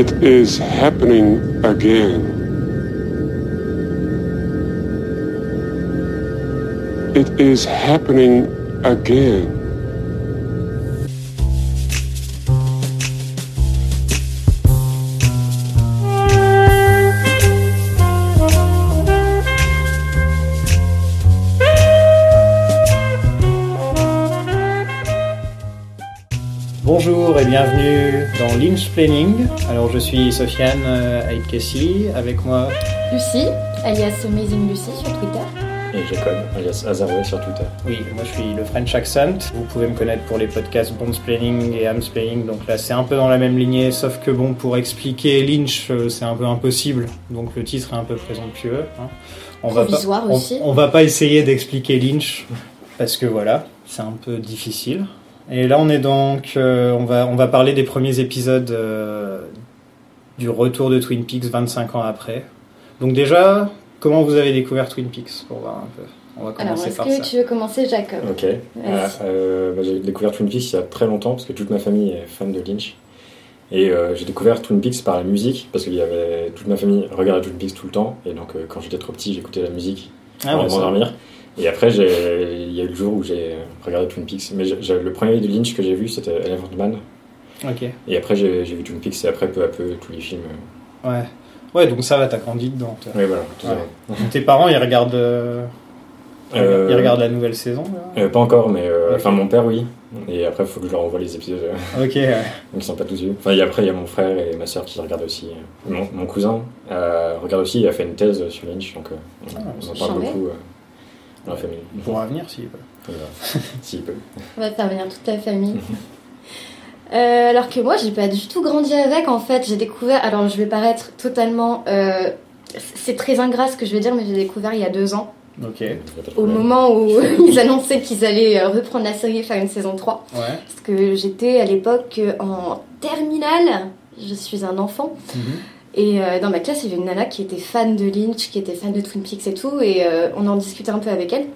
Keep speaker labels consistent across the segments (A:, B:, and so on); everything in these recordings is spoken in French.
A: It is happening again. It is happening again.
B: Bonjour et bienvenue dans Lynch Planning. Alors je suis Sofiane euh, Aitkessi, avec moi
C: Lucie, alias Amazing Lucie sur Twitter.
D: Et Jacob, alias Azarway sur Twitter.
B: Oui, moi je suis le French Accent. Vous pouvez me connaître pour les podcasts Bondsplanning et Amsplaining. Donc là, c'est un peu dans la même lignée, sauf que bon, pour expliquer Lynch, euh, c'est un peu impossible. Donc le titre est un peu présomptueux. hein. On
C: Provisoire
B: va pas, on-
C: aussi.
B: On, va pas essayer d'expliquer Lynch parce que voilà, c'est un peu difficile. Et là, on est donc, euh, on va, on va parler des premiers épisodes euh, du retour de Twin Peaks 25 ans après. Donc déjà, comment vous avez découvert Twin Peaks pour voir un peu On va
C: Alors,
B: commencer
C: est-ce
B: par
C: que
B: ça.
C: tu veux commencer, Jacob
D: Ok. Ah, euh, bah, j'ai découvert Twin Peaks il y a très longtemps parce que toute ma famille est fan de Lynch. Et euh, j'ai découvert Twin Peaks par la musique parce qu'il y avait toute ma famille regardait Twin Peaks tout le temps. Et donc euh, quand j'étais trop petit, j'écoutais la musique
B: Ah,
D: pour
B: ouais, ça-
D: m'endormir. Et après, j'ai- il y a eu le jour où j'ai regardé Twin Peaks. Mais j'ai- j'ai- le premier de Lynch que j'ai vu, c'était Elephant Man.
B: Ok.
D: Et après, j'ai j'ai vu Twin Peaks et après, peu à peu, tous les films. euh.
B: Ouais. Ouais, donc ça va, t'as grandi dedans. toi.
D: Ouais, voilà. tout ça.
B: Ouais. Tes parents, ils regardent, euh,
D: Euh,
B: ils regardent la nouvelle saison. là
D: euh, pas encore, mais euh,
B: Ok.
D: enfin, mon père, oui. Et après, il faut que je leur envoie les épisodes. euh,
B: Ok. ouais.
D: Ils sont pas tous vieux. Enfin, et après, il y a mon frère et ma soeur qui regardent aussi. Mon, mon cousin euh, regarde aussi, il a fait une thèse sur Lynch, donc euh, on,
B: Ah,
D: on en
C: c'est
D: parle
C: chambé.
D: beaucoup euh, dans la famille.
B: Il pourra venir s'il veut.
D: Enfin, euh, S'il peut.
C: On va faire venir toute la famille.
B: Mhm.
C: Euh, alors que moi, j'ai pas du tout grandi avec en fait. J'ai découvert, alors je vais paraître totalement. euh, c'est très ingrat ce que je vais dire, mais j'ai découvert il y a deux ans,
B: Ok.
D: Il y a
B: Ouais.
D: pas de
C: au
D: problème.
C: moment où ils annonçaient qu'ils allaient euh, reprendre la série et faire une saison 3. Parce que j'étais à l'époque euh, en terminale, je suis un enfant.
B: Mhm.
C: Et euh, dans ma classe, il y avait une nana qui était fan de Lynch, qui était fan de Twin Peaks et tout, et euh, on en discutait un peu avec elle.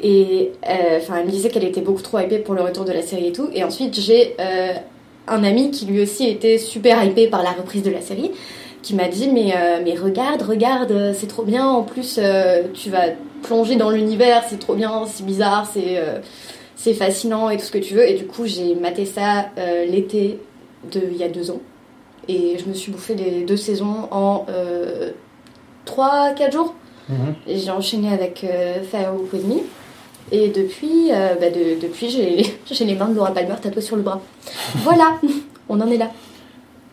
C: Et euh, enfin, elle me disait qu'elle était beaucoup trop hypée pour le retour de la série et tout. Et ensuite, j'ai euh, un ami qui lui aussi était super hypé par la reprise de la série, qui m'a dit mais euh, mais regarde, regarde, euh, c'est trop bien. En plus, euh, tu vas plonger dans l'univers, c'est trop bien, c'est bizarre, c'est euh, c'est fascinant et tout ce que tu veux. Et du coup, j'ai maté ça euh, l'été de il y a deux ans. Et je me suis bouffé les deux saisons en 3-4 jours.
B: Mhm.
C: Et j'ai enchaîné avec euh, Firewalk With Me. Et depuis, euh, bah, de- depuis j'ai j'ai les mains de Laura Palmer tatouées sur le bras. Voilà, on en est là.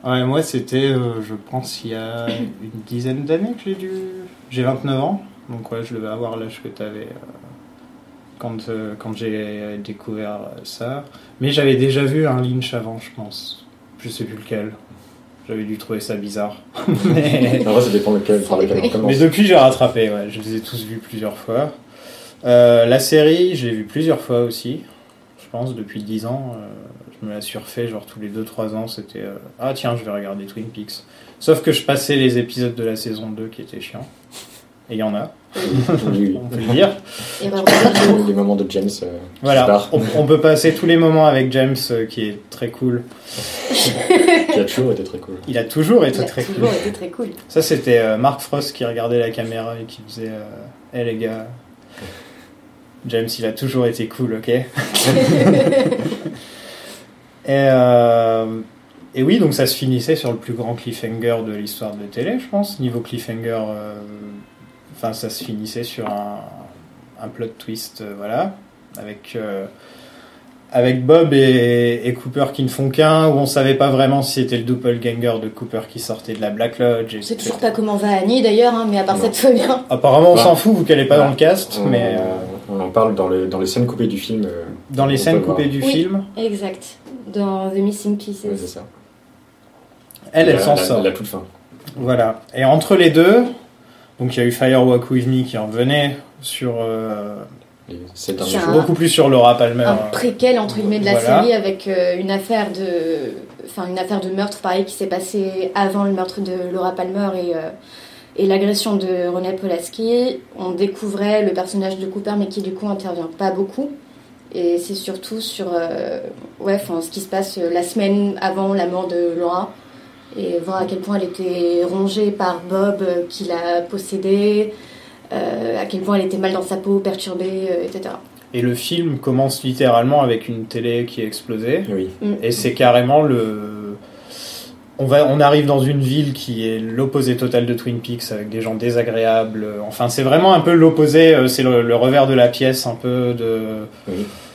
B: Ouais, moi c'était, euh, je pense, il y a une dizaine d'années que j'ai dû. J'ai 29 ans, donc ouais, je devais avoir l'âge que t'avais euh, quand, euh, quand j'ai euh, découvert euh, ça. Mais j'avais déjà vu un Lynch avant, je pense. Je sais plus lequel. J'avais dû trouver ça bizarre. Mais,
D: En vrai, ça dépend lequel,
C: Sans
D: par lequel on
C: déconner.
D: commence.
B: mais depuis, j'ai rattrapé, ouais. Je les ai tous vus plusieurs fois. Euh, la série, je l'ai vue plusieurs fois aussi. Je pense, depuis 10 ans. euh, je me la surfais, genre tous les 2-3 ans, c'était euh, Ah tiens, je vais regarder Twin Peaks. Sauf que je passais les épisodes de la saison 2 qui étaient chiants. Et il y en a,
D: Oui,
B: on peut le dire.
C: Et ben, vraiment,
D: oui. Les moments de James. euh, qui se
B: Voilà,
D: barre,
B: on, on peut passer tous les moments avec James, euh, qui est très cool.
D: qui a toujours été très cool.
B: Il a toujours
C: il
B: été
C: a
B: très cool.
C: toujours été très cool.
B: Ça, c'était euh, Mark Frost qui regardait la caméra et qui disait Eh les gars, James, il a toujours été cool, ok Et, euh, et oui, donc ça se finissait sur le plus grand cliffhanger de l'histoire de télé, je pense. Niveau cliffhanger, euh, enfin, ça se finissait sur un, un plot twist, euh, voilà, avec. euh, avec Bob et, et Cooper qui ne font qu'un, où on savait pas vraiment si c'était le doppelganger de Cooper qui sortait de la Black Lodge. et-
C: Je sais toujours pas comment va Annie d'ailleurs, hein, mais à part
D: Non.
C: ça, tout va bien.
B: Apparemment, on
D: Bah,
B: s'en fout vu qu'elle est pas
D: bah,
B: dans le cast,
D: On,
B: mais euh,
D: on en parle dans, le- dans les scènes coupées du film. euh,
B: dans les
D: on
B: scènes
D: peut voir.
B: coupées du
C: Oui.
B: film,
C: Exact. Dans The Missing Pieces.
D: Ouais, c'est ça.
B: elle,
D: Et
B: elle
D: la-
B: s'en
D: la-
B: sort.
D: La toute fin.
B: Voilà. Et entre les deux, donc il y a eu Firewalk With Me qui en venait sur euh,
D: Les sept
C: C'est
D: derniers
C: un-
D: jours.
B: beaucoup plus sur Laura Palmer.
C: un préquel entre guillemets de la
B: Voilà.
C: série avec euh, une affaire de enfin une affaire de meurtre pareil qui s'est passée avant le meurtre de Laura Palmer et euh, et l'agression de René Polaski, on découvrait le personnage de Cooper, mais qui du coup intervient pas beaucoup. Et c'est surtout sur euh, ouais, enfin, ce qui se passe euh, la semaine avant la mort de Laura, et voir à quel point elle était rongée par Bob euh, qui l'a possédée, euh, à quel point elle était mal dans sa peau, perturbée, euh, etc.
B: Et le film commence littéralement avec une télé qui est explosée.
D: Oui.
B: Et c'est carrément le. On, va, on arrive dans une ville qui est l'opposé total de Twin Peaks, avec des gens désagréables. Enfin, c'est vraiment un peu l'opposé, euh, c'est le, le revers de la pièce, un peu de.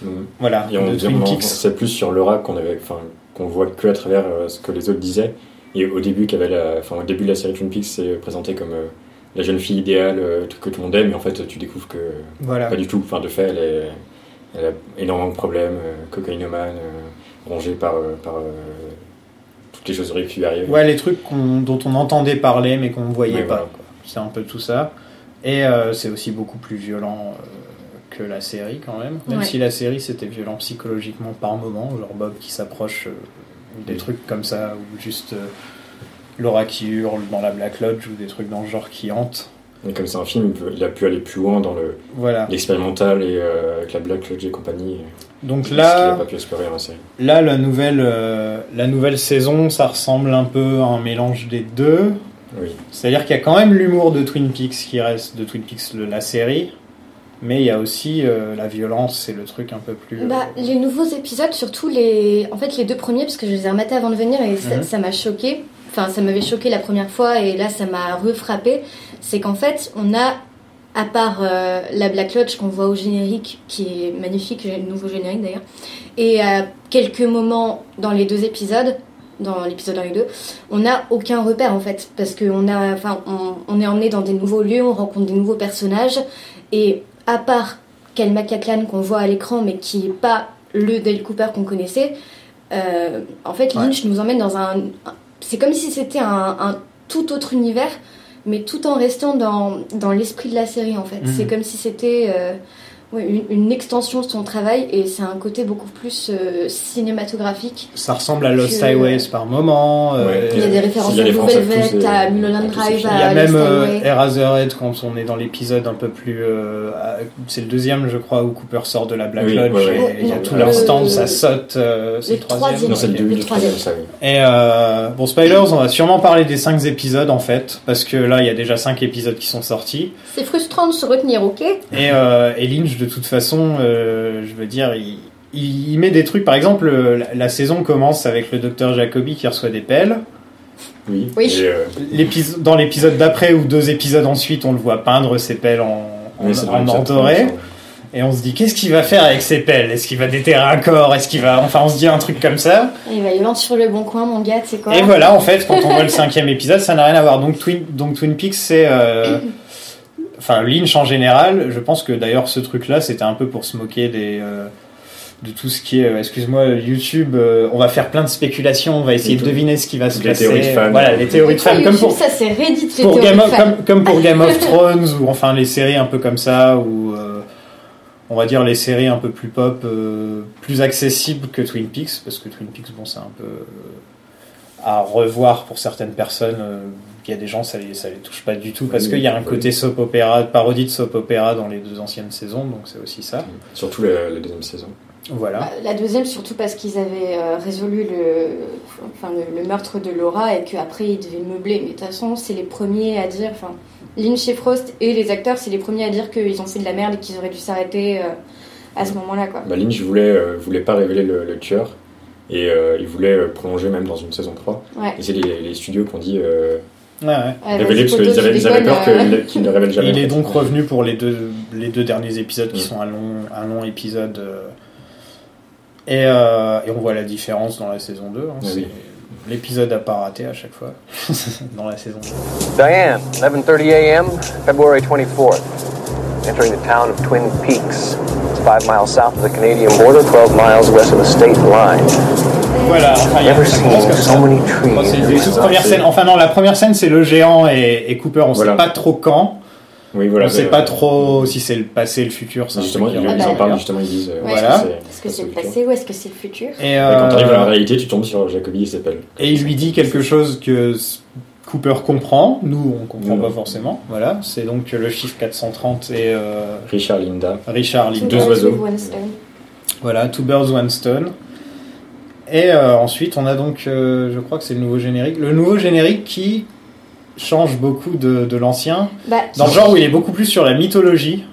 D: Mhm.
B: Voilà,
D: Et on,
B: de
D: dit-
B: Twin
D: on- on
B: Peaks.
D: sait plus sur Laura qu'on avait, enfin, qu'on voit que à travers euh, ce que les autres disaient. Et au début, qu'avait la, enfin, au début de la série Twin Peaks, c'est présenté comme euh, la jeune fille idéale euh, que tout le monde aime, mais en fait, tu découvres que euh,
B: Voilà.
D: pas du tout. Enfin, de fait, elle, est- elle a énormément de problèmes, euh, cocaïnomane, euh, rongée par, euh, par euh, toutes les choses horribles qui lui arrivent.
B: Ouais, les trucs qu'on- dont on entendait parler mais qu'on ne voyait
D: Ouais,
B: pas.
D: voilà.
B: quoi. C'est un peu tout ça. Et euh, c'est aussi beaucoup plus violent euh, que la série quand même. Même
C: Ouais.
B: si la série c'était violent psychologiquement par moment, genre Bob qui s'approche euh, des
D: Oui.
B: trucs comme ça, ou juste euh, Laura qui hurle dans la Black Lodge, ou des trucs dans le genre qui hantent.
D: Mais comme c'est un film, il peut- il a pu aller plus loin dans le-
B: Voilà.
D: l'expérimental et euh, avec la Black Lodge et compagnie.
B: Donc
D: Ce qu'il
B: là,
D: n'a pas pu explorer dans la série.
B: Là, la nouvelle, euh, la nouvelle saison, ça ressemble un peu à un mélange des deux.
D: Oui.
B: C'est-à-dire qu'il y a quand même l'humour de Twin Peaks qui reste, de Twin Peaks, le- la série. Mais il y a aussi euh, la violence et le truc un peu plus. euh,
C: Bah, les nouveaux épisodes, surtout les, en fait, les deux premiers, parce que je les ai rematés avant de venir et ça-
B: Mhm.
C: ça m'a choqué. Enfin, ça m'avait choqué la première fois et là, ça m'a refrappé. C'est qu'en fait, on a, à part euh, la Black Lodge qu'on voit au générique, qui est magnifique, j'ai le nouveau générique d'ailleurs, et à quelques moments dans les deux épisodes, dans l'épisode 1 et 2, on n'a aucun repère en fait, parce qu'on a, enfin, on, on est emmené dans des nouveaux lieux, on rencontre des nouveaux personnages, et à part Kelma Kaplan qu'on voit à l'écran, mais qui n'est pas le Dale Cooper qu'on connaissait, euh, en fait
B: Ouais.
C: Lynch nous emmène dans un, un- c'est comme si c'était un, un tout autre univers, mais tout en restant dans, dans l'esprit de la série en fait.
B: Mhm.
C: C'est comme si c'était euh, ouais, une, une extension de son travail et c'est un côté beaucoup plus euh, cinématographique.
B: Ça ressemble à Lost
C: que-
B: Highways par moment. euh,
D: Ouais.
C: Il y a
D: Euh,
C: des
D: s'il
C: références
D: y a
C: à
D: des
C: Blue
D: références à tous,
C: Velvet,
D: euh,
C: à
D: à
C: Mulholland
D: tous ces
C: Drive,
D: films.
B: Il y a
C: à
B: même
C: Ah, Lost
B: euh,
C: Highway.
B: Eraserhead quand on est dans l'épisode un peu plus. euh, à- c'est le deuxième, je crois, où Cooper sort de la Black
D: Oui,
B: Lodge.
D: ouais, ouais.
B: et Il y a
C: Oh,
B: tout
D: le-
B: l'instant, ça saute. euh, c'est
C: le
B: le troisième.
C: troisième.
D: Non, c'est le
B: ok.
D: début
C: Le
D: du
C: troisième.
D: troisième, ça oui.
B: Et euh, bon, spoilers, on va sûrement parler des 5 épisodes en fait, parce que là, il y a déjà 5 épisodes qui sont sortis.
C: eh, C'est frustrant de se retenir, ok
B: Et,
D: Mhm.
B: euh, et Lynch, de toute façon, euh, je veux dire, il, il, il met des trucs. Par exemple, euh, la, la saison commence avec le docteur Jacobi qui reçoit des pelles.
D: Oui.
C: Oui.
D: Et, euh,
B: L'épiso- dans l'épisode d'après ou deux épisodes ensuite, on le voit peindre ses pelles en, en,
D: oui, c'est dans
B: en
D: l'épisode
B: doré.
D: 30,
B: Et on se dit, qu'est-ce qu'il va faire avec ses pelles Est-ce qu'il va déterrer un corps Est-ce qu'il va. Enfin, on se dit un truc comme ça.
C: Il va y avoir sur le bon coin, mon gars, c'est quoi
B: Et voilà, en fait, quand on voit le cinquième épisode, ça n'a rien à voir. Donc Twin, donc Twin Peaks, c'est... euh, Enfin, Lynch en général, je pense que d'ailleurs ce truc-là, c'était un peu pour se moquer des... euh, de tout ce qui est, euh, excuse-moi, YouTube, euh, on va faire plein de spéculations, on va essayer
D: Et
B: de
D: tout.
B: deviner ce qui va se
D: Les
B: passer.
D: théories de fans.
B: Voilà, les théories de
C: Sur
B: fans,
C: YouTube,
B: comme pour,
C: ça c'est Reddit, les
B: pour
C: théories
B: Game
C: de
B: of,
C: fans.
B: comme, comme pour Game of Thrones ou enfin les séries un peu comme ça ou euh, on va dire les séries un peu plus pop euh, plus accessibles que Twin Peaks parce que Twin Peaks bon c'est un peu euh, à revoir pour certaines personnes euh, il y a des gens ça les, ça les touche pas du tout parce
D: Oui,
B: qu'il y a un
D: oui.
B: côté soap opéra parodie de soap opéra dans les deux anciennes saisons donc c'est aussi ça
D: Surtout la, la deuxième saison.
B: voilà
C: La deuxième, surtout parce qu'ils avaient euh, résolu le, enfin, le, le meurtre de Laura et qu'après ils devaient meubler. Mais de toute façon, c'est les premiers à dire. Enfin, Lynch et Frost et les acteurs, c'est les premiers à dire qu'ils ont fait de la merde et qu'ils auraient dû s'arrêter euh, à ce moment-là. quoi.
D: Bah, Lynch voulait, euh, voulait pas révéler le, le tueur et euh, il voulait euh, prolonger même dans une saison 3.
C: Ouais.
D: Et c'est les, les studios qui ont dit euh,
B: Ouais, ouais.
C: Ouais,
D: révéler
C: Ah, vas-y,
D: parce qu'ils
C: poteau, tu
D: avaient, ils avaient
C: déconnes,
D: peur
C: euh.
D: que- qu'il ne révèle jamais.
B: il est donc revenu pour les deux, les deux derniers épisodes qui
D: Mm.
B: sont un long, un long épisode. euh, et, euh, et on voit la différence dans la saison 2. hein,
D: Ah
B: c'est
D: oui.
B: L'épisode à pas rater à chaque fois dans la saison 2.
E: Diane, 11:30 a.m., February 24th. Entering the town of Twin Peaks, five miles south of the Canadian border, 12 miles west of the state line.
B: Voilà, enfin, il y a
E: Never
B: ça
E: seen
B: commence comme ça.
E: so many
B: Bon, c'est
E: trees.
B: les toutes
D: ça,
B: premières
D: euh, c'est-
B: scènes. Enfin non, la première scène c'est le géant et, et Cooper. On
D: Voilà.
B: sait pas trop quand.
D: Oui, voilà,
B: on sait
D: euh,
B: pas trop si c'est le passé, le futur. c'est un
D: Justement,
B: truc
D: ils,
B: qui
C: Ah
D: ils
B: revient.
D: en
C: bah,
D: parlent,
C: alors.
D: justement, ils disent. euh,
C: Ouais.
B: Voilà.
C: Est-ce que
D: ça,
C: c'est le
D: le tueur.
C: passé ou est-ce que c'est le futur
B: Et,
D: Et quand t'arrives à
B: euh,
D: la réalité, tu tombes sur Jacobi et ses pelles.
B: Et il lui dit quelque chose que s- Cooper comprend, nous on comprend
D: Non.
B: pas forcément. Voilà, c'est donc le chiffre 430 et euh,
D: Richard Linda.
B: Richard Lee.
C: Two
D: deux
C: birds
D: oiseaux.
C: with one stone.
B: Voilà, Two Birds One Stone. Et euh, ensuite on a donc, euh, je crois que c'est le nouveau générique, le nouveau générique qui change beaucoup de, de l'ancien,
C: Bah,
B: dans le genre où il est beaucoup plus sur la mythologie.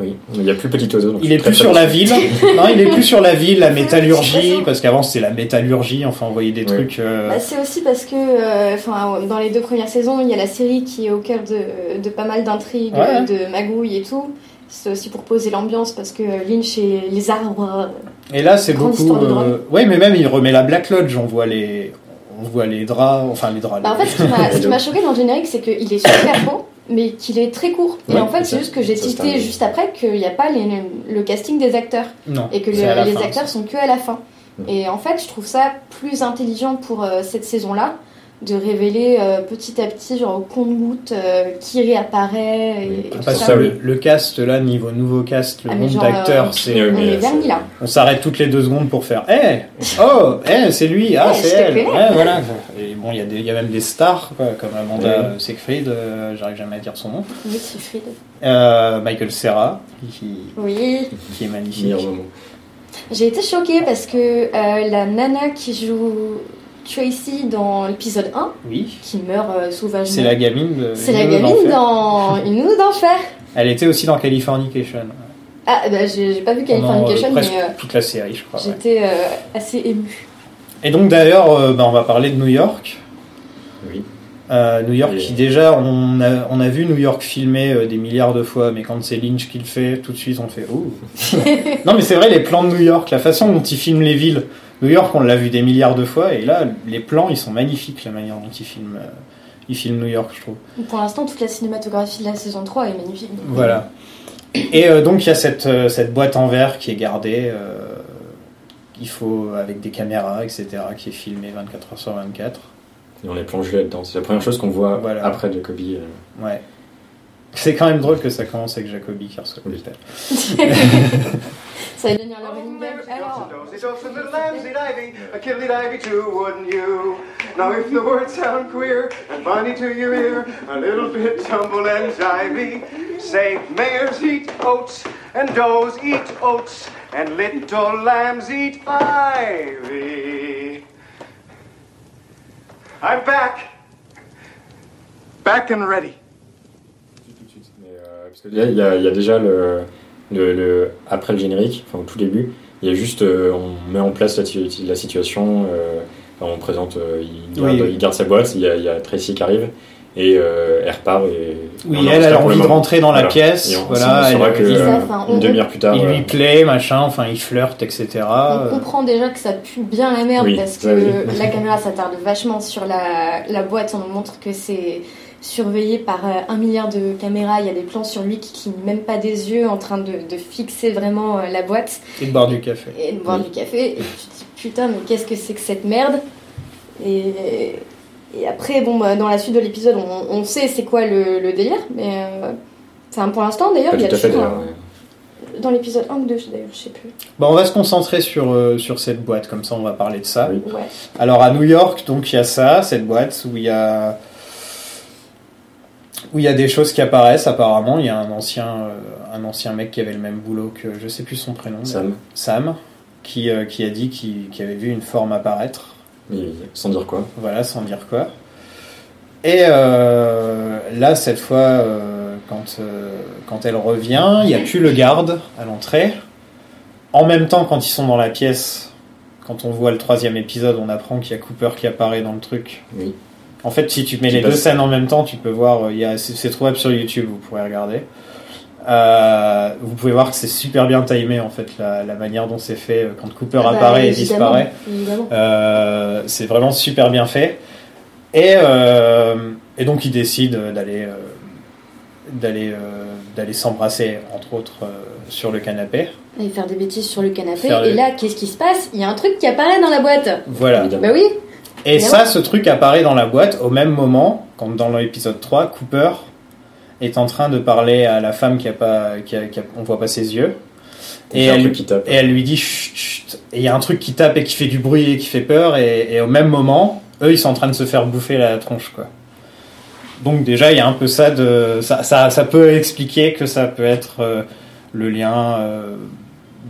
D: Oui, il y a plus Petit Oiseau. donc
B: Il
D: je
B: est
D: suis très,
B: plus
D: très
B: sur la
D: déçu.
B: ville, non, il est plus sur la ville, la métallurgie, parce qu'avant c'était la métallurgie, enfin on voyait des
D: Oui.
B: trucs. euh,
C: Bah, c'est aussi parce que euh, enfin, dans les deux premières saisons, il y a la série qui est au cœur de, de pas mal d'intrigues,
B: Ouais.
C: de magouilles et tout. C'est aussi pour poser l'ambiance parce que Lynch et les arbres. euh,
B: Et là, c'est
C: Grande
B: beaucoup.
C: histoire de drame.
B: Oui, mais même il remet la Black Lodge. On voit les, on voit les draps, enfin les draps.
C: Bah, en
B: les-
C: fait, ce qui m'a- ce qui m'a choqué dans le générique, c'est qu'il est super beau, mais qu'il est très court. Et
D: Ouais,
C: en fait,
D: c'est ça.
C: c'est juste que j'ai
D: Ça, c'est
C: tilté
D: un-
C: juste après qu'il n'y a pas les- le casting des acteurs.
B: non.
C: et que
B: c'est
C: le-
B: à la
C: les
B: fin.
C: acteurs sont que à la fin.
D: Mm.
C: Et en fait, je trouve ça plus intelligent pour euh, cette saison-là de révéler euh, petit à petit, genre au compte-goutte, euh, qui réapparaît. Et,
D: Oui,
C: et
D: pas
C: tout
B: Parce
C: ça.
B: que Ah, le, le cast là, niveau nouveau cast, le
C: Ah, mais
B: nombre
C: genre,
B: d'acteurs,
C: euh,
B: c'est.
D: Oui,
C: On
D: mais
C: est
D: c'est-
C: vernis là.
B: On s'arrête toutes les deux secondes pour faire. Eh, oh, eh, c'est lui, ah,
C: Ouais,
B: c'est
C: je
B: elle.
C: t'ai fait.
B: Ouais, voilà. Et bon, il y a des- il y, a même des stars quoi, comme Amanda
D: Oui.
B: euh, Seyfried, euh, j'arrive jamais à dire son nom.
C: Oui, c'est fluide.
B: Euh, Michael Serra, qui,
C: Oui.
B: qui est magnifique.
D: Meilleur moment.
C: J'ai été choquée parce que euh, la nana qui joue Tracy dans l'épisode 1,
B: Oui.
C: qui meurt euh, sauvagement.
B: C'est la gamine. de-
C: C'est la
B: Une Nuit
C: gamine
B: d'Enfer.
C: dans Une Nounou d'Enfer.
B: Elle était aussi dans Californication.
C: Ah, bah j'ai j'ai pas vu
B: Pendant, euh,
C: Californication,
B: presque
C: mais euh,
B: toute la série, je crois. ouais.
C: j'étais euh, assez émue.
B: Et donc d'ailleurs, euh, ben, on va parler de New York.
D: Oui.
B: Euh, New York
D: Oui.
B: qui déjà, on a, on a vu New York filmé euh, des milliards de fois, mais quand c'est Lynch qui le fait, tout de suite on fait « Ouh !» Non mais c'est vrai, les plans de New York, la façon dont ils filment les villes. New York, on l'a vu des milliards de fois, et là, les plans, ils sont magnifiques, la manière dont ils filment, euh, ils filment New York, je trouve.
C: Pour l'instant, toute la cinématographie de la saison 3 est magnifique.
B: Voilà. Et euh, donc il y a cette, euh, cette boîte en verre qui est gardée, euh, il faut, avec des caméras, etc., qui est filmée 24 heures sur 24.
D: Et on est plongé là-dedans. C'est la première chose qu'on voit
B: Voilà.
D: après Jacobi. euh,
B: Ouais. C'est quand même drôle que ça commence avec Jacobi qui reçoit le
D: Oui.
B: tel.
C: Ça va devenir leur
F: Oh,
C: running
F: there's
C: gag. Alors,
F: dosey dose, a little lambsy divey, a kiddly divey too, wouldn't you? Now if the words sound queer and funny to your ear, a little bit tumble and jivey. Say, mares eat oats and does eat oats and little lambs eat ivy. I'm back. Back and ready.
D: Mais, euh, parce que là, il y, a- il y a déjà le, le- le- après le générique, enfin au tout début, il y a juste euh, on met en place la, ti- la situation, euh, enfin, on présente, euh, il, garde,
B: Oui.
D: il garde sa boîte, il y a, il y a Tracy qui arrive et euh, elle repart et
B: Oui,
D: on en
B: elle,
D: reste
B: elle
D: là
B: a
D: pour le
B: envie de
D: moment.
B: rentrer dans la
D: Voilà.
B: pièce.
D: Et on-
B: voilà,
D: on saura
B: elle-
D: que
C: Ils
D: euh,
C: savent, enfin, on-
D: une demi-heure plus tard,
B: il lui
D: euh,
B: plaît, machin, enfin il flirte, euh, etc.
C: on comprend déjà que ça pue bien la merde
D: Ah, Oui,
C: parce que
D: ça, oui.
C: la caméra s'attarde vachement sur la, la boîte. On nous montre que c'est surveillé par euh, un milliard de caméras. Il y a des plans sur lui qui clignent même pas des yeux en train de, de fixer vraiment euh, la boîte
B: Et de boire du café.
C: et de boire
D: Oui.
C: du café. Et tu te dis putain, mais qu'est-ce que c'est que cette merde et, et après, bon, bah, dans la suite de l'épisode, on, on sait c'est quoi le, le délire, mais. euh, Enfin, pour l'instant, d'ailleurs,
D: pas
C: il y a
D: tout à fait
C: toujours un-
D: d'ailleurs, ouais.
C: Dans l'épisode 1 ou 2, d'ailleurs, je sais plus.
B: Bon, on va se concentrer sur, euh, sur cette boîte, comme ça on va parler de ça.
D: Oui.
C: Ouais.
B: Alors à New York, donc il y a ça, cette boîte où il y a où il y a des choses qui apparaissent apparemment. Il y a un ancien euh, un ancien mec qui avait le même boulot que je sais plus son prénom,
D: Sam,
B: Sam, qui euh, qui a dit qu'il qu'il avait vu une forme apparaître.
D: il- sans dire quoi.
B: Voilà, sans dire quoi. Et euh, là, cette fois, euh, quand, euh, quand elle revient, il n'y a plus le garde à l'entrée. En même temps, quand ils sont dans la pièce, quand on voit le troisième épisode, on apprend qu'il y a Cooper qui apparaît dans le truc.
D: Oui.
B: En fait, si tu mets
D: Qui
B: les deux
D: passe.
B: scènes en même temps, tu peux voir, euh, il y a- c'est c'est trouvable sur YouTube, vous pourrez regarder. Euh, vous pouvez voir que c'est super bien timé, en fait, la, la manière dont c'est fait euh, quand Cooper
C: Ah bah,
B: apparaît et
C: évidemment,
B: disparaît.
C: évidemment.
B: Euh, c'est vraiment super bien fait. Et, euh, et donc ils décident d'aller euh, d'aller euh, d'aller s'embrasser entre autres euh, sur le canapé.
C: Et Ah, faire des bêtises sur le canapé.
B: Faire
C: Et
B: les-
C: là, qu'est-ce qui se passe Il y a un truc qui apparaît dans la boîte.
B: Voilà.
D: évidemment.
C: Bah oui.
B: Et
C: Mais
B: ça, ce truc apparaît dans la boîte au même moment quand dans l'épisode 3, Cooper est en train de parler à la femme qui a pas qui, a- qui a- on voit pas ses yeux. Et
D: Il y a un
B: elle-
D: truc qui tape.
B: Et elle lui dit chut, chut. Et il y a un truc qui tape et qui fait du bruit et qui fait peur. Et, et au même moment, eux, ils sont en train de se faire bouffer la tronche, quoi. Donc déjà, il y a un peu ça de... Ça, ça, ça peut expliquer que ça peut être euh, le lien... euh,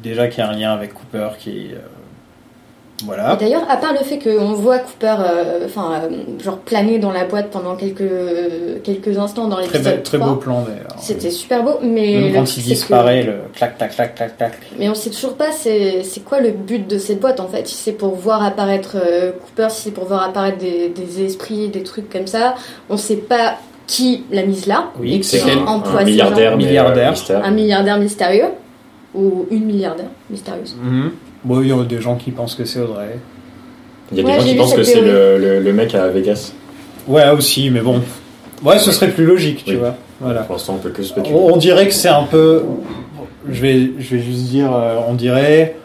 B: déjà qu'il y a un lien avec Cooper qui... euh,
D: Ah.
C: Et
B: voilà.
C: D'ailleurs, à part le fait qu'on voit Cooper, euh, enfin, euh, genre planer dans la boîte pendant quelques, quelques instants dans
B: Très,
C: l'épisode
B: bel- très beau
C: 3,
B: plan d'ailleurs.
C: C'était super beau, mais
B: Même
C: le
B: quand
C: truc,
B: il
C: c'est que-
B: disparaît, le clac, tac, clac, clac, clac.
C: Mais on sait toujours pas c'est c'est quoi le but de cette boîte en fait. Si c'est pour voir apparaître euh, Cooper, si c'est pour voir apparaître des, des esprits, des trucs comme ça. On sait pas qui l'a mise là.
B: Oui,
C: et qui
B: c'est
D: un,
C: emploie
D: un
C: ces gens.
D: milliardaire, mais, euh,
B: Milliardaire.
D: mystère.
C: Un milliardaire mystérieux ou une milliardaire mystérieuse.
B: Mhm. Bon, il y a des gens qui pensent que c'est Audrey.
D: Il y a
C: Ouais,
D: des gens
C: j'ai
D: qui
C: vu
D: pensent
C: cette
D: que c'est
C: théorie.
D: le, le, le mec à Vegas.
B: Ouais, aussi, mais bon. Ouais, ce serait plus logique, tu
D: Oui.
B: vois. Voilà.
D: Pour l'instant, on peut que spéculer.
B: On, on dirait que c'est un peu. Je vais, je vais juste dire, euh, on dirait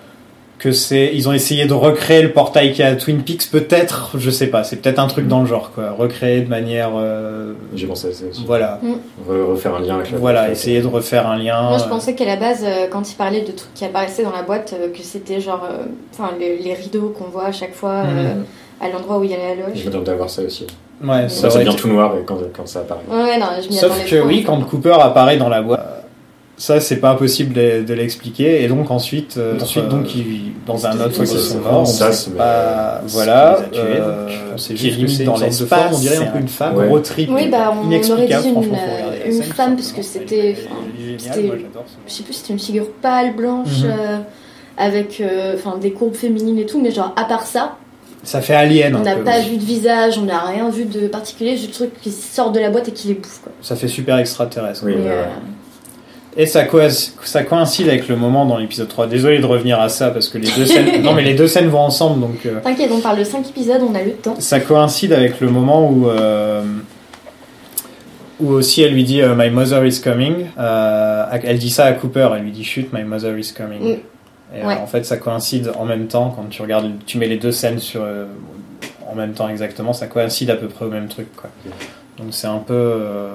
B: que c'est. Ils ont essayé de recréer le portail qu'il y a à Twin Peaks, peut-être, je sais pas, c'est peut-être un truc dans le genre, quoi. Recréer de manière. euh,
D: J'ai pensé à ça aussi.
B: Voilà.
D: Re- refaire un lien avec la
B: Voilà,
D: avec-
B: essayer de refaire un lien.
C: Moi je
B: euh,
C: pensais qu'à la base, euh, quand il parlait de trucs qui apparaissaient dans la boîte, euh, que c'était genre euh, enfin les, les rideaux qu'on voit à chaque fois euh,
B: Mhm.
C: à l'endroit où il y a la loge.
D: Je m'attendais à voir ça aussi.
B: euh, Ouais,
D: Ça,
B: ça
D: ça
B: aurait
D: devient
B: été-
D: tout noir et quand, quand ça apparaît.
C: Ouais, non, je m'y
B: Sauf
C: attendais
B: que
C: pas.
B: oui, quand Cooper apparaît dans la boîte, euh, ça c'est pas impossible de, de l'expliquer, et donc ensuite, euh,
D: Ensuite,
B: euh,
D: donc,
B: ils- dans un autre
D: euh,
B: ils sont
D: c'est
B: morts, on
D: ça,
B: sait
D: mais,
B: pas,
D: euh,
B: voilà,
G: c'est- on les a tués,
B: euh,
G: donc, on sait
B: qui
G: juste
B: est
G: que
B: limite
G: c'est une
B: dans
G: sorte de
B: l'espace,
G: forme, on dirait un
B: c'est
G: peu une femme.
B: Gros trip,
C: Oui, bah, on aurait
B: inexplicable,
C: dit une,
B: franchement, faut regarder la
C: une
B: scène, tout
C: femme, parce que
B: simplement.
C: c'était-
B: Elle est- elle est
C: c'était-
B: géniale, moi, j'adore ce
C: je
B: moment.
C: sais plus, c'était une figure pâle, blanche,
B: Mhm.
C: euh, avec euh, enfin des courbes féminines et tout, mais genre à part ça,
B: Ça fait alien,
C: on
B: un
C: n'a
B: peu.
C: pas vu de visage, on n'a rien vu de particulier, juste le truc qui sort de la boîte et qui les bouffe. Quoi.
B: ça fait super extraterrestre.
D: Oui,
C: Mais,
D: ouais.
C: euh,
B: Et ça, coï- ça coïncide avec le moment dans l'épisode 3. Désolé de revenir à ça, parce que les deux scènes, non, mais les deux scènes vont ensemble, donc. euh,
C: T'inquiète, on parle de 5 épisodes, on a le temps.
B: ça coïncide avec le moment où euh, où aussi elle lui dit euh, my mother is coming Euh, elle dit ça à Cooper elle lui dit shoot my mother is coming
C: Mm.
B: et euh,
C: Ouais.
B: en fait ça coïncide en même temps quand tu regardes tu mets les deux scènes sur euh, en même temps exactement ça coïncide à peu près au même truc quoi donc c'est un peu euh,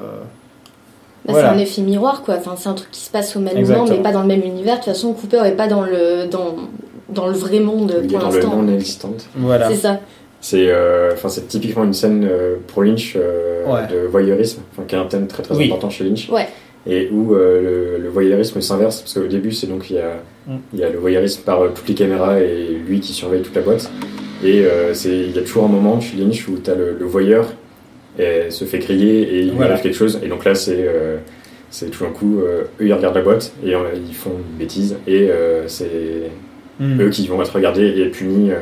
C: Bah,
B: Voilà.
C: C'est un effet miroir, quoi. Enfin, c'est un truc qui se passe au même moment,
B: Exactement.
C: mais pas dans le même univers. De toute façon, Cooper est pas dans le, dans, dans le vrai monde
D: Il est
C: pour
D: dans le
C: l'instant.
D: non existante.
B: voilà
C: C'est ça.
D: C'est euh, enfin, c'est typiquement une scène euh, pour Lynch euh,
B: Ouais.
D: de voyeurisme, enfin, qui est un thème très très
B: Oui.
D: important chez Lynch.
C: Ouais.
D: Et où euh, le, le voyeurisme s'inverse, parce qu'au début, c'est donc il y, a,
B: Mm.
D: il y a le voyeurisme par euh, toutes les caméras et lui qui surveille toute la boîte. Et euh, c'est- il y a toujours un moment chez Lynch où tu as le, le voyeur et se fait griller et il lui
B: Voilà.
D: arrive quelque chose. Et donc là, c'est euh, c'est tout d'un coup, euh, eux ils regardent la boîte et euh, ils font une bêtise. Et euh, c'est
B: Mm.
D: eux qui vont être regardés et punis. euh,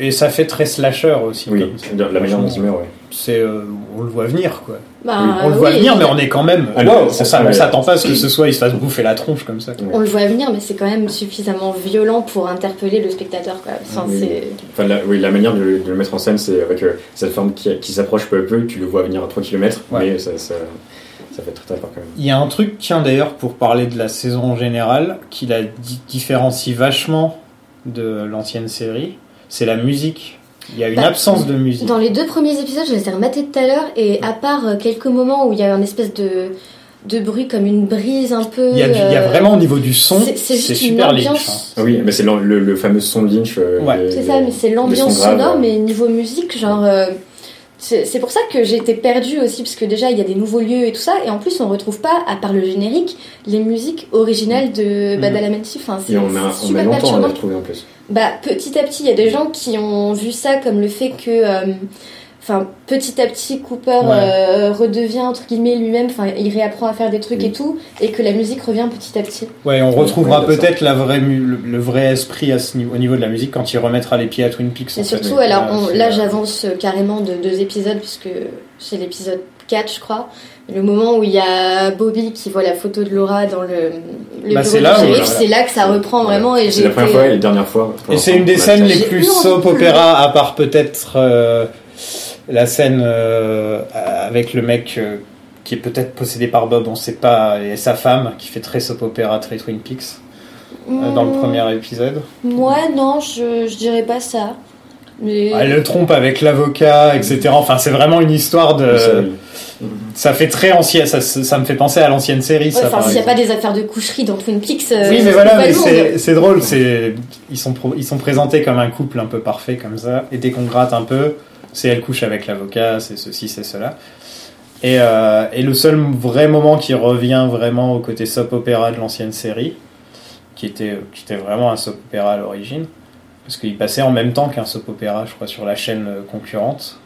B: et, et ça fait très slasher aussi
D: oui,
B: comme ça.
D: la manière dont ils meurent, ouais.
B: c'est euh, on le voit venir quoi
C: Bah,
D: Oui,
B: on le
C: euh,
B: voit
C: oui,
B: venir mais on est quand même
D: Ah,
B: wow,
D: mais
B: on
D: ça,
B: s'attend- on
D: ouais.
B: s'attend pas à ce que ce soit il se fasse bouffer la tronche comme ça quoi.
C: on le voit venir, mais c'est quand même suffisamment violent pour interpeller le spectateur, quoi. Enfin,
D: Oui.
C: c'est...
D: Enfin, la, oui, la manière de, le- de le mettre en scène, c'est avec euh, cette forme qui, qui s'approche peu à peu, tu le vois venir à 3 km,
B: Ouais.
D: mais ça, ça, ça fait très très peur quand même.
B: Il y a un truc, tiens d'ailleurs, pour parler de la saison en général, qui la di- différencie vachement de l'ancienne série, c'est la musique. Il y a une
C: Bah,
B: absence de musique.
C: Dans les deux premiers épisodes, je les ai rematés tout à l'heure, et à part euh, quelques moments où il y a un espèce de, de bruit comme une brise un peu.
B: Il y, a du- il y a
C: euh,
B: vraiment au niveau du son,
C: c'est-
B: c'est
C: C'est juste une
B: super Lynch. hein.
C: ambiance.
D: Ah oui, mais c'est l'en- le, le fameux son de Lynch. euh,
B: Ouais.
D: des-
C: C'est ça, mais c'est
D: des
C: l'ambiance
D: sons graves,
C: sonore,
D: euh,
C: mais niveau musique, genre. euh, c'est c'est pour ça que j'ai été perdue aussi, parce que déjà il y a des nouveaux lieux et tout ça, et en plus on retrouve pas, à part le générique, les musiques originales de
B: Mm.
C: Badalamenti. Enfin, c'est
D: Et on a,
C: c'est
D: on a
C: super
D: longtemps à
C: perturbant.
D: le retrouver en plus.
C: Bah, petit à petit, il y a des gens qui ont vu ça comme le fait que, euh, enfin, petit à petit, Cooper euh, redevient entre guillemets lui-même. Enfin, il réapprend à faire des trucs
D: Oui.
C: et tout, et que la musique revient petit à petit.
B: Ouais, on retrouvera
D: Ouais,
B: peut-être la vraie mu- le, le vrai esprit à ce niveau, au niveau de la musique quand il remettra les pieds à Twin Peaks.
C: Et
B: en fait.
C: surtout, alors on-
B: c'est,
C: là,
B: euh,
C: j'avance carrément de deux épisodes puisque c'est l'épisode 4 je crois. Le moment où il y a Bobby qui voit la photo de Laura dans le, le
B: Bah,
C: bureau
B: c'est
C: du
B: là où-
C: shérif,
B: voilà.
C: c'est là que ça reprend vraiment. Et
D: C'est
C: j'ai
D: la première
C: été- euh,
D: fois et la dernière fois. pour
B: Et c'est
D: l'instant,
B: une des
D: on a
B: scènes
D: attaché.
B: les
C: J'ai
B: plus
C: plus envie de
B: soap opéra, à part peut-être euh, la scène euh, avec le mec euh, qui est peut-être possédé par Bob, on sait pas, et sa femme qui fait très soap opéra, très Twin Peaks euh, dans le
C: Hmm,
B: premier épisode.
C: Moi, non, je, je dirais pas ça. Mais...
B: Elle le trompe avec l'avocat, etc. Enfin, c'est vraiment une histoire de.
D: Ça, oui.
B: Ça fait très ancien, ça, ça me fait penser à l'ancienne série,
C: Ouais,
B: ça.
C: enfin,
B: par
C: s'il n'y a
B: exemple.
C: pas des affaires de coucherie dans Twin Peaks, euh,
B: Oui, mais
C: ça se
B: voilà,
C: fait pas
B: mais
C: le monde.
B: c'est c'est drôle. C'est ils sont pro- ils sont présentés comme un couple un peu parfait comme ça, et dès qu'on gratte un peu, c'est elle couche avec l'avocat, c'est ceci, c'est cela. Et, euh, et le seul vrai moment qui revient vraiment au côté soap-opéra de l'ancienne série, qui était, qui était vraiment un soap-opéra à l'origine, parce qu'il passait en même temps qu'un soap-opéra, je crois, sur la chaîne euh, concurrente.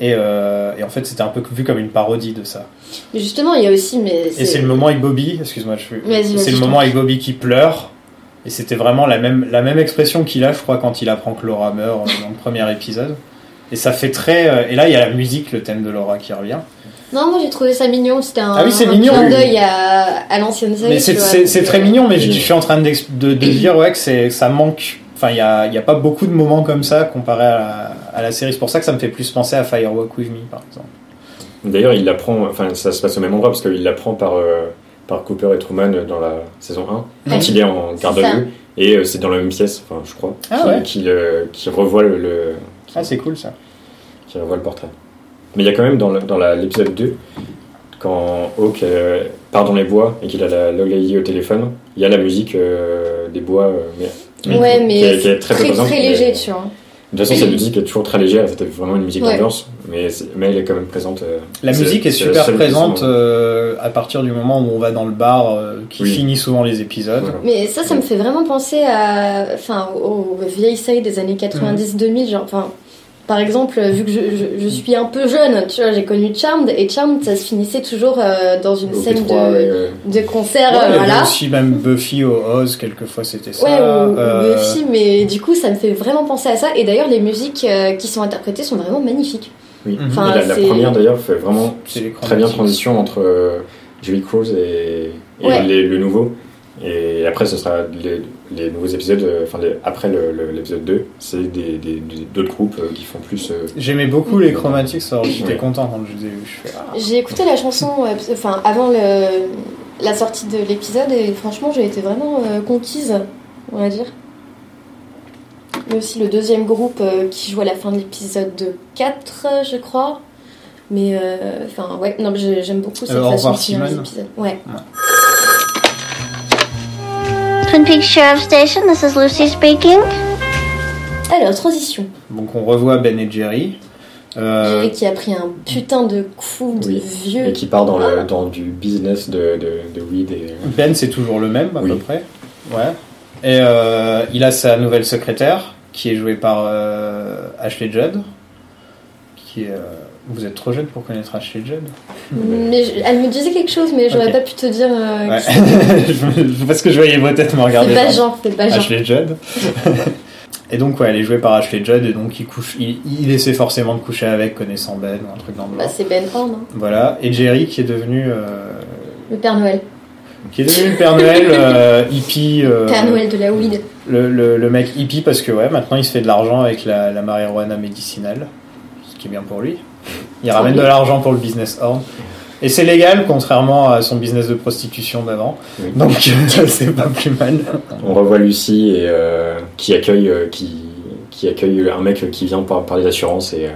B: Et, euh, et en fait, c'était un peu vu comme une parodie de ça.
C: Mais justement, il y a aussi. Mais
B: Et c'est le moment avec Bobby, excuse-moi, je suis-
C: Vas-y, vas-y,
B: C'est
C: je
B: le
C: t'en
B: moment
C: prie.
B: avec Bobby qui pleure. Et c'était vraiment la même, la même expression qu'il a, je crois, quand il apprend que Laura meurt euh, dans le premier épisode. Et ça fait très. euh, Et là, il y a la musique, le thème de Laura qui revient.
C: Non, moi j'ai trouvé ça mignon. C'était un,
B: Ah oui, c'est
C: un
B: mignon,
C: clin
B: oui.
C: d'œil à, à l'ancienne série.
B: Mais c'est-
C: tu vois,
B: c'est
C: donc,
B: c'est
C: euh,
B: très mignon, mais je, je suis en train d'ex- de, de dire ouais, que, c'est- que ça manque. Enfin, il n'y a, il y a pas beaucoup de moments comme ça comparé à la, à la série. C'est pour ça que ça me fait plus penser à Firewalk With Me, par exemple.
D: D'ailleurs, il l'apprend, enfin, ça se passe au même endroit parce qu'il l'apprend par, euh, par Cooper et Truman dans la saison 1,
C: Ouais.
D: quand il est en garde
C: C'est
D: à
C: ça.
D: vue, et euh, c'est dans la même pièce, enfin, je crois,
B: Ah
D: qu'il
B: ouais.
D: qu'il, euh, qu'il revoit le, le-
B: Ah, c'est cool ça.
D: qui revoit le portrait. Mais il y a quand même dans le- dans la- l'épisode 2, quand Hawk euh, part dans les bois et qu'il a la Log Lady au téléphone, il y a la musique euh, des bois. euh, mais,
C: Ouais,
D: qui est-
C: mais
D: qui est
C: c'est très,
D: très peu
C: très,
D: présente, mais-
C: léger, tu vois.
D: De toute façon, cette musique est toujours très légère, c'était vraiment une musique
C: Ouais.
D: d'ambiance, mais, c'est- mais elle est quand même présente. euh,
B: La
D: c'est-
B: musique est,
D: c'est la
B: super
D: seule
B: présente
D: question, euh,
B: euh, à partir du moment où on va dans le bar euh, qui
D: Oui.
B: finit souvent les épisodes.
D: voilà.
C: Mais ça, ça me fait vraiment penser à, enfin, aux aux vieilles séries des années 90-2000. Genre, enfin, par exemple, euh, vu que je, je- je suis un peu jeune, tu vois, j'ai connu Charmed et Charmed, ça se finissait toujours euh, dans une
D: Au
C: scène
D: P3,
C: de,
D: ouais, ouais.
C: de concert.
B: Ouais,
C: euh,
B: il y avait
C: voilà.
B: aussi même Buffy au Oz, quelquefois c'était ça.
C: Ouais, ou, ou
B: Euh,
C: Buffy, mais du coup, ça me fait vraiment penser à ça. Et d'ailleurs, les musiques euh, qui sont interprétées sont vraiment magnifiques.
D: Oui.
B: Mhm.
D: Et
C: Enfin,
D: la, la
C: c'est-
D: première d'ailleurs fait vraiment
B: C'est l'écran
D: très bien
B: magnifique.
D: transition entre euh, Julie Cruz et, et
C: Ouais.
D: les- le nouveau. Et après, ce sera les, les nouveaux épisodes, euh, enfin les- après le- le- l'épisode 2, c'est des- des- des- d'autres groupes euh, qui font plus. euh,
B: J'aimais beaucoup les chromatiques, ça, j'étais
D: Ouais.
B: content quand je les ai vus. Je fais, ah.
C: J'ai écouté la chanson euh, parce- enfin, avant le, la sortie de l'épisode et franchement, j'ai été vraiment euh, conquise, on va dire. Il y a aussi le deuxième groupe euh, qui joue à la fin de l'épisode 4, euh, je crois. Mais euh, enfin, ouais, non, mais j'ai- j'aime beaucoup cette
B: Euh, au
C: façon
B: revoir,
C: de finir les
B: Simone.
C: épisodes. Ouais.
G: Twin Peaks Sheriff Station, this is Lucy speaking.
C: Alors, transition.
B: Donc on revoit Ben et Jerry. Euh,
C: Jerry qui a pris un putain de coup de
D: Oui.
C: vieux. Ah,
D: et qui part dans, le, dans du business de, de, de weed et. euh,
B: Ben, c'est toujours le même, à
D: Oui.
B: peu près. Ouais. Et euh, il a sa nouvelle secrétaire, qui est jouée par euh, Ashley Judd. Qui est, euh, Vous êtes trop jeune pour connaître Ashley Judd.
C: Mais je- elle me disait quelque chose, mais j'aurais
B: Ok.
C: pas pu te dire. euh,
B: Ouais.
C: que
B: Je- Parce que je voyais vos têtes me
C: C'est
B: regarder.
C: pas genre, c'est pas genre.
B: Ashley Judd. et donc, ouais, elle est jouée par Ashley Judd, et donc il, couche, il, il essaie forcément de coucher avec, connaissant Ben, ou un truc dans le
C: Bah,
B: genre.
C: c'est Ben Horn, hein.
B: Voilà. Et Jerry, qui est devenu. euh,
C: le Père Noël.
B: qui est devenu le Père Noël euh, hippie. euh,
C: Père Noël de la weed.
B: le, le, le mec hippie parce que ouais, maintenant il se fait de l'argent avec la, la marijuana médicinale, ce qui est bien pour lui. Il ramène de l'argent pour le business horn. Et c'est légal, contrairement à son business de prostitution d'avant.
D: Oui.
B: Donc c'est pas plus mal.
D: On revoit Lucie et, euh, qui, accueille, euh, qui, qui accueille un mec qui vient par, par les assurances et. euh,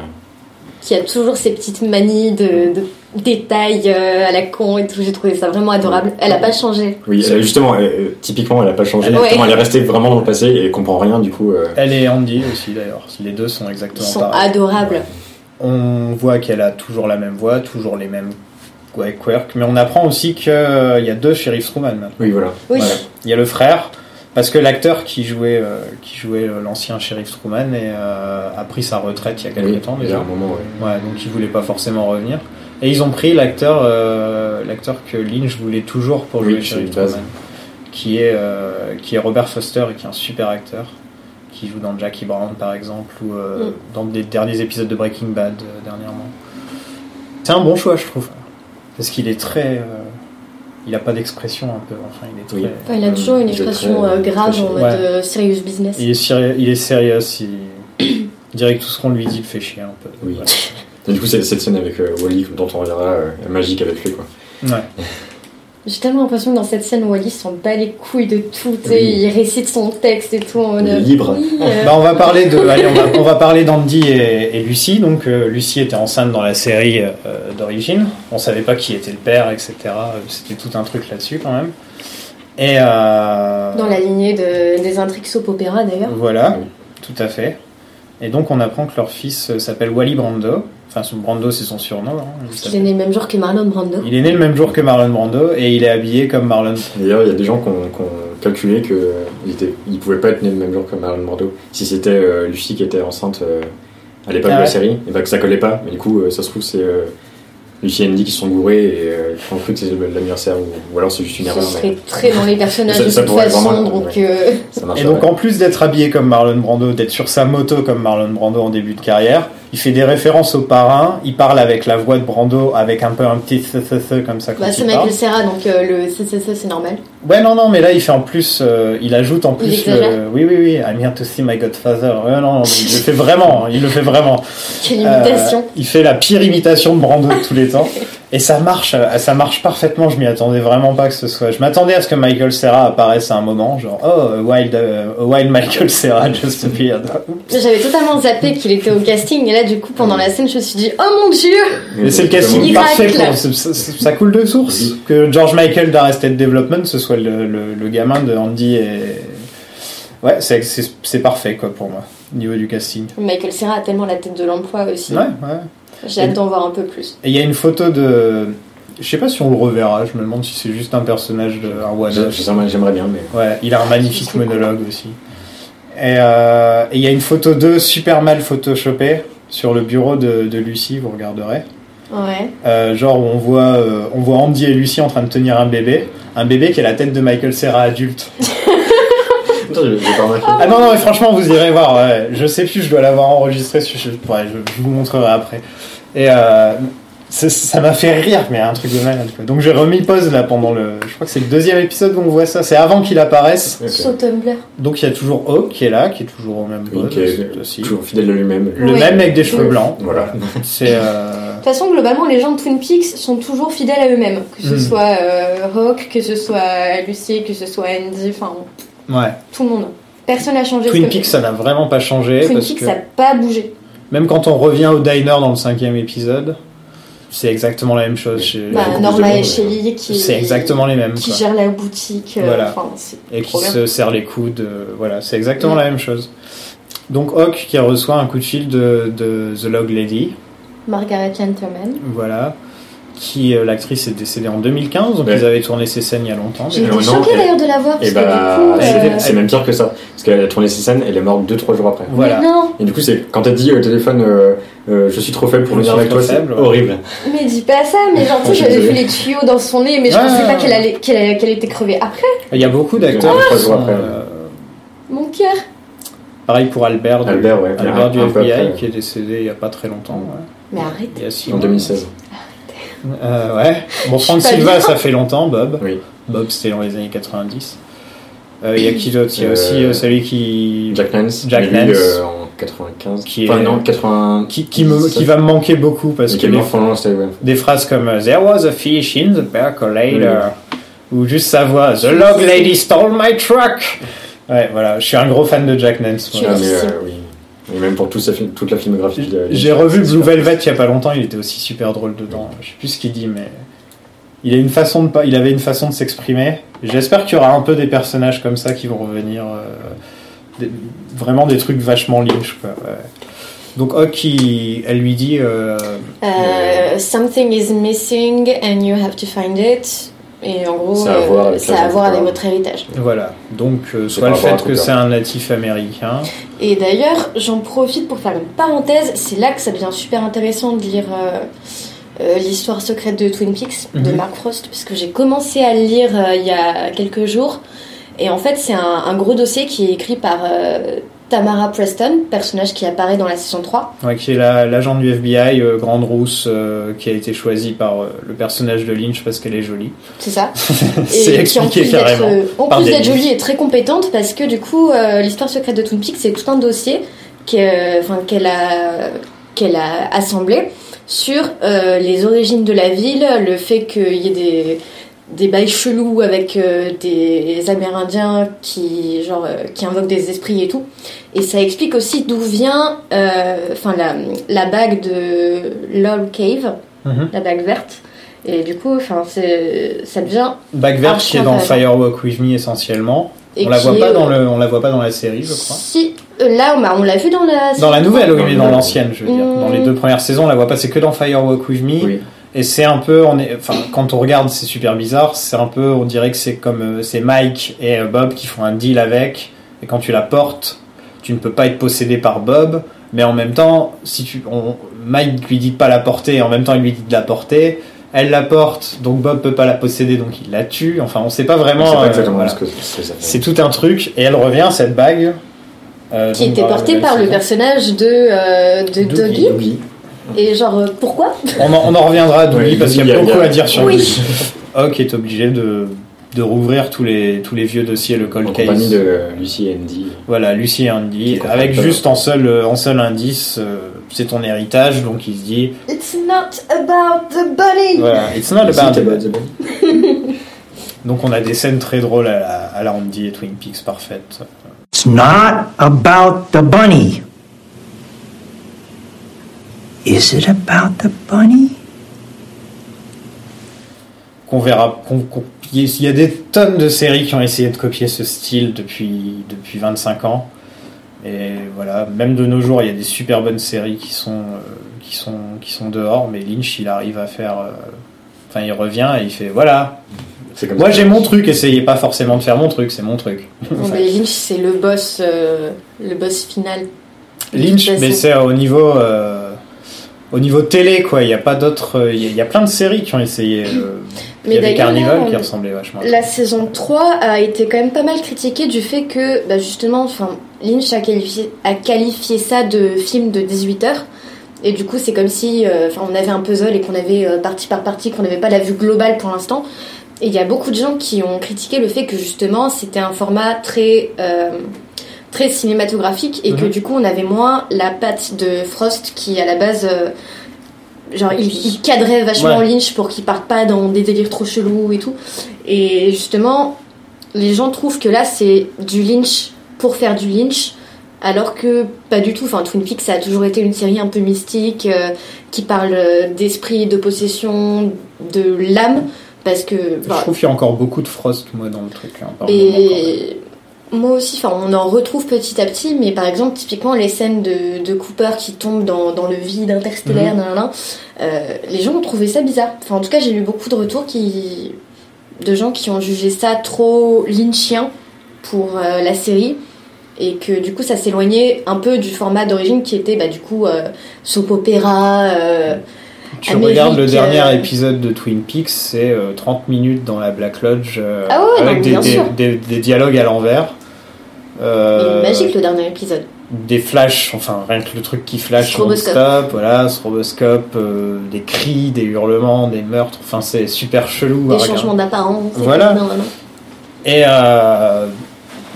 C: Qui a toujours ses petites manies de, de détails euh, à la con et tout. J'ai trouvé ça vraiment adorable. Elle a pas changé.
D: Oui, elle- justement, elle- elle- typiquement, elle n'a pas changé.
C: Ouais.
D: Justement, elle est restée vraiment dans le passé et elle comprend rien du coup. euh,
B: Elle et Andy aussi d'ailleurs. Les deux sont exactement
C: Ils sont
B: pareils.
C: adorables.
B: On voit qu'elle a toujours la même voix, toujours les mêmes ouais, quirks. Mais on apprend aussi qu'il y a deux shérifs Truman maintenant.
D: Oui, voilà.
C: Oui.
B: Voilà. Il y a le frère, parce que l'acteur qui jouait, euh, qui jouait euh, l'ancien shérif Truman et, euh, a pris sa retraite il y a quelques
D: Oui,
B: temps
D: il y
B: déjà.
D: a un moment, ouais.
B: Ouais, donc il voulait pas forcément revenir. Et ils ont pris l'acteur euh, l'acteur que Lynch voulait toujours pour
D: Oui,
B: jouer le
D: c'est
B: shérif
D: une base.
B: Truman, qui est, euh, qui est Robert Foster et qui est un super acteur, qui joue dans Jackie Brown par exemple, ou euh,
C: Mm.
B: dans les derniers épisodes de Breaking Bad euh, dernièrement. C'est un bon choix, je trouve. Parce qu'il est très. euh, il a pas d'expression un peu, enfin il est très.
D: Oui.
C: Enfin, il a toujours une
D: Il est
C: expression
D: très-
C: euh, grave
D: très
C: en mode
B: Ouais.
C: euh, serious business.
B: Il est sérieux, il est sérieux, il... on dirait que tout ce qu'on lui dit le fait chier un peu.
D: Oui. Et du coup, c'est- cette scène avec euh, Wally, dont on reviendra, euh, est magique avec lui. Quoi.
B: Voilà.
C: J'ai tellement l'impression que dans cette scène, Wally s'en bat les couilles de tout. tu sais,
D: Oui.
C: Il récite son texte et tout en mode.
D: Il est libre.
C: oui, euh,
B: Ouais. Bah, on va parler de, allez, on va, on va parler d'Andy et, et Lucie. Donc euh, Lucie était enceinte dans la série euh, d'origine. On savait pas qui était le père, etc. Euh, C'était tout un truc là-dessus quand même. Et euh,
C: Dans la lignée de- des intrigues soap opéra d'ailleurs.
B: Voilà,
D: Oui.
B: tout à fait. Et donc on apprend que leur fils euh, s'appelle Wally Brando. Enfin, son Brando, c'est son surnom. hein, il
C: Parce
B: s'appelle.
C: qu'il est né le même jour que Marlon Brando.
B: Il est né le même jour que Marlon Brando et il est habillé comme Marlon.
D: D'ailleurs, il y a des gens qui ont, qui ont calculé qu'il était, il pouvait pas être né le même jour que Marlon Brando. Si c'était euh, Lucie qui était enceinte euh, à l'époque
B: Ah
D: de
B: ouais.
D: la série, et bah que ça collait pas. Mais du coup, euh, ça se trouve, c'est euh, Lucie et Andy qui se sont gourés et euh, qui ont cru que c'était l'anniversaire ou, ou alors c'est juste une
C: Ce
D: erreur.
C: serait
D: Mais
C: très dans les personnages
D: Ça-
C: de
D: ça
C: toute
D: pourrait
C: façon,
D: vraiment,
C: donc
D: ouais.
C: euh,
D: ça marche
B: Et donc, en plus d'être habillé comme Marlon Brando, d'être sur sa moto comme Marlon Brando en début de carrière, il fait des références au parrain, il parle avec la voix de Brando, avec un peu un petit th- th- th- comme ça quand
C: bah,
B: il
C: ce mec
B: parle.
C: le Serra, donc euh, le c'est- c'est c'est- c'est normal.
B: Ouais, non, non, mais là, il fait en plus, euh, il ajoute en plus le.
C: exagère.
B: Oui, oui, oui, I'm here to see my godfather. Ouais, non, non, mais il le fait vraiment, hein, il le fait vraiment.
C: Quelle
B: Euh,
C: imitation.
B: il fait la pire imitation de Brando de tous les temps. Et ça marche, euh, ça marche parfaitement. Je m'y attendais vraiment pas que ce soit. Je m'attendais à ce que Michael Serra apparaisse à un moment, genre oh a wild, euh, a wild Michael Serra just appeared.
C: J'avais totalement zappé qu'il était au casting, et là, du coup, pendant la scène, je me suis dit, oh mon dieu
B: Mais c'est le casting
C: Miracle.
B: parfait. Pour, ça, ça- ça coule de source que George Michael d'Arrested Development ce soit le, le- le gamin de Andy et ouais, c'est- c'est c'est parfait quoi pour moi au niveau du casting.
C: Michael Serra a tellement la tête de l'emploi aussi.
B: Ouais, ouais.
C: J'ai hâte d'en voir un peu plus.
B: Et il y a une photo de. Je sais pas si on le reverra, je me demande si c'est juste un personnage de un
D: Je-
B: one-off.
D: je- J'aimerais bien, mais.
B: Ouais, il a un magnifique monologue aussi. Et euh, et il y a une photo d'eux super mal photoshopée sur le bureau de, de Lucie, vous regarderez.
C: Ouais.
B: Euh, genre où on voit, euh, on voit Andy et Lucie en train de tenir un bébé. Un bébé qui a la tête de Michael Serra adulte.
D: Attends, j'ai- j'ai pas remarqué.
B: Ah non, non, mais franchement, vous irez voir. ouais. Je sais plus, je dois l'avoir enregistré. Je, je- ouais, je- je vous montrerai après. Et euh, c'est- ça m'a fait rire, mais un truc de malade. quoi. Donc j'ai remis pause là pendant le. Je crois que c'est le deuxième épisode où on voit ça. C'est avant qu'il apparaisse.
D: Ok.
C: Sur Tumblr.
B: Donc il y a toujours Hawk qui est là, qui est toujours au même
D: Oui,
B: poste
D: qui est
B: aussi.
D: toujours fidèle à lui-même.
B: Le
C: Oui.
B: même mec des cheveux
C: Oui.
B: blancs.
D: Voilà.
B: C'est. euh,
C: De toute façon, globalement, les gens de Twin Peaks sont toujours fidèles à eux-mêmes. Que ce
B: Mm.
C: soit euh, Hawk, que ce soit Lucy, que ce soit Andy, enfin,
B: Ouais.
C: tout le monde. Personne n'a changé.
B: Twin
C: Parce que
B: Peaks, ça n'a vraiment pas changé.
C: Twin
B: parce
C: Peaks
B: que...
C: n'a pas bougé.
B: Même quand on revient au diner dans le cinquième épisode, c'est exactement la même chose. chez-
D: Il y a Euh, beaucoup
C: Bah,
D: de
C: Norma
D: gens,
C: et
D: ouais.
C: Shelly qui,
B: C'est exactement les mêmes.
C: qui
B: quoi.
C: gèrent la boutique. euh,
B: Voilà.
C: enfin, c'est
B: Et qui
C: trop bien.
B: se serrent les coudes. euh, Voilà, c'est exactement
C: Ouais.
B: la même chose. Donc Hawk qui reçoit un coup de fil de, de The Log Lady,
C: Margaret Gentleman.
B: voilà, qui euh, l'actrice est décédée en 2015, donc
D: Ouais.
B: ils avaient tourné ces scènes il y a longtemps.
C: J'ai
D: Et
C: été
D: non,
C: choquée
D: et-
C: d'ailleurs de la voir. Parce
D: Et
C: que
D: bah,
C: du coup, euh,
D: c'est- c'est même pire que ça. Parce qu'elle a tourné ses scènes, elle est morte 2-3 jours après.
B: Voilà.
C: Mais non,
D: Et du coup, c'est quand t'as dit au téléphone euh, euh, je suis trop faible pour
B: Je
D: venir
B: suis
D: avec
B: trop
D: toi, c'est
B: faible, ouais.
D: horrible.
C: mais dis pas ça, mais genre, tu sais,
D: Je suis
C: j'avais vu
D: désolé.
C: les tuyaux dans son nez, mais je
B: Ouais,
C: pensais
B: ouais,
C: pas
B: ouais.
C: qu'elle allait- qu'elle qu'elle était crevée après.
B: Il y a beaucoup d'acteurs
D: Ouais.
B: qui
D: Trois
B: sont,
D: jours après.
B: euh,
C: Mon cœur.
B: pareil pour Albert, du-
D: Albert, ouais.
B: Albert du
D: Un peu
B: FBI
D: après.
B: qui est décédé il y a pas très longtemps. ouais.
C: Mais arrête.
B: Il y a six
D: En
B: mois.
D: 2016.
B: Euh, ouais. Bon,
C: Je
B: Frank
C: suis pas
B: Silva,
C: bien.
B: ça fait longtemps, Bob.
D: Oui.
B: Bob, c'était dans les années 90. Euh, Il y a qui d'autre Il y a
D: Euh,
B: aussi euh, celui qui...
D: Jack Nance.
B: Jack
D: mais lui,
B: Nance.
D: euh, en 95.
B: Qui
D: Enfin,
B: est-
D: non, 80.
B: Qui, qui, me- qui va me manquer beaucoup parce
D: Parce
B: que
D: qu'il est
B: des,
D: mort pendant c'était ouais.
B: des phrases comme euh, There was a fish in the percolator ou juste sa voix The log lady stole my truck. Ouais, voilà, je suis un gros fan de Jack Nance. moi.
C: Tu
D: Ah, mais
C: difficile.
D: euh, oui. Et même pour tout sa fil- toute la filmographie. de-
B: J'ai revu Blue Velvet il y a pas longtemps, il était aussi super drôle dedans. Je sais plus ce qu'il dit, mais il a une façon de pas, il avait une façon de s'exprimer. J'espère qu'il y aura un peu des personnages comme ça qui vont revenir, euh, des- vraiment des trucs vachement Lynch. Quoi, ouais. Donc Hawk, il- elle lui dit, euh,
C: Euh, something is missing and you have to find it. Et en gros,
D: Ça a à
C: euh,
D: voir avec
C: ça
D: la
C: a à voir avec
D: Jamaïque.
C: votre héritage.
B: voilà. Donc euh, soit
D: par
B: le
D: rapport à
B: fait que
D: Cooper.
B: c'est un natif américain.
C: Et d'ailleurs, j'en profite pour faire une parenthèse. C'est là que ça devient super intéressant de lire euh, euh, l'histoire secrète de Twin Peaks de
B: Mhm.
C: Mark Frost, parce que j'ai commencé à le lire euh, il y a quelques jours. Et en fait, c'est un, un gros dossier qui est écrit par euh, Tamara Preston, personnage qui apparaît dans la saison 3.
B: Ouais, qui est la- l'agent du FBI, euh, Grande Rousse, euh, qui a été choisie par euh, le personnage de Lynch parce qu'elle est jolie.
C: C'est ça.
B: C'est
C: qui, en
B: expliqué
C: plus d'être,
B: carrément
C: euh, En
B: par
C: plus d'être
B: Dennis.
C: jolie, est très compétente parce que du coup, euh, l'histoire secrète de Twin Peaks, c'est tout un dossier que- euh, enfin, qu'elle a, qu'elle a assemblé sur euh, les origines de la ville, le fait qu'il y ait des des bails chelous avec euh, des Amérindiens qui genre euh, qui invoquent des esprits et tout et ça explique aussi d'où vient euh, enfin la, la bague de LOL Cave
B: Mhm.
C: la bague verte et du coup enfin c'est ça devient
B: Back Vert
C: Archi
B: qui est dans
C: intéressant.
B: Firewalk With Me essentiellement,
C: Et
B: on la
C: qui
B: voit
C: est,
B: pas
C: euh,
B: dans le, on la voit pas dans la série, je crois.
C: Si, euh, là, on, bah, on l'a vu dans la.
B: Dans la nouvelle, oui,
D: Dans
B: mais
D: le-
B: dans l'ancienne, je veux dire.
C: Mm.
B: Dans les deux premières saisons, on la voit pas. C'est que dans Fire Walk With Me.
D: Oui.
B: Et c'est un peu, on est, enfin, quand on regarde, c'est super bizarre. C'est un peu, on dirait que c'est comme, euh, c'est Mike et euh, Bob qui font un deal avec. Et quand tu la portes, tu ne peux pas être possédé par Bob. Mais en même temps, si tu, on, Mike lui dit de pas la porter, et en même temps il lui dit de la porter. Elle la porte, donc Bob peut pas la posséder, donc il la tue. Enfin, on sait pas
D: Je sais
B: vraiment.
D: pas
B: euh,
D: exactement
B: voilà.
D: ce que ce que ça fait.
B: C'est tout un truc. Et elle revient cette bague. euh,
C: Qui
B: donc,
C: était
B: dans la
C: portée
B: nouvelle
C: par le
B: saison.
C: personnage de, euh, de
B: Doogie.
C: Doggy.
D: Doogie.
C: Et genre, euh, pourquoi
B: On en, on en reviendra à Doogie
D: Oui,
B: parce qu'il y a
D: Doogie, il y a-
B: beaucoup à dire sur
C: Oui.
B: lui. Hawk est obligé de, de rouvrir tous les, tous les vieux dossiers, le
D: En
B: cold
D: compagnie
B: case.
D: de euh, Lucy et Andy.
B: Voilà, Lucie et Andy,
D: Qui comprend
B: avec
D: pas.
B: juste en seul, euh, en seul indice, euh, c'est ton héritage, donc il se dit,
C: It's not about the body
B: voilà, it's not
D: Lucy
B: about
D: était bonne,
B: it.
D: c'est bon.
B: Donc on a des scènes très drôles à la, à la Andy et Twin Peaks parfaite.
H: It's not about the bunny. Is it about the bunny?
B: Qu'on verra, qu'on, qu'on- il y a- il y a des tonnes de séries qui ont essayé de copier ce style depuis, depuis 25 ans. Et voilà, même de nos jours, il y a des super bonnes séries qui sont, euh, qui sont, qui sont dehors, mais Lynch, il arrive à faire. euh, Enfin, il revient et il fait voilà,
D: C'est comme
B: moi
D: ça.
B: j'ai mon truc, essayez pas forcément de faire mon truc, c'est mon truc.
C: Bon, mais Lynch, c'est le boss, euh, le boss final.
B: Lynch,
C: De toute
B: mais
C: façon.
B: c'est au niveau. euh, au niveau télé, quoi, il n'y a pas d'autres. euh, Il y, a- il y a plein de séries qui ont essayé. euh, il y
C: Mais
B: avait
C: d'ailleurs, là,
B: Carnival qui
C: on-
B: ressemblait vachement. à ça.
C: La saison 3 a été quand même pas mal critiquée du fait que, bah, justement, enfin, Lynch a qualifié, a qualifié ça de film de 18 heures. Et du coup, c'est comme si euh, enfin, on avait un puzzle et qu'on avait euh, partie par partie, qu'on n'avait pas la vue globale pour l'instant. Et il y a beaucoup de gens qui ont critiqué le fait que justement c'était un format très, euh, très cinématographique et que
B: Mhm.
C: du coup on avait moins la patte de Frost qui à la base. euh, genre il, il cadrait vachement
B: Ouais.
C: Lynch pour qu'il parte pas dans des délires trop chelous et tout. Et justement, les gens trouvent que là c'est du Lynch pour faire du Lynch. Alors que pas du tout, enfin Twin Peaks ça a toujours été une série un peu mystique euh, qui parle euh, d'esprit, de possession, de l'âme, parce que... bah,
B: Je
C: enfin,
B: trouve qu'il y a encore beaucoup de Frost, moi, dans le truc. hein, par moment, quand même.
C: et moi aussi, enfin, on en retrouve petit à petit, mais par exemple, typiquement, les scènes de, de Cooper qui tombe dans, dans le vide
B: Mhm.
C: interstellaire, nanana, euh, les gens ont trouvé ça bizarre. Enfin, en tout cas, j'ai eu beaucoup de retours qui... de gens qui ont jugé ça trop lynchien pour euh, la série. Et que du coup, ça s'éloignait un peu du format d'origine qui était bah, du coup euh, soap opéra. euh,
B: Tu
C: Amérique,
B: regardes le dernier
C: euh,
B: épisode de Twin Peaks, c'est euh, 30 minutes dans la Black Lodge euh,
C: Ah ouais, ouais,
B: avec
C: non,
B: des,
C: bien
B: des-
C: sûr.
B: des- des dialogues à l'envers.
C: il est
B: Euh,
C: magique le dernier épisode.
B: Des flashs, enfin rien que le truc qui flash
C: Stroboscope.
B: non-stop, voilà, stroboscope, euh, des cris, des hurlements, des meurtres, enfin c'est super chelou. à
C: Des
B: regarder.
C: changements d'apparence. et
B: Voilà.
C: tout, nanana.
B: Et euh,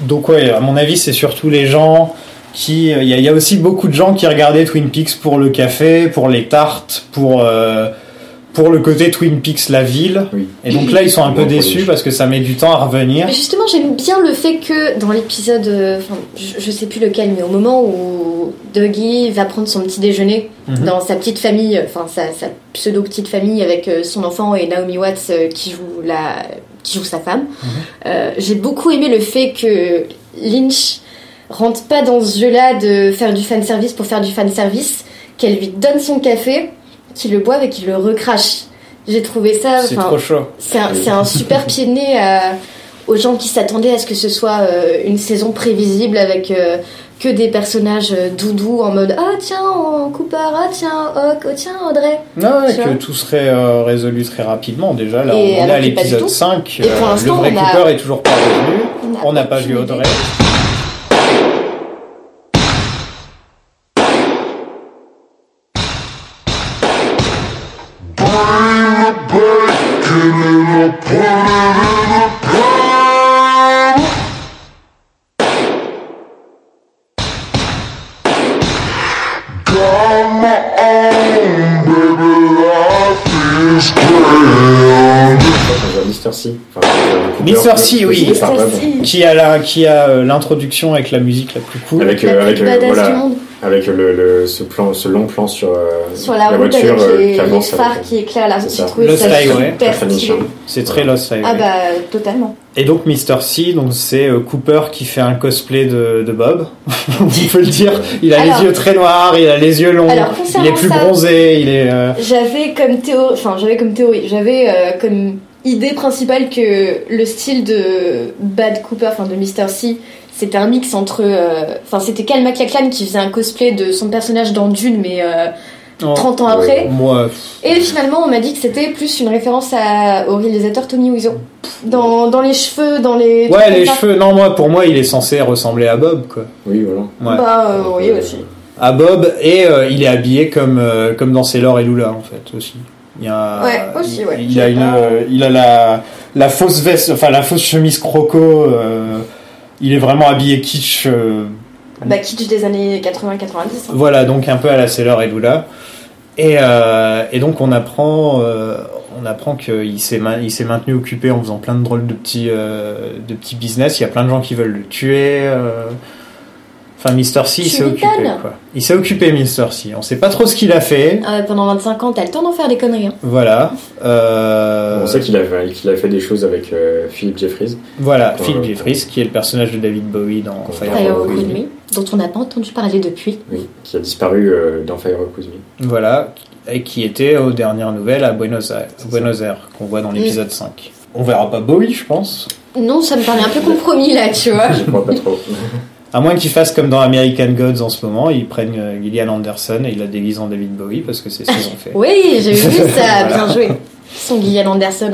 B: donc ouais, à mon avis, c'est surtout les gens qui... euh, Il y, a- il y a aussi beaucoup de gens qui regardaient Twin Peaks pour le café, pour les tartes, pour, euh, pour le côté Twin Peaks la ville.
D: Oui.
B: Et donc là, ils sont un peu
D: Bon, pour
B: déçus
D: les-
B: parce que ça met du temps à revenir.
C: Mais justement, j'aime bien le fait que dans l'épisode, euh, enfin, je, je sais plus lequel, mais au moment où Dougie va prendre son petit déjeuner
B: Mhm.
C: dans sa petite famille, enfin sa, sa pseudo petite famille avec euh, son enfant et Naomi Watts euh, qui joue la, qui joue sa femme,
B: Mhm.
C: euh, j'ai beaucoup aimé le fait que Lynch rentre pas dans ce jeu-là de faire du fan service pour faire du fan service, qu'elle lui donne son café, qu'il le boive et qu'il le recrache. J'ai trouvé ça.
B: C'est
C: enfin,
B: trop chaud.
C: c'est un, c'est un super pied de nez à- aux gens qui s'attendaient à ce que ce soit euh, une saison prévisible avec euh, que des personnages euh, doudous en mode Ah tiens, oh, Cooper, ah tiens, Hawk, oh tiens, Audrey.
B: Non, ouais,
C: Tu
B: que
C: vois
B: tout serait euh, résolu très rapidement. Déjà, là,
C: Et
B: on en est
C: alors
B: à
C: qu'il est pas du
B: l'épisode
C: tout.
B: 5.
C: Et pour
B: euh, le
C: l'instant,
B: vrai
C: on a-
B: Cooper est toujours pas revenu. On n'a pas
C: aucune
B: vu
C: idée.
B: Audrey.
D: On voit Mr. C. Enfin, euh, Cooper,
B: Mr.
D: euh,
B: C, oui.
D: qui est sympa, bon.
B: Qui a la- qui a euh, l'introduction avec la musique la plus cool.
D: Avec,
C: La
D: euh,
C: plus
D: avec euh,
C: badass du
D: voilà,
C: monde.
D: Avec le, le- ce, plan, ce long plan sur, euh,
C: Sur la, route
D: voiture
C: avec
D: euh,
C: les,
D: qui
C: les
D: avance avec,
C: phares qui éclairent la route,
D: C'est
C: j'ai
D: ça.
C: trouvé
B: Lost
C: ça
B: Highway.
D: euh,
C: super
D: Fanny
C: stylé.
D: Chan.
B: C'est très Lost Highway.
C: Ah bah, totalement.
B: Et donc Mr. C, donc c'est euh, Cooper qui fait un cosplay de, de Bob. On peut le dire. Il a
C: Alors-
B: les yeux très noirs, il a les yeux longs,
C: Alors,
B: il
C: concernant
B: est plus
C: ça-
B: bronzé, il est. euh,
C: J'avais comme théorie, enfin j'avais comme théorie, j'avais euh, comme idée principale que le style de Bad Cooper, enfin de Mr. C, c'était un mix entre, euh, enfin c'était Cal MacLachlan qui faisait un cosplay de son personnage dans Dune, mais euh,
B: en-
C: 30 ans après.
B: Moi,
C: Et finalement, on m'a dit que c'était plus une référence à, au réalisateur Tommy Wiseau. Dans, dans les cheveux, dans les. trucs
B: ouais,
C: comme
B: les
C: ça.
B: cheveux. Non, moi, pour moi, il est censé ressembler à Bob, quoi.
D: Oui, voilà.
B: Ouais.
C: Bah euh, oui, aussi.
B: À Bob et euh, il est habillé comme euh, comme dans Sailor et Lula, en fait, aussi. Il y a.
C: Ouais, aussi, ouais.
B: Il, il a une, euh, il a la la fausse veste, enfin la fausse chemise croco. euh, il est vraiment habillé kitsch. euh,
C: Bah, kitsch des années hein. 80-90.
B: Voilà, donc un peu à la Sailor et Lula. Et, euh, et donc on apprend, euh, on apprend qu'il s'est ma- il s'est maintenu occupé en faisant plein de drôles de petits, euh, de petits business. Il y a plein de gens qui veulent le tuer. euh. Enfin, Mister C, il
C: Tu
B: s'est occupé.
C: m'étonnes.
B: Quoi. Il s'est occupé, Mister C. On sait pas trop ce qu'il a fait.
C: Euh, pendant 25 ans, t'as le temps d'en faire des conneries. Hein.
B: Voilà. Euh,
D: On sait qu'il avait, qu'il avait fait des choses avec euh, Philippe Jeffries.
B: voilà,
D: Ouais.
B: Phil Jeffries, qui est le personnage de David Bowie dans Fire.
D: Ouais,
C: Fire
D: ouais,
C: Walk With
D: oui.
C: Me, dont on n'a pas entendu parler depuis.
D: Oui, qui a disparu euh, dans Firewalk With Me.
B: Voilà, et qui était aux dernières nouvelles à Buenos Aires, Buenos Aires qu'on voit dans
C: Mm.
B: l'épisode 5. On verra pas Bowie, je pense.
C: Non, ça me paraît un peu compromis là, tu vois.
D: Je crois pas trop.
B: À moins qu'il fasse comme dans American Gods en ce moment, ils prennent euh, Gillian Anderson et ils la déguisent en David Bowie parce que c'est ce qu'ils ont fait.
C: Oui, j'ai vu ça, bien joué. Son Gillian Anderson,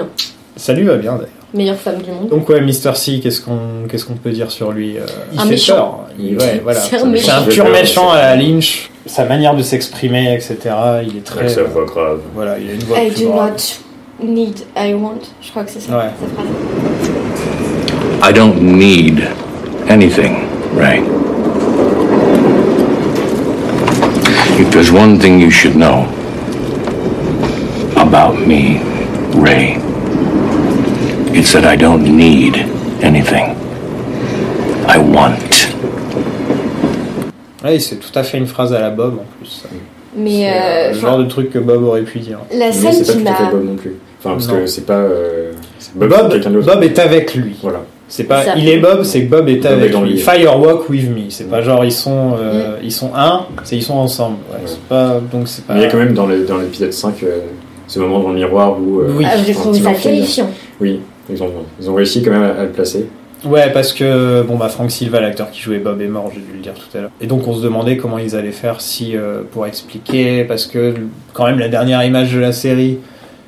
B: Ça lui va bien d'ailleurs.
C: meilleure femme du monde.
B: Donc ouais, Mr. C, qu'est-ce qu'on qu'est-ce qu'on peut dire sur lui Euh, Il
C: Un
B: fait
C: méchant.
B: peur. Il- ouais, voilà.
C: C'est un
B: C'est
C: méchant.
B: un pur méchant à la
D: la
B: Lynch. Sa manière de s'exprimer, etc. Il est très...
D: sa voix grave.
B: voilà, il a une voix
C: I
B: plus
C: do
B: grave.
C: not need, I want. Je crois que c'est ça,
B: Ouais.
C: sa phrase.
I: I don't need anything, Ray. If there's one thing you should know about me, Ray, it's that I don't need anything. I want.
B: Ouais, c'est tout à fait une phrase à la Bob en plus.
C: Mais
B: C'est, euh,
C: euh,
B: le
C: enfin,
B: genre de truc que Bob aurait pu dire.
C: la
D: Mais
C: scène
D: c'est pas
C: qui
D: tout à fait
C: m'a.
D: Bob non plus. Enfin, parce
B: Non.
D: que c'est pas. euh, c'est
B: Bob,
D: c'est quelqu'un d'autre.
B: Bob est avec lui.
D: Voilà.
B: C'est pas
C: Ça.
B: il est Bob, c'est que Bob est
D: Bob est
B: avec
D: dans
B: lui.
D: l'idée.
B: Firewalk with me, c'est pas genre ils sont euh,
C: Mm.
B: ils sont un, c'est ils sont ensemble. Ouais,
D: Ouais.
B: C'est pas donc c'est pas.
D: Mais il y a quand même dans le- dans l'épisode 5 euh, ce moment dans le miroir où. euh,
B: Oui.
C: Ah, j'ai
D: enfin,
C: trouvé ça
D: Timothy,
C: terrifiant.
D: Oui, ils ont, ils ont réussi quand même à, à le placer.
B: Ouais parce que bon bah Frank Silva l'acteur qui jouait Bob est mort, j'ai dû le dire tout à l'heure. Et donc on se demandait comment ils allaient faire si euh, pour expliquer parce que quand même la dernière image de la série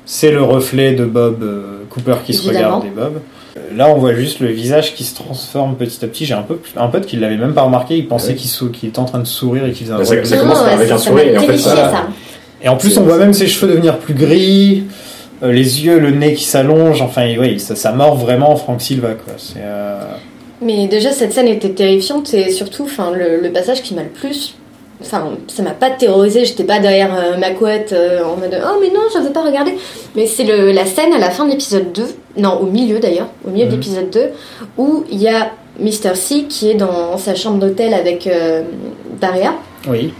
B: c'est le reflet de Bob euh, Cooper qui se
C: Évidemment.
B: regarde et Bob. Euh, Là, on voit juste le visage qui se transforme petit à petit. J'ai un, peu, un pote qui l'avait même pas remarqué. Il pensait
D: Ouais.
B: qu'il sou- qu'il était en train de sourire et qu'il faisait un
D: Bah, ça-
B: bruit.
D: ça commence
C: Non, ouais,
D: avec
C: ça-
D: un
C: ça
D: sourire
C: m'a
D: et en fait
C: terrifié,
D: ça.
C: ça.
B: Et en plus,
D: C'est-
B: on voit
D: c'est-
B: même ses cheveux devenir plus gris, euh, les yeux, le nez qui s'allonge. Enfin, oui, ça, ça mord vraiment Frank Silva. Quoi. C'est, euh,
C: Mais déjà, cette scène était terrifiante et surtout, enfin, le, le passage qui m'a le plus. Enfin, ça m'a pas terrorisé, j'étais pas derrière euh, ma couette euh, en mode Oh, mais non, je veux pas regarder. Mais c'est le- la scène à la fin de l'épisode 2, non, au milieu d'ailleurs, au milieu de
B: Mhm.
C: l'épisode 2, où il y a Mr. C qui est dans sa chambre d'hôtel avec euh, Daria,
B: Oui.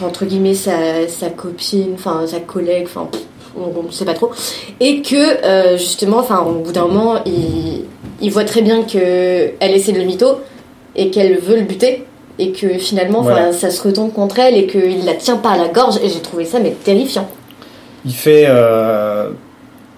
C: entre guillemets sa, sa copine, enfin sa collègue, enfin pff, on, on sait pas trop, et que euh, justement, enfin au bout d'un moment, il, il voit très bien que elle essaie de le mytho et qu'elle veut le buter et que finalement, enfin,
B: Voilà.
C: ça se retombe contre elle et qu'il la tient par la gorge et j'ai trouvé ça mais terrifiant.
B: Il fait. euh,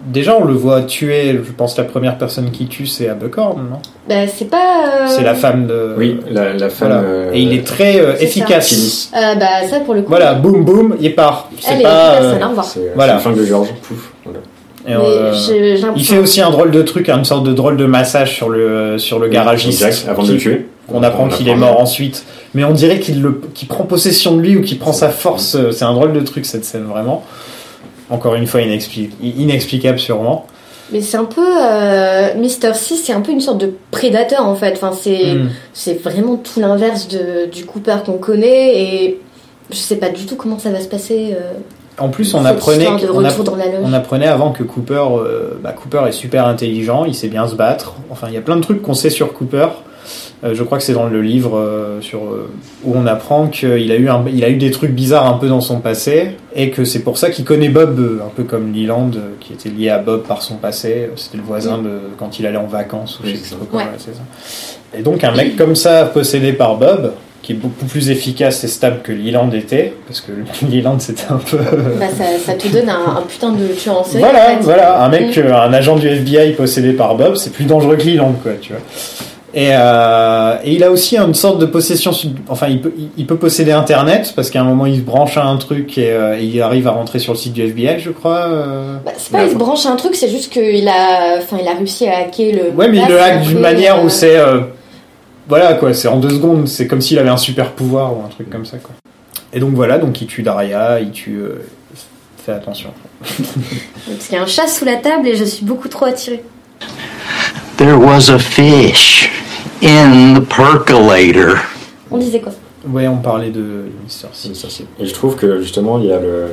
B: Déjà, on le voit tuer. Je pense la première personne qui tue, c'est Abercorn. non
C: Bah c'est pas. euh,
B: C'est la femme de.
D: Oui, la, la femme.
B: Voilà.
D: euh,
B: Et il est très euh,
C: C'est ça.
B: efficace.
C: euh, bah ça pour le coup.
B: Voilà, boum boum, il part.
C: Elle
B: C'est
C: est
B: pas.
C: efficace,
B: euh,
C: elle, au revoir.
D: C'est
B: Voilà.
D: voilà. la femme de Georges. Pouf. Voilà.
B: et,
C: Mais
B: euh,
C: j'ai- j'ai
B: Il
C: l'impression-
B: fait aussi un drôle de truc, hein, une sorte de drôle de massage sur le euh, sur le garagiste.
D: Exact, avant de
B: qui-
D: le tuer.
B: On apprend qu'il est mort ensuite, mais on dirait qu'il le- qu'il prend possession de lui ou qu'il prend sa force. euh, C'est un drôle de truc cette scène vraiment. Encore une fois inexpli- inexplicable sûrement.
C: Mais c'est un peu. Euh, Mr. C, c'est un peu une sorte de prédateur en fait. Enfin, c'est.
B: Hmm.
C: C'est vraiment tout l'inverse de, du Cooper qu'on connaît et je sais pas du tout comment ça va se passer. euh,
B: En plus, on
C: cette
B: apprenait,
C: histoire de
B: on,
C: retour
B: app-
C: dans la loge.
B: on apprenait avant que Cooper, euh, bah, Cooper est super intelligent, il sait bien se battre. Enfin, il y a plein de trucs qu'on sait sur Cooper Euh, je crois que c'est dans le livre euh, sur, euh, où on apprend qu'il a, eu un- il a eu des trucs bizarres un peu dans son passé et que c'est pour ça qu'il connaît Bob, euh, un peu comme Leland euh, qui était lié à Bob par son passé. C'était le voisin de, quand il allait en vacances ou je
D: Oui,
B: sais
D: c'est
B: pas
D: ça.
B: quoi.
C: Ouais.
B: ouais, c'est ça. Et donc un mec comme ça possédé par Bob, qui est beaucoup plus efficace et stable que Leland était, parce que Leland c'était un peu... euh,
C: Bah, ça, ça te donne un, un putain de tueur en série.
B: Voilà,
C: en fait.
B: voilà, un mec,
C: Mm.
B: euh, un agent du FBI possédé par Bob, c'est plus dangereux que Leland, quoi, tu vois. Et, euh, et il a aussi une sorte de possession, sub- enfin, il peut, il- il peut posséder Internet, parce qu'à un moment, il se branche à un truc et, euh, et il arrive à rentrer sur le site du FBI, je crois. euh.
C: Bah, c'est pas il se branche à un truc, c'est juste qu'il a, enfin, il a réussi à hacker le.
B: Ouais, mais il le
C: Là,
B: hack
C: c'est
B: d'une
C: un peu,
B: manière
C: euh,
B: où c'est... euh, voilà, quoi, c'est en deux secondes, c'est comme s'il avait un super pouvoir ou un truc comme ça, quoi. Et donc voilà, donc il tue Daria, il tue... euh, fais attention.
C: Parce qu'il y a un chat sous la table et je suis beaucoup trop attirée.
H: There was a fish in the percolator.
C: On disait quoi
B: Ouais, on parlait de Mister C.
D: Et je trouve que justement, il y a le.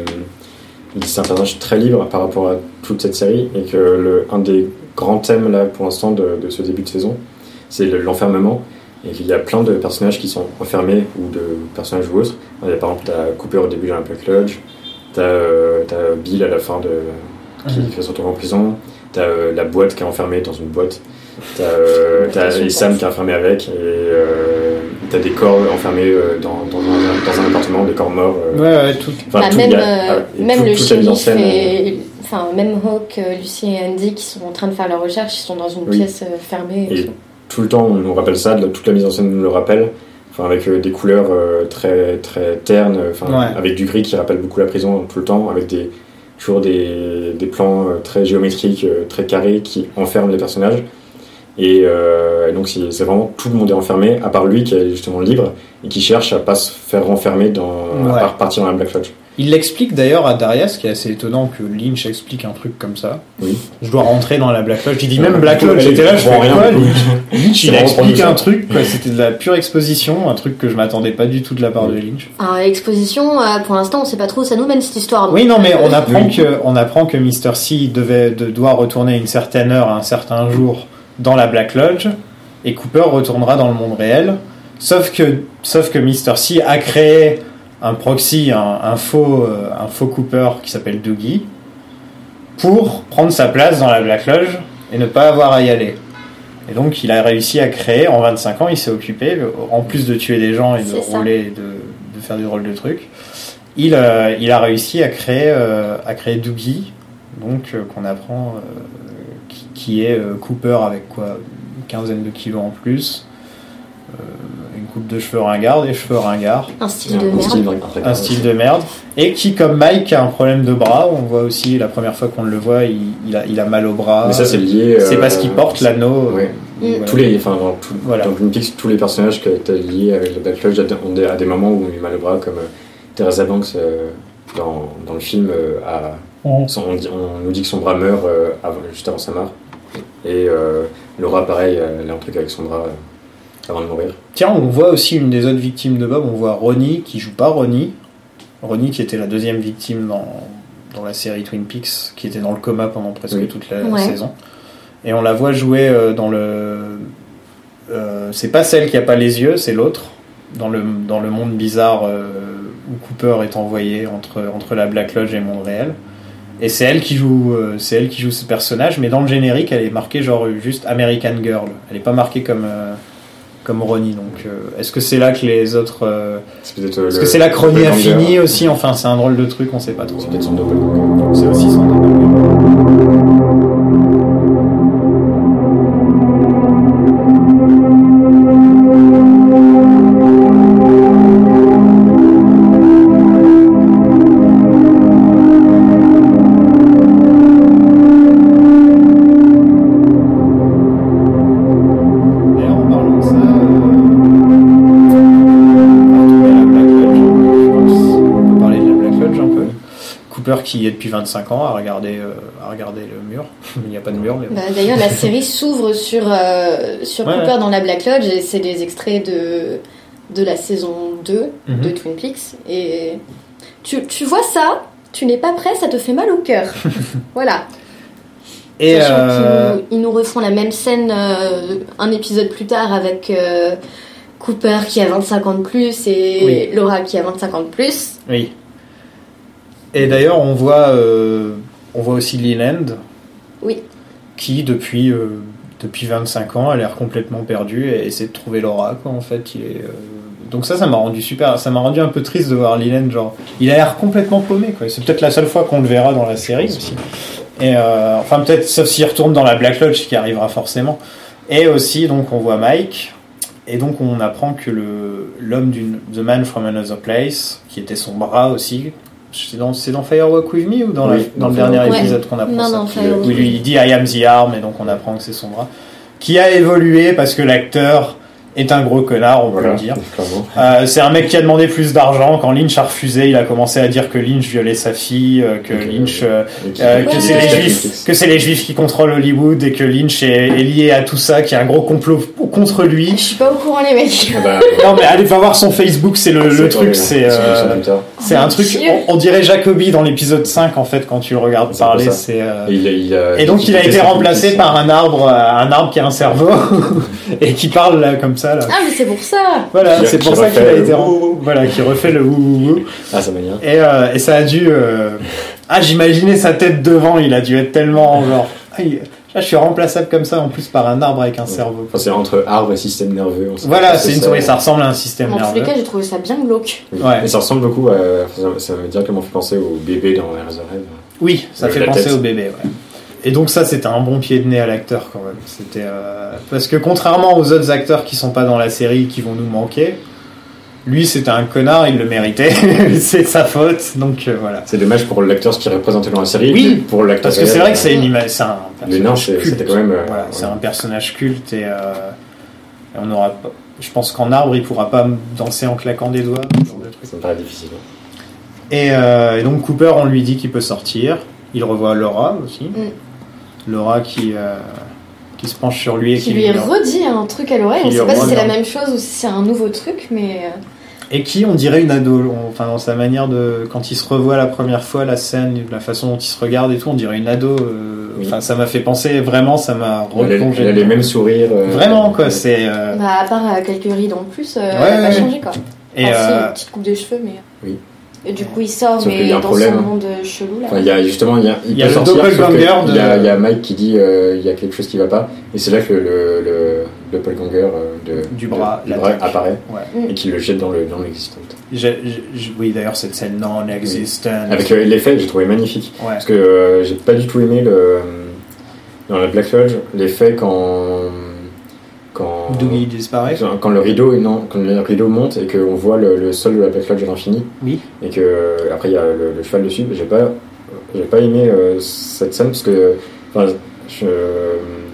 D: C'est un personnage très libre par rapport à toute cette série et que le, un des grands thèmes là pour l'instant de, de ce début de saison, c'est le- l'enfermement et qu'il y a plein de personnages qui sont enfermés ou de personnages ou autres. Il y a, par exemple, t'as Cooper au début de la Black Lodge, t'as euh, t'as Bill à la fin de qui
B: Mhm.
D: fait son retour en prison, t'as euh, la boîte qui est enfermée dans une boîte, t'as euh, t'as- et Sam qui est enfermé avec et euh, t'as des corps enfermés euh, dans, dans, un, dans un appartement, des corps morts. euh,
B: Ouais, ouais, tout,
D: Enfin,
C: Bah,
D: tout,
C: même
D: il y a-
C: euh,
D: et
C: même
D: tout-
C: le
D: toute la mise en
C: shérif
D: scène, euh,
C: et enfin même Hawk, euh, Lucy et Andy qui sont en train de faire leur recherche, ils sont dans une
D: Oui.
C: pièce euh, fermée.
D: Et tout le temps, on nous rappelle ça, de la- toute la mise en scène nous le rappelle, enfin, avec euh, des couleurs euh, très, très ternes, euh, enfin,
B: Ouais.
D: avec du gris qui rappelle beaucoup la prison tout le temps, avec des, toujours des, des plans euh, très géométriques, euh, très carrés qui enferment les personnages. Et euh, donc, c'est c'est vraiment tout le monde est enfermé, à part lui qui est justement libre et qui cherche à pas se faire renfermer dans,
B: Ouais.
D: à part partir dans la Black Lodge.
B: Il l'explique d'ailleurs à Daria, ce qui est assez étonnant que Lynch explique un truc comme ça.
D: Oui.
B: Je dois rentrer dans la Black Lodge. Il dit même
D: Euh,
B: Black
D: du coup,
B: Lodge. J'étais là, je
D: comprends
B: fais
D: rien,
B: quoi,
D: du coup.
B: Lynch Lynch,
D: C'est
B: il a
D: vraiment
B: expliqué
D: ça.
B: un truc, quoi. C'était de la pure exposition, un truc que je m'attendais pas du tout de la part de Lynch.
C: Enfin, exposition, euh, pour l'instant on sait pas trop où ça nous mène cette histoire. donc,
B: Oui, non, mais on
C: euh,
B: apprend que, on apprend que Mr. C devait, de- doit retourner à une certaine heure, à un certain jour, dans la Black Lodge, et Cooper retournera dans le monde réel. Sauf que, sauf que Mr. C a créé un proxy, un, un faux, euh, un faux Cooper qui s'appelle Doogie, pour prendre sa place dans la Black Lodge et ne pas avoir à y aller. Et donc, il a réussi à créer, en 25 ans, il s'est occupé, en plus de tuer des gens et de
C: C'est ça.
B: rouler, et de, de faire des drôles de trucs, il, euh, il a réussi à créer, euh, à créer Doogie, donc euh, qu'on apprend, euh, qui, qui est euh, Cooper avec quoi Une quinzaine de kilos en plus, euh, une coupe de cheveux ringards, des cheveux ringards,
C: un style de
D: Un
C: merde.
D: style- un
B: un style de merde, et qui, comme Mike, a un problème de bras, on voit aussi, la première fois qu'on le voit, il, il a, il a mal au bras.
D: Mais ça, c'est lié.
B: C'est
D: euh,
B: parce qu'il porte l'anneau.
D: Ouais.
C: Mm.
B: Voilà.
D: Tous les, enfin, dans, tout,
B: Voilà.
D: dans Twin Peaks, tous les personnages qui étaient liés avec le Black Lodge ont des- à des moments où ils mal au bras, comme euh, Teresa Banks euh, dans, dans le film, euh, a-
B: Mhm.
D: son- on, dit- on nous dit que son bras meurt euh, avant- juste avant sa mort. Et euh, Laura, pareil, euh, elle a un truc avec son bras euh, avant de mourir.
B: Tiens, on voit aussi une des autres victimes de Bob, on voit Ronnie qui joue pas Ronnie. Ronnie qui était la deuxième victime dans, dans la série Twin Peaks, qui était dans le coma pendant presque
D: Oui.
B: toute la
C: Ouais.
B: saison. Et on la voit jouer euh, dans le. euh, c'est pas celle qui a pas les yeux, c'est l'autre. Dans le, dans le monde bizarre euh, où Cooper est envoyé entre, entre la Black Lodge et le monde réel. Et c'est elle qui joue, euh, c'est elle qui joue ce personnage, mais dans le générique, elle est marquée genre euh, juste American Girl. Elle est pas marquée comme euh, comme Ronnie. Donc, euh, est-ce que c'est là que les autres, euh,
D: C'est peut-être, euh,
B: est-ce
D: le- hein.
B: que c'est la chronie
D: le Langer.
B: infinie aussi Enfin, c'est un drôle de truc, on sait pas trop.
D: C'est peut-être son double.
B: C'est aussi son nom. D'ailleurs, en parlant de ça, euh, on peut parler de la Black Lodge un peu. Cooper qui y est depuis 25 ans à regarder, euh, à regarder le mur. Il n'y a pas de mur, mais bon.
C: Bah, D'ailleurs, la série s'ouvre sur, euh, sur
B: Ouais,
C: Cooper
B: ouais.
C: dans la Black Lodge et c'est des extraits de, de la saison 2
B: Mhm.
C: de Twin Peaks. Et tu, tu vois ça, tu n'es pas prêt, ça te fait mal au cœur. voilà.
B: Et
C: Sachant
B: euh,
C: qu'ils nous- ils nous refont la même scène euh, un épisode plus tard avec euh, Cooper qui a 25 ans de plus et
B: Oui.
C: Laura qui a 25 ans de plus.
B: oui. Et d'ailleurs, on voit, euh, on voit aussi Leland,
C: Oui.
B: qui depuis euh, depuis 25 ans a l'air complètement perdu et essaie de trouver Laura quoi en fait il est euh, donc ça ça m'a rendu super ça m'a rendu un peu triste de voir Leland genre il a l'air complètement paumé quoi c'est peut-être la seule fois qu'on le verra dans la série aussi et euh, enfin peut-être sauf s'il retourne dans la Black Lodge ce qui arrivera forcément et aussi donc on voit Mike et donc on apprend que le l'homme d'une The Man from Another Place qui était son bras aussi c'est dans, c'est dans Firewalk With Me ou dans, la-
D: Oui,
B: dans le
D: dans
B: dernier
C: Firewalk.
B: épisode qu'on apprend
C: Non,
B: Ah, ça
C: non,
D: qui,
C: enfin,
D: euh,
C: on-
B: oui, lui, il dit I am the arm, et donc on apprend que c'est son bras. Qui a évolué parce que l'acteur est un gros connard, on peut
D: Voilà,
B: le dire.
D: clairement.
B: Euh, c'est un mec qui a demandé plus d'argent. Quand Lynch a refusé, il a commencé à dire que Lynch violait sa fille, euh, que
D: Ok,
B: Lynch.
D: ouais.
B: euh,
D: Et qui-
B: euh, que
D: qui-
B: c'est les
D: qui-
B: juifs, que c'est les juifs qui contrôlent Hollywood et que Lynch est, est lié à tout ça, qu'il y a un gros complot contre
C: Je
B: lui.
C: suis pas au courant les mecs.
D: Ah bah,
B: Non mais allez va voir son Facebook, c'est le, le
D: c'est
B: truc,
D: horrible.
B: c'est
D: Je sais
B: euh,
D: plus tard.
B: c'est un truc.
C: Dieu.
B: On, on dirait Jacobi dans l'épisode 5 en fait quand tu le regardes
D: C'est pour
B: parler,
D: ça.
B: c'est. euh,
D: Et, il a- il a-
B: Et donc il a été
D: déteste
B: remplacé
D: les
B: par un arbre, euh, un arbre qui a un cerveau et qui parle là, comme ça. Là.
C: Ah mais c'est pour ça
B: Voilà,
D: Qui-
B: c'est
D: qui
B: pour ça qu'il
D: refait
B: a
D: le
B: été
D: ouh,
B: rem- voilà, qui refait le ouh, ouh, ouh.
D: Ah, ça manière.
B: Et, euh, et ça a dû. euh, Ah, j'imaginais sa tête devant. Il a dû être tellement genre. aïe, là, je suis remplaçable comme ça en plus par un arbre avec un cerveau.
D: Enfin, c'est entre arbre et système nerveux. on sait
B: Voilà,
D: pas
B: c'est
D: si
B: une
D: Ah, ça-
B: souris. Ça ressemble à un système
C: En tous les
B: nerveux.
C: cas j'ai trouvé ça bien glauque.
D: Oui.
B: Ouais.
D: Et ça ressemble beaucoup à. ça- Ça m'a directement fait penser au bébé dans Razorhead.
B: Oui, ça
D: Euh,
B: fait
D: la
B: penser
D: tête.
B: au bébé. Ouais. Et donc ça, c'était un bon pied de nez à l'acteur quand même. C'était euh, parce que contrairement aux autres acteurs qui sont pas dans la série, et qui vont nous manquer, lui c'était un connard, il le méritait, c'est sa faute. Donc euh, voilà.
D: C'est dommage pour l'acteur ce qui est représenté dans la série.
B: Oui,
D: et pour l'acteur.
B: Parce que c'est vrai que c'est une image, c'est un
D: Mais non,
B: personnage
D: c'est-
B: culte.
D: c'était quand même. euh,
B: Voilà, c'est
D: ouais.
B: un personnage culte et, euh, et on aura. pas- Je pense qu'en arbre, il pourra pas danser en claquant des doigts. ce genre de truc.
D: Ça me paraît difficile.
B: Et, euh, et donc Cooper, on lui dit qu'il peut sortir. Il revoit Laura aussi. Laura qui, euh, qui se penche sur lui et qui,
C: Qui lui
B: lui-
C: redit un truc à l'oreille,
B: Qui
C: on
B: lui
C: sait pas si
B: redit
C: c'est la
B: un-
C: même chose ou si c'est un nouveau truc mais... euh,
B: et qui, on dirait une ado. on- Enfin, dans sa manière de quand il se revoit la première fois la scène, la façon dont il se regarde et tout, on dirait une ado. euh,
D: Oui.
B: Enfin, ça m'a fait penser vraiment, ça m'a
D: Il a,
B: replongé.
D: il a les mêmes sourires. euh,
B: Vraiment quoi, c'est euh,
C: Bah à part euh, quelques rides en plus, euh,
B: Ouais,
C: elle a pas
B: ouais,
C: changé quoi.
B: et
C: Enfin, si,
B: euh,
C: une petite coupe de cheveux mais... euh,
D: Oui.
C: Et du coup il sort
D: Sauf qu'il
C: mais
D: y a un
C: dans
D: problème,
C: son
D: hein.
C: monde euh, chelou là.
D: Enfin, il y a justement, il y a,
B: Il y a
D: peut
B: le
D: sortir, sauf que
B: doppelganger de-
D: Il y, a- il y a Mike qui dit euh, il y a quelque chose qui va pas, et c'est là que le, le, le doppelganger euh, de,
B: du bras,
D: de- du bras
B: l'attaque.
D: apparaît
B: Ouais.
D: et qui le jette dans le dans l'existant.
B: J'ai- j'ai- j'ai- oui, d'ailleurs cette scène non existante.
D: Avec euh, l'effet, j'ai trouvé magnifique.
B: Ouais.
D: Parce que euh, j'ai pas du tout aimé le dans la Black Lodge l'effet quand quand
B: Dougie disparaît.
D: quand- quand le rideau non quand le rideau monte et qu'on voit le, le sol de la Black Lodge à l'infini
B: Oui.
D: et que euh, après il y a le, le cheval dessus j'ai pas j'ai pas aimé euh, cette scène parce que enfin, je,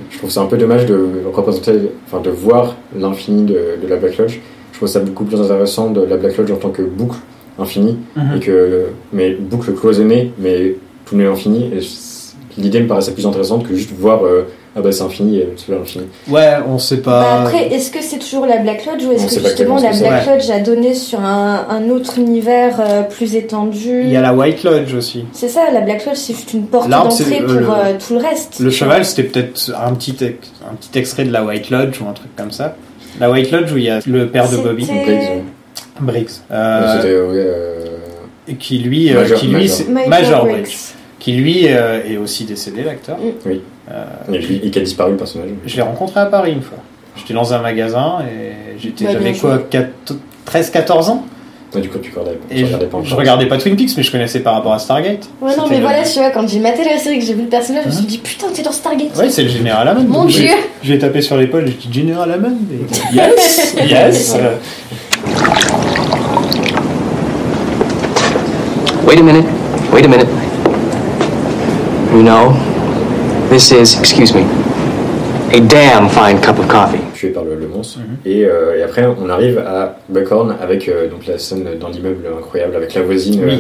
D: je trouve ça un peu dommage de représenter enfin de voir l'infini de, de la Black Lodge je trouve ça beaucoup plus intéressant de la Black Lodge en tant que boucle infinie et
B: Mhm.
D: que mais boucle cloisonnée mais tout n'est infini et c- l'idée me paraissait plus intéressante que juste voir euh, ah bah c'est infini et c'est l'infini
B: Ouais, on sait
J: Bah
B: pas.
J: après, est-ce que c'est toujours la Black Lodge ou
D: On
J: est-ce
D: sait
J: que
D: pas
J: justement la
D: exactement ce que
J: Black Lodge a donné sur un, un autre univers euh, plus étendu
B: Il y a la White Lodge aussi.
J: C'est ça, la Black Lodge, c'est juste une porte
B: L'arbre, c'est
J: d'entrée
B: le-
J: pour
B: le-
J: euh, tout le reste.
B: Le cheval, c'était peut-être un petit, ex- un petit extrait de la White Lodge ou un truc comme ça. La White Lodge où il y a le père de Bobby,
J: C'était-
D: Briggs, ouais.
B: Briggs, euh,
D: C'était, ouais, euh,
B: et qui lui, euh,
D: Major-
B: qui lui,
D: Major.
B: c'est-
J: Major
B: Major
J: Briggs.
B: Briggs, qui lui euh, est aussi décédé l'acteur.
C: Mm.
B: euh,
D: et, puis- et qui a disparu le personnage
B: Je l'ai rencontré à Paris une fois. J'étais dans un magasin et j'étais,
C: Bah,
B: j'avais
C: bien
B: quoi, 13-14 ans
D: Ouais, Ah, du coup tu regardais, tu
B: et je,
D: regardais pas
B: je regardais pas Twin Peaks mais je connaissais par rapport à Stargate.
C: Ouais, non,
B: C'était
C: mais
B: le-
C: voilà, tu vois, quand j'ai maté la série et que j'ai vu le personnage, je me suis dit putain, t'es dans Stargate.
B: Ouais, c'est le général Hammond.
C: Mon
B: Donc,
C: Dieu.
B: j'ai- Je l'ai tapé sur l'épaule, j'ai dit General Hammond. et- Yes, yes. euh,
K: Wait a minute. Wait a minute. You know, this is, excuse me, a damn fine cup of coffee.
D: tué par le, le monstre
B: Mhm.
D: et, euh, et après on arrive à Buckhorn avec euh, donc la scène dans l'immeuble incroyable avec la voisine
B: Oui.
D: euh,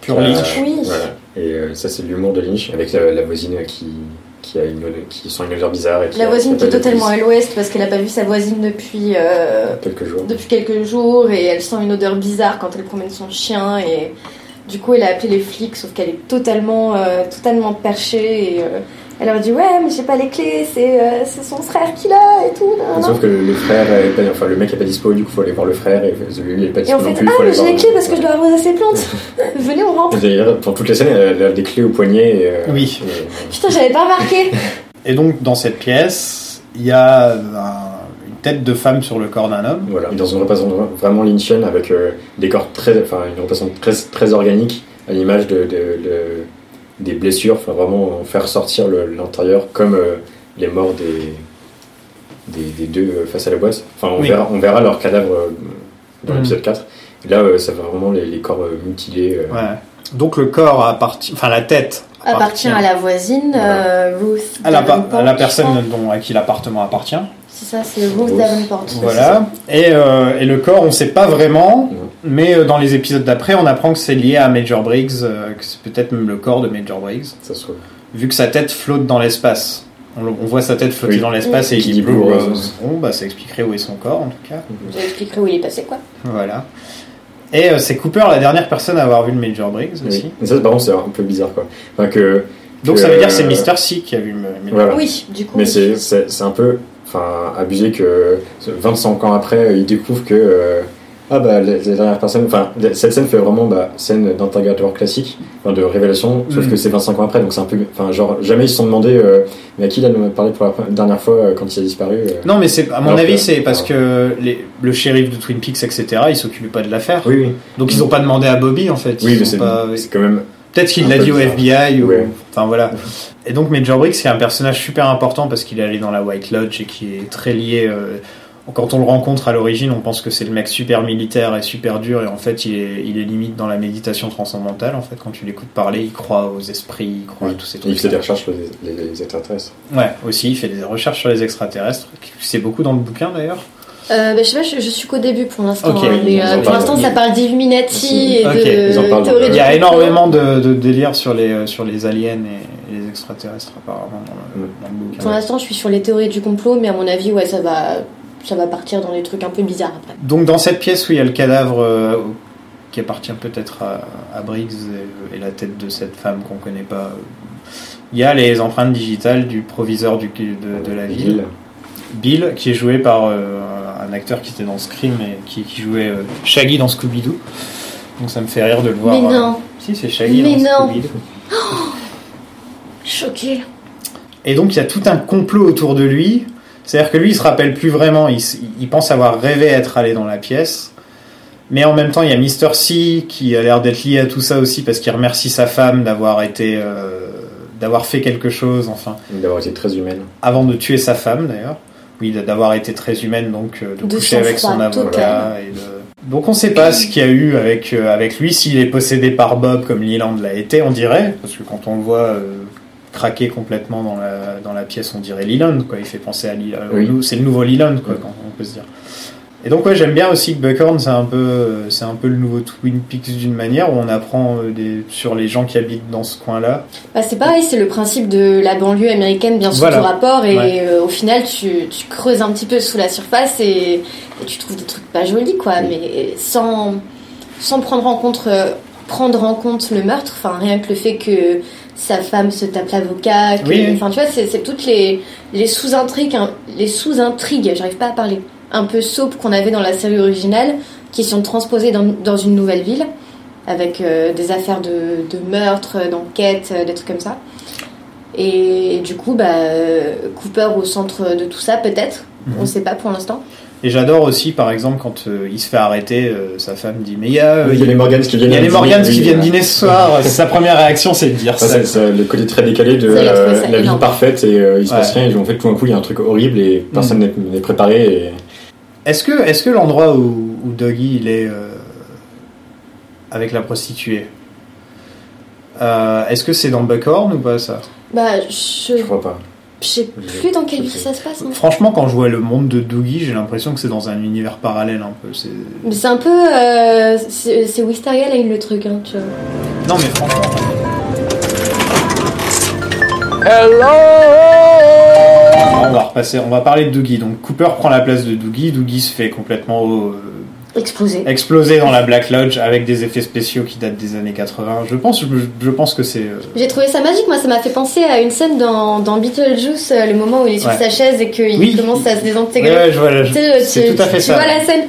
B: Pure
D: euh,
B: Lynch.
J: Oui.
D: voilà. et euh, ça c'est l'humour de Lynch avec la, la voisine qui qui a une odeur- qui sent une odeur bizarre et qui
C: La
D: a-
C: voisine qui est
D: appelle la
C: totalement à
D: police
C: l'ouest parce qu'elle a pas vu sa voisine depuis, euh,
D: quelques jours
C: depuis quelques jours et elle sent une odeur bizarre quand elle promène son chien et du coup elle a appelé les flics sauf qu'elle est totalement, euh, totalement perchée et euh,
J: Elle leur dit ouais, mais j'ai pas les clés, c'est euh, c'est son frère qui l'a et tout. nan, nan.
D: Sauf que le frère, est pas- enfin le mec est pas dispo, du coup faut aller voir le frère, et euh, lui il est pas
J: Et
D: dispo
J: en fait,
D: non plus,
J: ah,
D: faut aller
J: mais j'ai
D: voir
J: les
D: le-
J: clés parce que je dois arroser ses plantes. Venez, on rentre.
D: Et d'ailleurs, Dans toute la scène, elle a des clés au poignet. et, euh,
B: Oui.
J: Putain, j'avais pas remarqué.
B: Et donc, dans cette pièce, il y a un- une tête de femme sur le corps d'un homme.
D: Voilà, et dans une représentation vraiment lynchienne avec euh, des corps très, enfin une représentation très, très organique à l'image de, de- de- des blessures, enfin vraiment faire sortir le- l'intérieur comme euh, les morts des, des, des deux euh, face à la boisse. Enfin, on,
B: Oui.
D: verra, on verra leurs cadavres euh, dans
B: Mhm.
D: l'épisode 4. Et là, euh, ça va vraiment les, les corps euh, mutilés. euh.
B: Ouais. Donc, le corps appartient, enfin, la tête
C: Appartient à la voisine, euh, Ruth.
B: à la,
C: Davenport,
B: à la
C: je crois.
B: personne dont, à qui l'appartement appartient.
C: C'est ça, c'est Ruth
D: Ruth.
C: Davenport.
B: Voilà. Et, euh, et le corps, on ne sait pas vraiment, mais euh, dans les épisodes d'après, on apprend que c'est lié à Major Briggs, euh, que c'est peut-être même le corps de Major Briggs,
D: Ça se trouve.
B: vu que sa tête flotte dans l'espace. On, le- on voit sa tête flotter
D: Oui.
B: dans l'espace
D: Oui.
B: et il
D: Qui
B: dit
D: dit
B: Blue
D: Blue
B: Rose.
D: Rose.
B: Bon, bah, ça expliquerait où est son corps, en tout cas.
C: Je expliquerai où il est passé, quoi.
B: Voilà. Et euh, c'est Cooper, la dernière personne à avoir vu le Major Briggs aussi.
D: Oui. Mais ça, par contre, c'est un peu bizarre quoi. Enfin, que,
B: Donc ça veut
D: euh,
B: dire que c'est Mr. C qui a vu le Major
D: Voilà.
C: Oui, du coup.
D: Mais
C: oui.
D: c'est- c'est c'est un peu enfin, abusé que 25 ans après, euh, ils découvrent que euh, ah bah, les, les dernières personnes. Enfin, cette scène fait vraiment bah, scène d'interrogatoire classique, enfin, de révélation, sauf
B: Mhm.
D: que c'est 25 ans après, donc c'est un peu. Enfin, genre, jamais ils se sont demandé euh, mais à qui il a parlé pour la pre- dernière fois euh, quand il a disparu. euh.
B: Non, mais c'est à mon
D: Alors
B: avis,
D: que- Ah.
B: c'est parce que les- le shérif de Twin Peaks, etc., ils s'occupaient pas de l'affaire.
D: Oui, oui.
B: Donc ils ont pas demandé à Bobby en fait. Ils
D: Oui, mais
B: sont
D: c'est
B: pas-
D: c'est quand même.
B: Peut-être qu'il
D: un
B: l'a
D: peu
B: dit au
D: bizarre.
B: FBI ou.
D: Ouais.
B: Enfin voilà. Et donc Major Briggs, c'est un personnage super important parce qu'il est allé dans la White Lodge et qui est très lié. euh, Quand on le rencontre à l'origine, on pense que c'est le mec super militaire et super dur, et en fait, il est, il est limite dans la méditation transcendantale. En fait, quand tu l'écoutes parler, il croit aux esprits, il croit
D: Oui.
B: à tous ces
D: Il
B: trucs.
D: faisait des recherches sur les, les, les extraterrestres.
B: Ouais, aussi, il fait des recherches sur les extraterrestres. C'est beaucoup dans le bouquin d'ailleurs.
C: Euh, bah, je sais pas, je, je suis qu'au début pour l'instant.
B: Ok,
C: hein,
B: oui,
C: mais
D: ils en
C: euh, pour
D: parlent.
C: l'instant, ça parle d'Illuminati et
B: Ok,
C: de
D: ils en parlent,
C: théorie
D: donc,
B: Il
C: du
B: y a
C: complot.
B: énormément de, de délire sur les, euh, sur les aliens et, et les extraterrestres, apparemment, dans le, dans le bouquin.
C: Pour l'instant, je suis sur les théories du complot, mais à mon avis, ouais, ça va, ça va partir dans des trucs un peu bizarres après.
B: Donc, dans cette pièce où il y a le cadavre euh, qui appartient peut-être à, à Briggs et, et la tête de cette femme qu'on connaît pas, euh, il y a les empreintes digitales du proviseur du, de, de la ville, Bill, qui est joué par euh, un acteur qui était dans Scream et qui, qui jouait euh, Shaggy dans Scooby-Doo. Donc, ça me fait rire de le voir.
C: Mais
B: euh,
C: non.
B: Si, c'est Shaggy
C: Mais
B: dans
C: non.
B: Scooby-Doo.
C: Choqué.
B: Et donc il y a tout un complot autour de lui. C'est-à-dire que lui, il se rappelle plus vraiment. Il, s- il pense avoir rêvé être allé dans la pièce. Mais en même temps, il y a Mr. C qui a l'air d'être lié à tout ça aussi parce qu'il remercie sa femme d'avoir été, euh, d'avoir fait quelque chose, enfin,
D: D'avoir été très humaine.
B: avant de tuer sa femme d'ailleurs. Oui, d'avoir été très humaine, donc euh, de,
C: De
B: coucher avec son
C: sang-froid
B: avocat. et de- Donc on sait pas ce qu'il y a eu avec, euh, avec lui, s'il est possédé par Bob comme Leland l'a été, on dirait, parce que quand on le voit euh, craquer complètement dans la, dans la pièce, on dirait Leland, quoi. il fait penser à Leland.
D: Oui.
B: C'est le nouveau Leland, quoi, quand on peut se dire. Et donc ouais, j'aime bien aussi que Buckhorn, c'est un peu, euh, c'est un peu le nouveau Twin Peaks d'une manière où on apprend euh, des, sur les gens qui habitent dans ce coin-là.
C: Bah, c'est pareil, c'est le principe de la banlieue américaine, bien sûr,
B: Voilà.
C: du rapport, et
B: Ouais.
C: euh, au final, tu, tu creuses un petit peu sous la surface et, et tu trouves des trucs pas jolis, quoi, mais euh, sans, sans prendre en compte, euh, prendre en compte le meurtre, enfin, rien que le fait que sa femme se tape l'avocat, que-
B: Oui, oui.
C: enfin, tu vois, c'est, c'est toutes les, les sous-intrigues, hein, les sous-intrigues, j'arrive pas à parler, un peu soap qu'on avait dans la série originale, qui sont transposées dans, dans une nouvelle ville avec euh, des affaires de, de meurtre, euh, d'enquête, euh, des trucs comme ça. Et, du coup, bah, euh, Cooper au centre de tout ça, peut-être. On
B: Mhm.
C: ne sait pas pour l'instant.
B: Et j'adore aussi, par exemple, quand euh, il se fait arrêter, euh, sa femme dit mais il y a, euh,
D: il y a les Morgans qui viennent
B: Il y a les
D: dîner,
B: Morgans
D: oui,
B: qui viennent
D: voilà.
B: dîner ce soir. Sa première réaction, c'est de dire
D: Ça,
B: ça.
D: c'est c'est le côté très décalé de
C: Ça, j'ai trouvé
D: euh,
C: ça
D: la vie
C: énorme.
D: parfaite et euh, il se passe
B: Ouais. Mm.
D: rien et en fait tout d'un coup il y a un truc horrible et personne n'est- n'est préparé et
B: Est-ce que, est-ce que l'endroit où, où Doggy il est euh, avec la prostituée, euh, est-ce que c'est dans Buckhorn ou pas ça
C: Bah, je
D: je crois pas.
C: je sais plus dans quelle ville ça se passe. non.
B: Franchement, quand je vois le monde de Doggy, j'ai l'impression que c'est dans un univers parallèle un peu. C'est...
C: Mais c'est un peu. euh, c'est c'est Wisteria Lane le truc, hein, tu vois.
B: Non, mais franchement. Alors, on va repasser, on va parler de Doogie. Donc Cooper prend la place de Doogie. Doogie se fait complètement euh,
C: Explosé.
B: explosé dans la Black Lodge avec des effets spéciaux qui datent des années 80. Je pense, je, je pense que c'est. euh,
C: J'ai trouvé ça magique, moi ça m'a fait penser à une scène dans, dans Beetlejuice, euh, le moment où il est sur
B: Ouais.
C: sa chaise et qu'il
B: Oui.
C: commence à se désintégrer.
B: Ouais, ouais, je vois la-
C: Tu sais, euh,
B: c'est
C: tu-
B: tout à fait
C: tu
B: ça.
C: vois la scène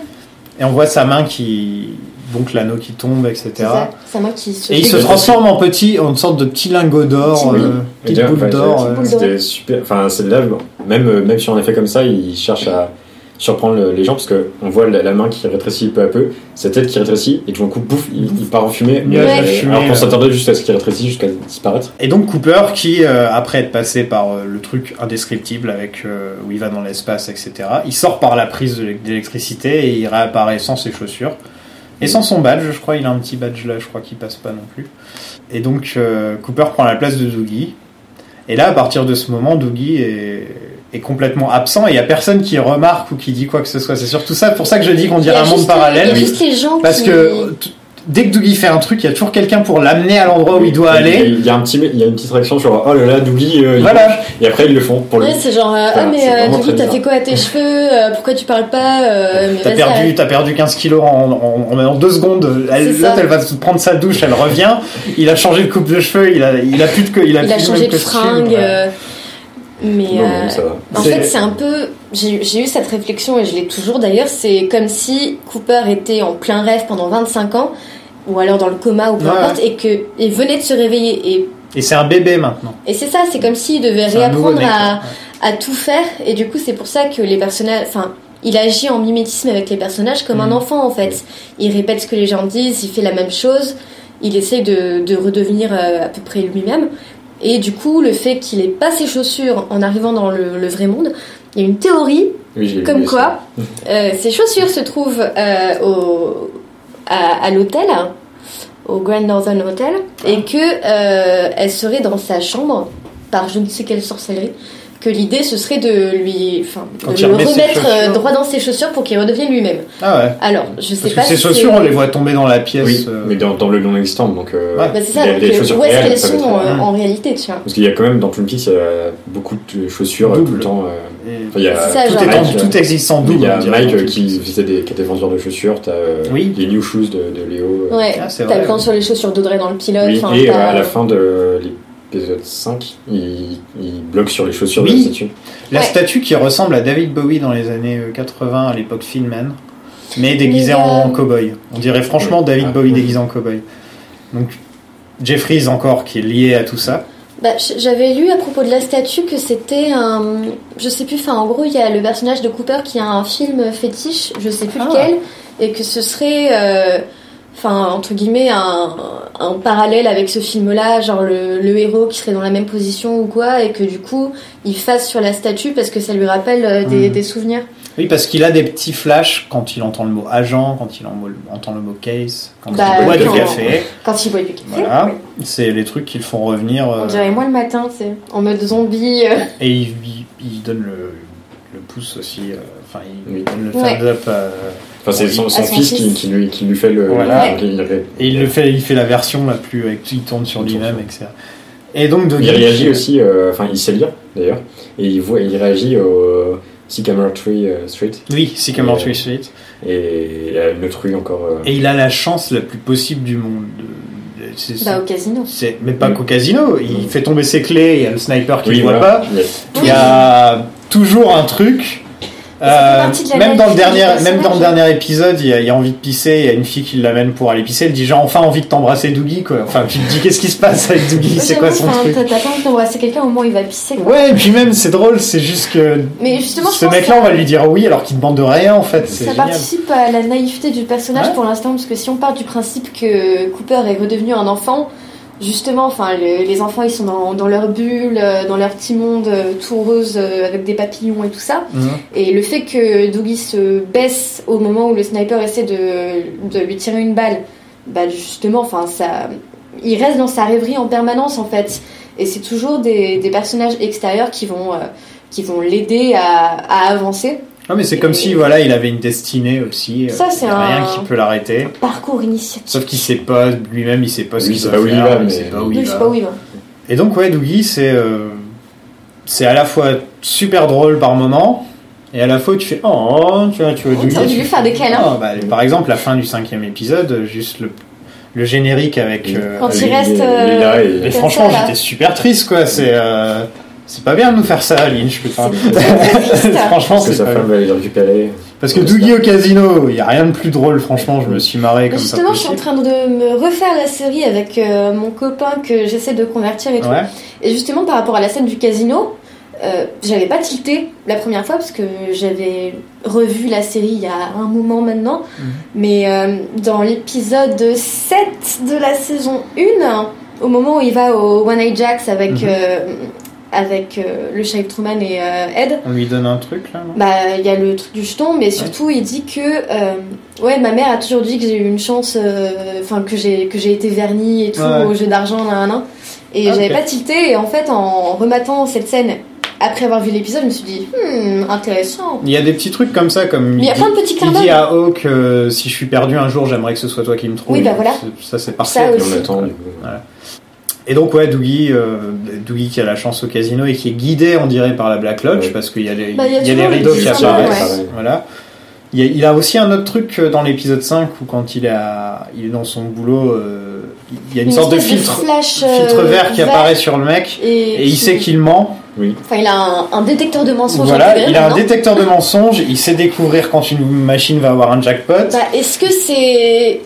B: Et on voit sa main qui. Donc l'anneau qui tombe, etc.
C: ça, Sa main qui se.
B: Et il se transforme en petit, en une sorte de petit lingot d'or,
C: Petit
B: euh,
C: boule.
B: petite
D: Et
B: boule
D: ouais,
B: d'or.
D: c'est-
B: euh.
D: C'était super. Enfin, c'est là, bon, même, euh, même si on a fait comme ça, il cherche à surprendre le- les gens parce qu'on voit la, la main qui rétrécit peu à peu, sa tête qui rétrécit, et tout d'un coup, bouf, il, il part en fumée.
B: Ouais.
D: Euh,
B: La fumée,
D: alors
B: euh.
D: qu'on s'attendait juste à ce qu'il rétrécisse jusqu'à disparaître.
B: Et donc Cooper qui, euh, après être passé par euh, le truc indescriptible avec euh, où il va dans l'espace, etc., il sort par la prise de l'é- d'électricité et il réapparaît sans ses chaussures. Et sans son badge, je crois, il a un petit badge là, je crois qu'il passe pas non plus. Et donc euh, Cooper prend la place de Doogie. Et là, à partir de ce moment, Doogie est, est complètement absent et il y a personne qui remarque ou qui dit quoi que ce soit. C'est surtout ça, pour ça que je dis qu'on
C: Il y
B: dirait
C: a
B: un monde
C: juste-
B: parallèle.
C: Il y a juste les gens
B: Parce
C: qui-
B: que t- dès que Dougie fait un truc, il y a toujours quelqu'un pour l'amener à l'endroit où Oh, il doit aller.
D: Il y a, un petit, il y a une petite réaction genre oh là là, Dougie, euh, il
B: Voilà.
D: marche. et après ils le font pour le.
C: Ouais, c'est genre, euh, ah
D: Voilà,
C: mais
D: c'est
C: euh,
D: vraiment
C: Doudou,
D: très
C: t'as
D: bizarre.
C: fait quoi à tes cheveux Euh, Pourquoi tu parles pas Euh, mais
B: T'as
C: vas-y,
B: perdu,
C: arrête.
B: t'as perdu 15 kilos en, en, en- en deux secondes. Elle-
C: C'est
B: L'autre,
C: ça.
B: elle va se prendre sa douche, elle revient. Il a changé de coupe de cheveux, il a, il a plus de que, il a,
C: Il
B: plus
C: a
B: le
C: changé
B: même
C: de
B: costume.
C: fringue.
B: Voilà.
C: euh, Mais
D: Non,
C: euh,
D: non, ça va.
C: en
B: C'est-
C: fait, c'est un peu. J'ai j'ai eu cette réflexion et je l'ai toujours d'ailleurs. C'est comme si Cooper était en plein rêve pendant 25 ans, ou alors dans le coma ou peu
B: Ouais,
C: importe, et que et venait de se réveiller. Et,
B: Et c'est un bébé maintenant.
C: et c'est ça, c'est comme s'il devait
B: C'est un
C: réapprendre
B: nouveau-né,
C: à,
B: quoi.
C: à tout faire. Et du coup, c'est pour ça que les personnages. Enfin, il agit en mimétisme avec les personnages comme un
B: Mhm.
C: enfant en fait. Il répète ce que les gens disent, il fait la même chose, il essaie de, de redevenir euh, à peu près lui-même. Et du coup, le fait qu'il ait pas ses chaussures en arrivant dans le, le vrai monde, il y a une théorie
D: Oui, j'ai
C: comme
D: oublié
C: quoi euh, ces chaussures se trouvent euh, au, à, à l'hôtel, au Grand Northern Hotel,
B: Ah.
C: et que euh, elle serait dans sa chambre par je ne sais quelle sorcellerie. Que l'idée ce serait de lui, enfin,
B: Quand
C: de
B: il
C: le
B: remet ses
C: remettre euh,
B: chaussures.
C: droit dans ses chaussures pour qu'il redevienne lui-même.
B: Ah ouais.
C: Alors, je sais
B: Parce
C: pas
B: que ses
C: si
B: chaussures,
C: c'est-
B: on les voit tomber dans la
D: ça.
B: pièce.
D: Oui,
B: euh,
D: mais dans, dans le non existant donc. euh,
B: Ouais.
C: Bah, c'est ça,
D: les-
C: donc,
D: les
C: euh,
D: chaussures
C: où est-ce
D: réelles,
C: qu'elles
D: ça peut
C: sont
D: être-
C: euh, en réalité, tu vois
D: Parce qu'il y a quand même dans Twin Peaks, il y a beaucoup de chaussures euh, tout
B: Double.
D: le temps. euh,
B: et-
D: enfin, il y a-
C: C'est ça,
B: tout,
C: genre-
B: est en-
D: Mike, euh,
B: tout existe sans
D: Il
B: double.
D: y a
B: on dirait.
D: Mike euh, qui, faisait des, qui était vendeur de chaussures, t'as euh,
B: Oui.
D: les New Shoes de, de Léo. euh,
C: Ouais,
B: Ah, c'est
C: t'as
B: vrai.
C: le plan sur les chaussures d'Audrey dans le pilote.
D: oui,
C: enfin,
D: Et euh,
C: t'as-
D: à la fin de l'épisode 5, il, il bloque sur les chaussures de
B: Oui.
D: la statue.
B: La
C: Ouais.
B: statue qui ressemble à David Bowie dans les années euh, 80, à l'époque Filman, mais déguisé
C: Mais,
B: en
C: euh,
B: cow-boy. On dirait franchement David
D: Ah.
B: Bowie déguisé en cow-boy. Donc, Jeffries encore, qui est lié à tout ça.
C: Bah, j- j'avais lu à propos de la statue que c'était un. Je sais plus, enfin en gros, il y a le personnage de Cooper qui a un film fétiche, je sais plus
B: Ah.
C: lequel, et que ce serait. euh, Enfin, entre guillemets, un, un parallèle avec ce film-là, genre le, le héros qui serait dans la même position ou quoi, et que du coup, il fasse sur la statue parce que ça lui rappelle euh,
B: Mhm.
C: des, des souvenirs.
B: Oui, parce qu'il a des petits flashs quand il entend le mot agent, quand il en- entend le mot case, quand
C: Bah,
B: il boit du
C: quand-
B: café.
C: Quand il voit du café.
B: Voilà, c'est les trucs qu'ils font revenir. euh,
C: On dirait moi le matin, tu sais, en mode zombie. euh.
B: Et il, il- il donne le, le pouce aussi, euh, enfin, il,
D: Oui.
B: donne le
C: Ouais.
B: thumbs up. euh,
D: Enfin, c'est son,
C: À
D: son
C: Ah, son
D: fils, Qui,
C: fils.
D: qui lui, qui lui fait le.
B: Voilà.
D: donc, il, ré-
B: Et il le fait, il fait la version la plus, avec- il tourne sur
D: Il tourne
B: lui-même,
D: sur-
B: etc. Et donc de
D: il réagit aussi, euh, enfin, il sait lire d'ailleurs, et il, voit, il réagit au Sycamore Tree euh, Street,
B: Oui, Sycamore
D: Et- euh,
B: Tree Street.
D: et à une truie encore. euh,
B: Et il a la chance la plus possible du monde. de- de- c'est-
C: Bah, au casino.
B: c'est- mais pas
D: Mm.
B: qu'au casino. Il
D: Mm.
B: fait tomber ses clés. Il y a le sniper qui ne
D: oui,
B: voit
D: voilà.
B: pas. Il y a toujours un truc. euh,
C: Ça fait partie de la
B: même dans le
C: réalité du
B: dernier, même dans le
C: personnage.
B: dernier épisode, il y, a, il y a envie de pisser. Il y a une fille qui l'amène pour aller pisser. Elle dit genre enfin envie de t'embrasser Dougie quoi. Enfin tu te dis qu'est-ce qui se passe avec Dougie C'est quoi son truc
J: T'as pas envie d'embrasser quelqu'un au moment où il va pisser.
B: Ouais et puis même c'est drôle. C'est juste que
J: Mais justement, je
B: ce
J: pense
B: mec-là on va lui dire oui alors qu'il demande de rien en fait. C'est
J: Ça
B: génial.
J: participe à la naïveté du personnage
B: Ouais.
J: pour l'instant, parce que si on part du principe que Cooper est redevenu un enfant, justement, enfin, le- les enfants ils sont dans, dans leur bulle, euh, dans leur petit monde euh, tout rose euh, avec des papillons et tout ça.
B: Mhm.
J: Et le fait que Dougie se baisse au moment où le sniper essaie de, de lui tirer une balle, bah justement, enfin, ça, il reste dans sa rêverie en permanence en fait. Et c'est toujours des, des personnages extérieurs qui vont, euh, qui vont l'aider à, à avancer.
B: Ah mais c'est comme si voilà il avait une destinée aussi.
J: Ça,
B: euh,
J: c'est
B: y a rien
J: un-
B: qui peut l'arrêter.
J: Parcours initiatique.
B: Sauf qu'il sait pas lui-même, il sait pas ce
D: Oui,
B: qu'il
D: c'est
B: doit
D: pas où il
B: faire,
D: va,
B: il
D: mais-
B: sait pas où
J: Oui,
B: il
J: je sais
B: va.
J: pas où il va.
B: Et donc ouais, Dougie c'est euh, c'est à la fois super drôle par moment Et à la fois, tu fais Oh, tu vois, tu veux
C: T'as envie de lui faire des hein câlins.
B: Ah, bah, par exemple, la fin du cinquième épisode, juste le, le générique avec. euh,
C: Quand il
B: avec-
C: reste, euh,
D: Lila et-
B: Mais
C: Comme
B: franchement,
C: ça, là.
B: j'étais super triste, quoi. C'est. euh, C'est pas bien de nous faire ça, Lynch, putain. Franchement,
D: Parce que
B: c'est
D: sa
B: pas bien.
D: femme va les récupérer.
B: Parce que Doogie au casino, il y a rien de plus drôle, franchement, je me suis marré comme ça.
C: Justement, je suis en train de me refaire la série avec euh, mon copain que j'essaie de convertir et tout.
B: Ouais.
C: Et justement, par rapport à la scène du casino, euh, j'avais pas tilté la première fois parce que j'avais revu la série il y a un moment maintenant. Mais euh, dans l'épisode 7 de la saison 1, au moment où il va au One Eye Jacks avec,
B: Mhm.
C: euh, avec euh, le Sheriff Truman et euh, Ed,
B: On lui donne un truc, là, non
C: bah, il y a le truc du jeton, mais surtout il dit que euh, ouais, ma mère a toujours dit que j'ai eu une chance, euh, enfin que j'ai que j'ai été vernie et tout
L: Ouais.
C: au jeu d'argent, nan, nan, nan. Et
L: Ah,
C: j'avais
L: ok.
C: pas tilté. Et en fait, en rematant cette scène après avoir vu l'épisode, je me suis dit hmm, intéressant.
B: Il y a des petits trucs comme ça, comme.
C: Mais il y a
B: dit-
C: plein de petits clins
B: Il dit
C: d'œil.
B: à Hawk euh, si je suis perdu un jour, j'aimerais que ce soit toi qui me trouve.
C: Oui, bah voilà.
B: Ça, c'est parfait.
C: Ça aussi. Et on
D: attend,
B: Voilà. Et donc, ouais, Dougie, euh, Dougie qui a la chance au casino et qui est guidé, on dirait, par la Black Lodge, parce qu'il y a les,
C: Bah, il y a
B: il y a les
C: toujours les
B: rideaux
C: petits
B: qui
C: clins d'œil,
B: apparaissent.
C: ouais.
B: Voilà. Il, y a, il a aussi un autre truc euh, dans l'épisode 5 où, quand il, a, il est dans son boulot, euh, il y a une,
C: Une
B: sorte de
C: espèce de
B: filtre,
C: flash, euh,
B: filtre vert qui
C: vert.
B: apparaît sur le mec
C: Et
B: il
C: qui-
B: sait qu'il ment.
C: Enfin, il a un, un détecteur de mensonges. hein.
B: Voilà, il a un
C: non
B: détecteur de mensonges, il sait découvrir quand une machine va avoir un jackpot.
C: Bah, est-ce que c'est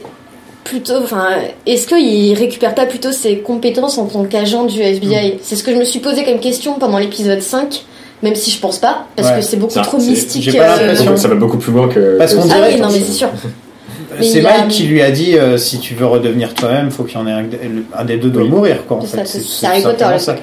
C: plutôt, enfin, est-ce qu'il récupère pas plutôt ses compétences en tant qu'agent du FBI C'est ce que je me suis posé comme question pendant l'épisode 5, même si je pense pas, parce
D: Ouais.
C: que c'est beaucoup
D: Ça,
C: trop
D: c'est-
C: mystique.
D: j'ai pas
C: euh,
D: l'impression que Ça va beaucoup plus loin que.
B: Parce
D: que-
B: qu'on
C: Ah
B: dirait-
C: oui, non, mais c'est sûr. Mais
B: Euh, C'est
C: il a-
B: Mike qui lui a dit euh, si tu veux redevenir toi-même, faut qu'il y en ait un, un des deux doit mourir quoi. En
C: C'est
B: fait,
C: ça, c'est Harry
B: tout simplement
C: Potter,
B: ça.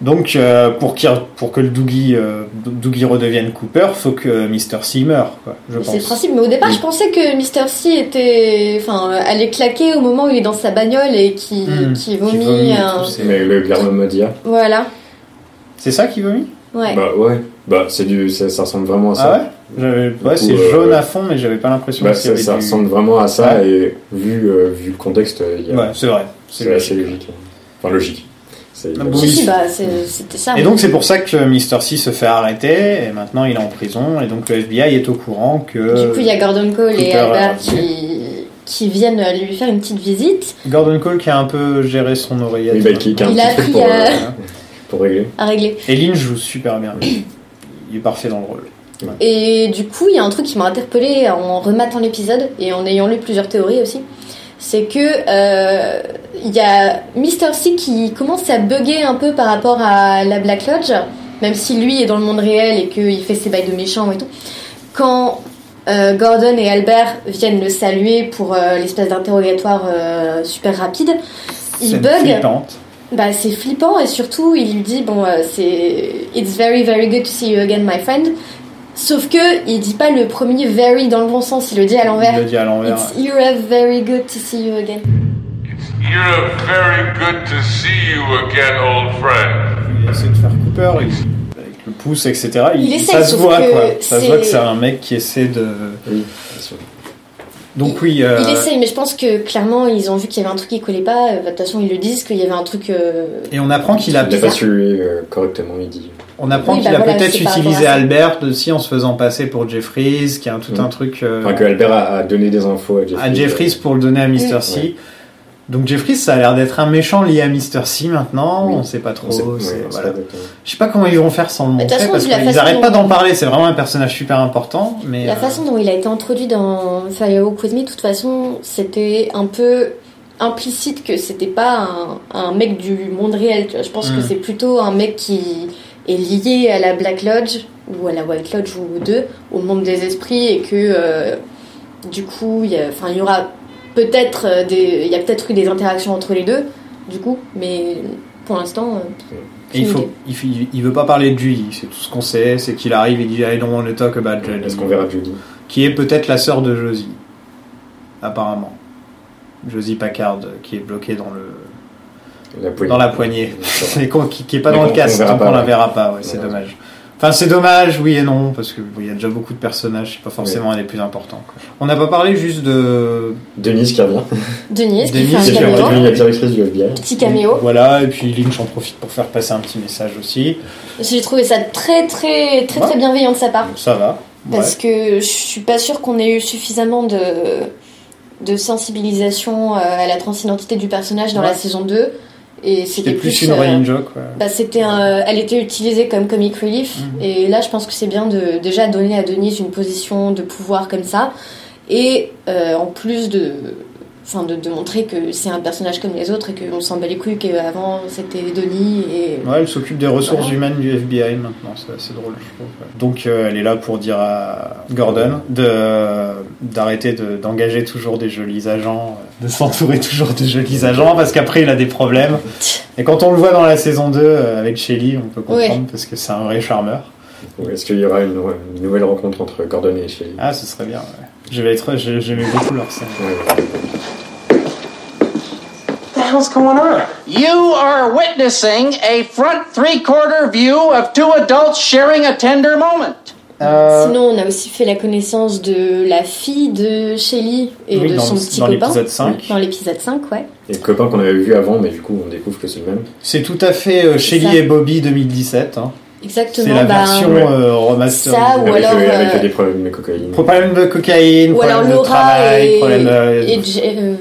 B: Donc euh, pour qu'il- pour que le Doogie euh, Doogie redevienne Cooper, faut que Mr C meure quoi. Je pense.
C: C'est le principe, mais au départ, je pensais que Mr. C était, enfin, euh, allait claquer au moment où il est dans sa bagnole et qui,
D: Hmm,
C: qui
D: qui
C: vomit.
D: vomit et
C: un-
D: tout, c'est- Mais le Garmomodia.
C: Voilà,
B: C'est ça qui vomit
C: ouais.
D: Bah ouais. Bah c'est du. Ça, ça ressemble vraiment à ça.
B: Ah ouais J'avais- Ouais,
D: coup,
B: c'est
D: euh,
B: jaune à fond, mais j'avais pas l'impression
D: Bah,
B: qu'il y
D: ça,
B: avait
D: ça
B: du-
D: ressemble vraiment à ça et vu, euh, vu le contexte, il y a-
B: Ouais, c'est vrai. C'est Ah,
D: C'est assez logique. Enfin logique. C'est-
C: Si, si, bah, c'est- c'était ça.
B: Et donc c'est pour ça que Mr. C se fait arrêter et maintenant il est en prison et donc le FBI est au courant que
C: Du coup, il y a Gordon Cole et
B: euh, Cooper,
C: Albert
B: euh,
C: qui, qui viennent lui faire une petite visite.
B: Gordon Cole qui a un peu géré son oreillette.
D: Oui, bah, qui- qui a un
C: Il
D: petit
C: a
D: truc
C: appris
D: pour,
C: à-
D: euh, pour régler.
C: à régler.
B: Et Lynn joue super bien. Il est parfait dans le rôle.
C: Et du coup, il y a un truc qui m'a interpellée en rematant l'épisode et en ayant lu plusieurs théories aussi. C'est que euh, il y a Mr. C qui commence à bugger un peu par rapport à la Black Lodge, même si lui est dans le monde réel et qu'il fait ses bails de méchant et tout. Quand euh, Gordon et Albert viennent le saluer pour euh, l'espèce d'interrogatoire euh, super rapide, il
B: Scène
C: bug.
B: flippante.
C: Bah, c'est flippant et surtout il lui dit bon euh, c'est it's very very good to see you again my friend sauf que il dit pas le premier very dans le bon sens il le dit à
B: Il
C: l'envers
B: le dit à l'envers.
C: it's you're very good to see you again
A: You're very good to see you again, old friend.
B: Il essaie de faire Cooper, il- avec le pouce, etc. Il-
A: Il essaie,
B: ça se
A: sauf
B: voit
A: que
B: quoi. Ça se
C: c'est-
B: voit que c'est un mec qui essaie de. Donc oui. euh,
C: il essaye mais je pense que clairement ils ont vu qu'il y avait un truc qui collait pas Euh, bah, de toute façon ils le disent qu'il y avait un truc euh,
B: Et on apprend qu'il a
D: Il l'a pas tué euh, correctement, il dit.
B: On apprend
C: Oui,
B: qu'il
C: bah
B: a
C: voilà,
B: peut-être
C: c'est par rapport
B: utilisé
C: à ça.
B: Albert aussi en se faisant passer pour Jeffries, qui a un- tout un truc. euh,
D: Mm. Enfin, que Albert a, a donné des infos à Jeffries.
B: à Jeffries pour le donner à Mr. C.
D: Ouais.
B: Donc Jeffries, ça a l'air d'être un méchant lié à Mr. C maintenant.
D: Oui.
B: On sait pas trop.
D: On sait-
B: oh, c'est-
D: ouais, on sait
B: voilà.
D: pas exactement.
B: Je sais pas comment ils vont faire sans le
C: de toute
B: montrer
C: façon,
B: parce
C: vu la
B: qu'ils
C: façon
B: n'arrêtent pas
C: dont-
B: d'en parler. C'est vraiment un personnage super important. Mais
C: la
B: euh,
C: façon dont il a été introduit dans Firewalk With Me, de toute façon, c'était un peu implicite que c'était pas un, un mec du monde réel. tu vois. Je pense que
L: Mm.
C: c'est plutôt un mec qui est lié à la Black Lodge ou à la White Lodge ou aux deux, au monde des esprits et que euh, du coup, il y a- enfin, il y aura peut-être euh, des, il y a peut-être eu des interactions entre les deux, du coup, mais pour l'instant. euh,
B: et il,
C: aucune
B: faut,
C: idée.
B: il, faut- il veut pas parler de Judy. C'est tout ce qu'on sait. C'est qu'il arrive et dit I don't want to talk about Judy.
D: Est-ce qu'on verra Judy
B: Qui est peut-être la sœur de Josie, apparemment. Josie Packard, euh, qui est bloquée dans le dans la poignée, Et qu'on- qui, qui est pas
D: Mais
B: dans
D: qu'on-
B: le casque,
D: qu'on verra
B: donc
D: pas,
B: on la
D: ouais.
B: verra pas. ouais, c'est dommage. Enfin, c'est dommage, oui et non, parce que bon, il y a déjà beaucoup de personnages, c'est pas forcément un des plus importants. quoi. On n'a pas parlé juste de
D: Denise qui
C: Ah,
D: revient.
C: Denise, qui
B: Denise,
C: fait un
B: qui fait un
C: caméo.
B: caméo.
D: La directrice du FBI.
C: Petit caméo.
B: Voilà, et puis Lynch en profite pour faire passer un petit message aussi.
C: J'ai trouvé ça très très très très bienveillant de sa part.
B: Ça va.
C: Ah. Parce que je suis pas sûre qu'on ait eu suffisamment de, de sensibilisation euh, à la transidentité du personnage dans
B: Ouais.
C: la saison 2. Et c'était
B: C'était
C: plus.
B: plus une
C: euh,
B: running joke. ouais.
C: bah, c'était un- elle était utilisée comme comic relief.
B: Mhm.
C: Et là, je pense que c'est bien de déjà donner à Denise une position de pouvoir comme ça. Et euh, en plus de. Enfin, de, de montrer que c'est un personnage comme les autres et qu'on s'en bat les couilles qu'avant c'était Denis et
B: Ouais, elle s'occupe des ressources
C: Voilà.
B: humaines du FBI maintenant, c'est assez drôle, je trouve. ouais. Donc euh, elle est là pour dire à Gordon de d'arrêter de- d'engager toujours des jolis agents, euh, de s'entourer toujours de jolis agents, parce qu'après il a des problèmes. Et quand on le voit dans la saison 2 euh, avec Shelly, on peut comprendre,
C: Ouais.
B: parce que c'est un vrai charmeur.
D: Donc, Est-ce qu'il y aura une, une nouvelle rencontre entre Gordon et Shelly
B: Ah, ce serait bien, ouais. Je vais être, je- j'aimais beaucoup leur scène.
F: the hell's going on? You are witnessing a front three quarter view of two adults sharing a tender moment.
C: Sinon, on a aussi fait la connaissance de la fille de Shelly et
D: Oui,
C: de
D: dans-
C: son petit
D: dans
C: copain.
D: l'épisode cinq.
C: Dans l'épisode 5, ouais.
D: Les copains qu'on avait vu avant, mais du coup, on découvre que c'est le même.
B: C'est tout à fait euh, Shelly
C: Ça.
B: et Bobby 2017. hein.
C: Exactement.
B: C'est la
C: bah,
B: version euh, remasterisée.
C: ça, ou Avec, alors, euh,
D: avec euh, des
B: problèmes de cocaïne. Problème de cocaïne,
C: Ou alors
B: problème de
C: Laura
B: travail,
C: et,
B: problème euh,
C: et J- euh,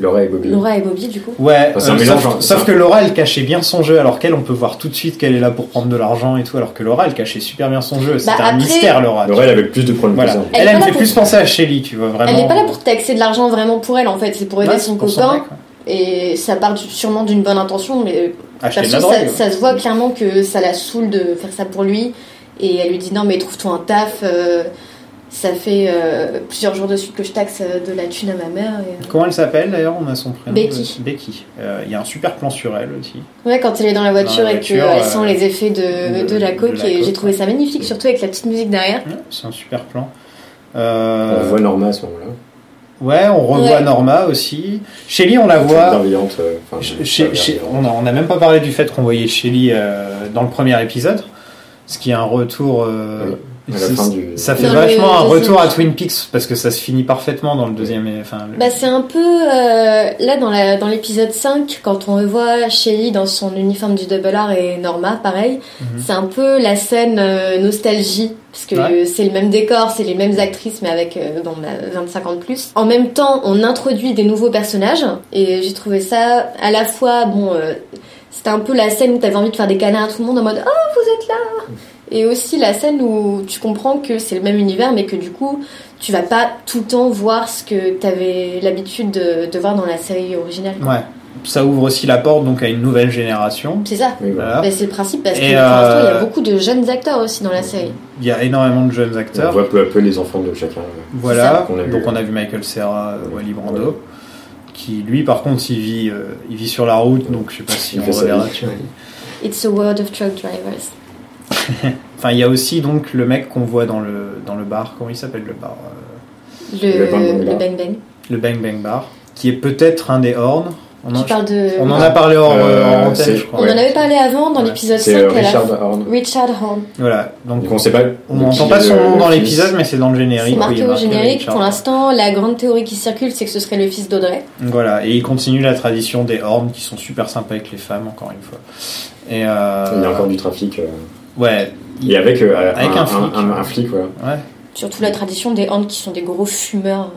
D: Laura et Bobby.
C: Laura et Bobby, du coup.
B: Ouais,
D: Enfin, c'est un
B: euh,
D: mélange, hein.
B: sauf, sauf que Laura elle cachait bien son jeu, alors qu'elle on peut voir tout de suite qu'elle est là pour prendre de l'argent et tout, alors que Laura elle cachait super bien son jeu. C'était
C: Bah,
B: un
C: après-
B: mystère, Laura.
D: Laura, elle avait plus de problèmes
B: Ah, Voilà.
D: que ça.
B: Elle,
C: Elle est
B: elle me
C: pas
B: fait
C: là
B: plus penser à Shelly, tu vois, vraiment.
C: Elle n'est pas là pour taxer de l'argent vraiment pour elle, en fait. C'est pour aider
B: Ouais, Ah,
C: son
B: pour son
C: copain.
B: mec,
C: Et ça part du- sûrement d'une bonne intention, mais euh,
B: Acheter
C: parce
B: de la
C: que ça,
B: drogue, ouais.
C: ça se voit clairement que ça la saoule de faire ça pour lui. Et elle lui dit non, mais trouve-toi un taf. euh, ça fait euh, plusieurs jours de suite que je taxe euh, de la thune à ma mère. Et, euh,
B: Comment elle s'appelle d'ailleurs On a son prénom.
C: Becky.
B: euh, Becky. Euh, Il y a un super plan sur elle aussi.
C: Ouais, quand elle est dans la voiture
B: Dans la
C: et qu'elle
B: voiture, euh,
C: sent les effets de,
B: de-
C: de la
B: de
C: coque,
B: la
C: et
B: coke,
C: j'ai trouvé ça magnifique, surtout avec la petite musique derrière.
B: Hein, C'est un super plan. Euh,
D: On voit Norma à ce moment-là.
B: Ouais, on revoit
C: Ouais.
B: Norma aussi. Shelly, on la
D: Toute
B: voit.
D: bienveillante, euh, enfin,
B: Chez-
D: pas
B: chez-
D: bienveillante.
B: on n'a même pas parlé du fait qu'on voyait Shelly euh, dans le premier épisode, ce qui est un retour. euh,
D: à la
B: c'est-
D: fin du-
B: Ça fait
C: Dans le
B: vachement un
C: deuxième.
B: retour à Twin Peaks parce que ça se finit parfaitement dans le deuxième. et- Enfin, le-
C: Bah, c'est un peu. euh, là, dans la- dans l'épisode 5, quand on revoit Shelly dans son uniforme du Double R et Norma, pareil,
B: Mhm.
C: c'est un peu la scène euh, nostalgie. Parce que
M: Ouais.
C: euh, c'est le même décor, c'est les mêmes actrices, mais avec euh, bon, bah, 25 ans de plus. En même temps, on introduit des nouveaux personnages. Et j'ai trouvé ça à la fois. Bon, euh, c'était un peu la scène où t'avais envie de faire des canards à tout le monde en mode Oh, vous êtes là Et aussi la scène où tu comprends que c'est le même univers, mais que du coup, tu vas pas tout le temps voir ce que t'avais l'habitude de, de voir dans la série originale.
B: ouais. Ça ouvre aussi la porte donc à une nouvelle génération.
C: C'est ça.
B: Voilà.
C: Bah, c'est le principe parce que
B: Et,
C: pour l'instant, il y a
B: euh,
C: beaucoup de jeunes acteurs aussi dans la série.
B: Il y a énormément de jeunes acteurs.
D: On voit peu à peu les enfants de chacun. euh,
B: Voilà,
D: qu'on a vu.
B: donc on a vu Michael Serra, euh, Wally Brando, qui lui par contre il vit, euh, il vit sur la route, donc je sais pas si
D: Il
B: on
D: fait sa
B: reverra.
D: vie.
B: tu vois.
C: It's a world of truck drivers.
B: Enfin, il y a aussi donc le mec qu'on voit dans le, dans le bar, comment il s'appelle le bar euh,
C: Le,
B: Le Bang Bang
C: le
B: Bar.
C: Bang Bang.
B: Le Bang Bang Bar, qui est peut-être un des horns. On, en,
C: Tu parles de.
B: on en a parlé hors,
D: Euh,
B: hors antenne,
D: c'est-
B: je crois.
C: On en avait parlé avant dans l'épisode 5.
D: C'est euh,
C: à la
D: Richard
C: fin.
D: Horn.
C: Richard Horn.
B: Voilà, donc
D: on sait pas.
B: On n'entend pas
D: euh,
B: son nom dans l'épisode, mais c'est dans le
C: C'est
B: générique. oui, il
C: marqué
B: est
C: au générique.
B: Richard.
C: Pour l'instant, la grande théorie qui circule, c'est que ce serait le fils d'Audrey.
B: Donc Voilà, et il continue la tradition des horns qui sont super sympas avec les femmes, encore une fois. Et euh,
D: Il y a encore du trafic. euh,
B: Ouais.
D: Et avec, euh, un-
B: Avec un
D: un,
B: flic.
D: un- un flic, voilà.
B: Ouais.
C: Surtout la tradition des Horns qui sont des gros fumeurs.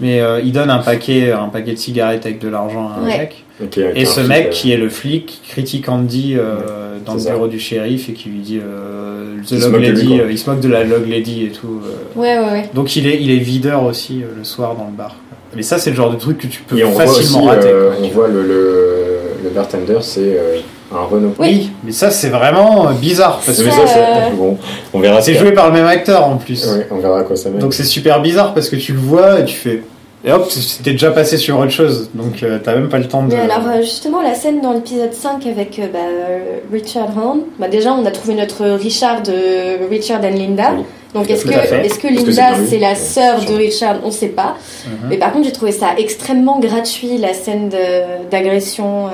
B: Mais euh, il donne un paquet, un paquet de cigarettes avec de l'argent à un
C: Ouais.
B: mec.
D: Ok, avec
B: Et
D: un
B: ce
D: flic,
B: mec
D: euh,
B: qui est le flic critique Andy euh, dans le
D: c'est ça.
B: bureau du shérif et qui lui dit euh, The
D: Il se
B: Log
D: moque de lui,
B: Lady,
D: quoi.
B: euh, il se moque de la Log Lady et tout. euh.
C: Ouais, ouais, ouais.
B: Donc il est, il est videur aussi euh, le soir dans le bar. Mais ça, c'est le genre de truc que tu peux
D: Et on voit aussi,
B: facilement rater.
D: euh,
B: quoi.
D: on voit le, le, le bartender, c'est euh, un Renault.
B: Oui, mais ça, c'est vraiment euh, bizarre. Parce
D: Mais
B: que
D: ça, c'est-
C: euh,
D: bon, on verra.
B: c'est
D: ce qu'il y
B: joué
D: a.
B: par le même acteur en plus.
D: Ouais, on verra à quoi ça mène.
B: Donc c'est super bizarre parce que tu le vois et tu fais. Et hop, t'es déjà passé sur autre chose. Donc euh, t'as même pas le temps de.
C: Mais alors, euh, justement, la scène dans l'épisode 5 avec euh, bah, euh, Richard Horn, bah, déjà, on a trouvé notre Richard de Richard and Linda. Donc,
M: Tout à
C: est-ce que,
M: fait.
C: est que
M: Est-ce que
C: Linda,
M: c'est bien lui
C: c'est la
M: Ouais,
C: sœur de Richard On ne sait pas.
M: Mhm.
C: Mais par contre, j'ai trouvé ça extrêmement gratuit, la scène de- d'agression euh,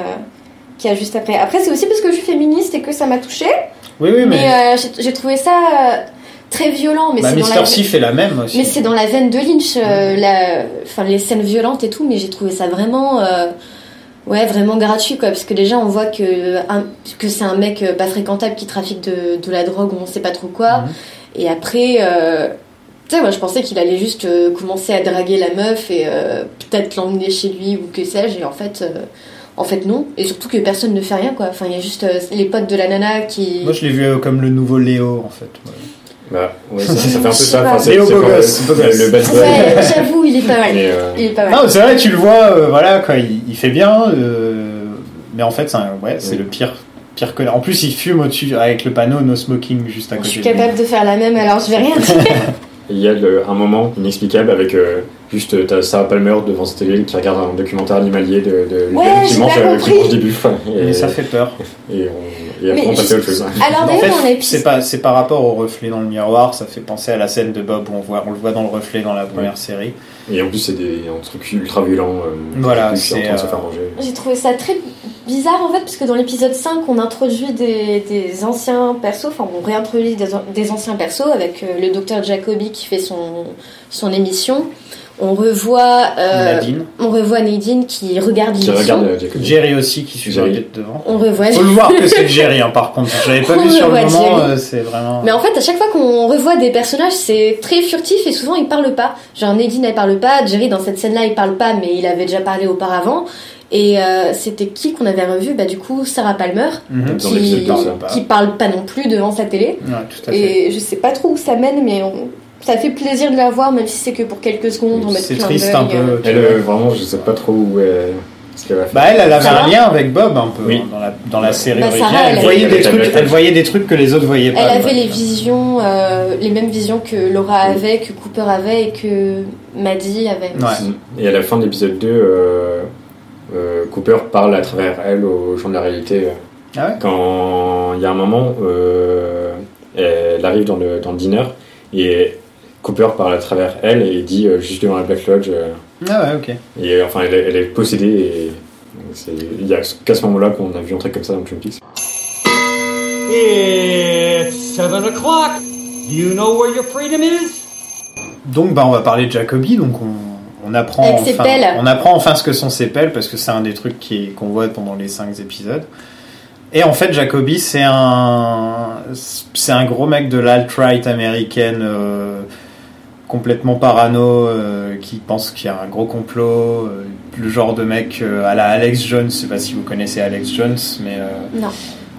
C: qu'il y a juste après. Après, c'est aussi parce que je suis féministe et que ça m'a touchée.
B: Oui, oui, mais.
C: euh, j'ai- j'ai trouvé ça euh, très violent. euh, Mais
B: bah,
C: c'est dans
B: Mister
C: la-
B: C fait la même aussi.
C: mais c'est dans la veine de Lynch, euh, la- enfin les scènes violentes et tout, mais j'ai trouvé ça vraiment, euh, ouais, vraiment gratuit quoi, parce que déjà on voit que un- que c'est un mec euh, pas fréquentable qui trafique de, de la drogue ou on sait pas trop quoi, Et après, euh, tu sais, moi je pensais qu'il allait juste euh, commencer à draguer la meuf et euh, peut-être l'emmener chez lui ou que sais-je. Et en fait, euh, en fait non. Et surtout que personne ne fait rien quoi. Enfin, il y a juste euh, les potes de la nana qui.
B: Moi, je l'ai vu euh, comme le nouveau Léo, en fait. moi.
D: Bah, ouais, ça, ça fait un peu ça.
B: Léo
D: Enfin, c'est- c'est
B: beau
D: quand même
B: gosse, beau gosse.
D: Le bad boy.
C: Ouais, j'avoue, il est pas mal.
D: Mais, euh,
C: Il est pas mal.
B: Non, mais c'est vrai, tu le vois, euh, voilà, quoi, il, il fait bien, euh, mais en fait, c'est un- ouais, c'est le pire, pire que. En plus, il fume au-dessus avec le panneau No Smoking juste à côté.
C: Je suis capable de faire la même, alors je vais rien dire.
D: Il y a le- un moment inexplicable avec euh, juste euh, t'as Sarah Palmer devant sa télé qui regarde un documentaire animalier de, de
C: Ouais,
D: Lucas
C: j'ai
D: qui
C: pas
D: mange euh, qui
C: compris.
D: mange des buffles.
B: Mais ça fait peur.
D: Et, on, et après
C: Mais
D: on passe à autre
C: juste-
D: chose.
C: Alors,
B: En
C: d'ailleurs,
B: fait,
C: dans les
B: c'est pas c'est par rapport au reflet dans le miroir, ça fait penser à la scène de Bob où on voit on le voit dans le reflet dans la première série.
D: Et en plus c'est des un truc ultra violent. euh,
B: Voilà,
D: qui est en
B: c'est,
D: train de se
B: euh,
D: faire manger.
C: J'ai trouvé ça très bizarre en fait, parce que dans l'épisode 5, on introduit des, des anciens persos, enfin on réintroduit des, des anciens persos avec euh, le docteur Jacobi qui fait son, son émission. On revoit, euh,
B: Nadine.
C: on revoit Nadine qui regarde
D: Qui
C: l'émission.
D: regarde euh, Jacob.
B: Jerry aussi qui suit la
D: Jerry.
B: tête devant.
C: On revoit.
B: Faut le voir que c'est Jerry hein, par contre. J'avais pas
C: On
B: vu
C: le
B: sur le
C: voit,
B: moment,
C: Jerry.
B: euh, c'est vraiment.
C: Mais en fait, à chaque fois qu'on revoit des personnages, c'est très furtif et souvent ils parlent pas. Genre Nadine, elle parle pas. Jerry, dans cette scène-là, il parle pas, mais il avait déjà parlé auparavant. Et euh, c'était qui qu'on avait revu Bah du coup, Sarah Palmer.
B: Mhm.
D: Dans l'épisode
C: qui,
D: deux, ça.
C: qui parle pas non plus devant sa télé.
B: Ouais, tout à fait.
C: Et je sais pas trop où ça mène, mais on- ça fait plaisir de la voir, même si c'est que pour quelques secondes. on met
B: C'est
C: plein
B: triste un
C: d'œil,
B: peu.
C: euh.
B: tu
D: Elle
B: vois.
D: euh, vraiment je sais pas trop où euh, ce qu'elle va faire.
B: Bah elle, elle avait
C: Sarah
B: un lien avec Bob un peu
D: Oui.
B: hein, dans, la, dans la série
C: Bah, Sarah,
B: originale.
C: elle
B: elle, voyait
D: avait-
B: des trucs, elle voyait des trucs que les autres voyaient pas.
C: Elle avait
B: quoi.
C: les visions, euh, les mêmes visions que Laura avait, que Cooper avait et que Maddie avait.
B: Ouais.
D: Mm. Et à la fin de l'épisode 2, euh, euh, Cooper parle à travers elle aux gens de la réalité. euh,
B: Ah ouais
D: quand il y a un moment, euh, elle arrive dans le, dans le dîner et Cooper parle à travers elle et dit euh, juste devant la Black Lodge. euh,
B: Ah ouais, ok.
D: et euh, enfin, elle, est- elle est possédée et c'est- il y a qu'à ce moment-là qu'on a vu un truc comme ça dans Twin Peaks.
N: It's seven o'clock. You know where your freedom is?
B: Donc bah on va parler de Jacobi, donc on, on apprend
C: Avec ses
B: enfin,
C: pelles.
B: on apprend enfin ce que sont ces pelles parce que c'est un des trucs qui qu'on voit pendant les cinq épisodes. Et en fait Jacobi c'est un c'est un gros mec de l'alt-right américaine euh, complètement parano euh, qui pense qu'il y a un gros complot, euh, le genre de mec euh, à la Alex Jones, je sais pas si vous connaissez Alex Jones mais euh,
C: Non.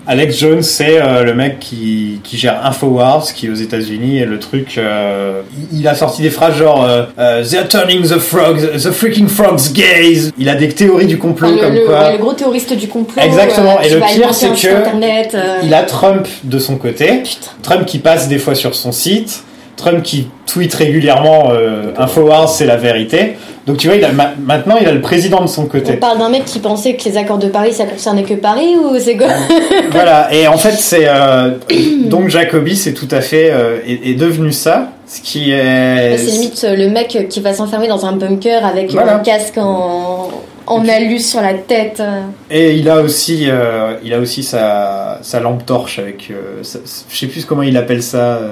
B: Alex Jones, c'est euh, le mec qui, qui gère Infowars, qui aux États-Unis est le truc. euh, il- il a sorti des phrases genre euh, euh, They're turning the frogs, the freaking frogs gays. Il a des théories du complot
C: Enfin,
B: comme
C: le, le-
B: quoi.
C: le gros théoriste du complot.
B: Exactement.
C: euh,
B: Et
C: qui
B: le
C: va
B: pire,
C: alimenter
B: c'est
C: un site
B: que
C: Internet, euh,
B: Il a Trump de son côté. Trump qui passe des fois sur son site. Trump qui tweet régulièrement euh, Infowars, c'est la vérité. Donc tu vois, il a, ma- maintenant il a le président de son
C: On
B: côté.
C: parle d'un mec qui pensait que les accords de Paris ça concernait que Paris ou c'est quoi
B: Euh, voilà, et en fait, c'est. euh, donc, Jacobi, c'est tout à fait. euh, est, est devenu ça, ce qui est.
C: C'est limite euh, le mec qui va s'enfermer dans un bunker avec euh,
B: Voilà.
C: un casque en, en alu sur la tête. euh.
B: Et il a aussi, euh, il a aussi sa, sa lampe torche avec. euh, sa- sa- je sais plus comment il appelle ça, euh,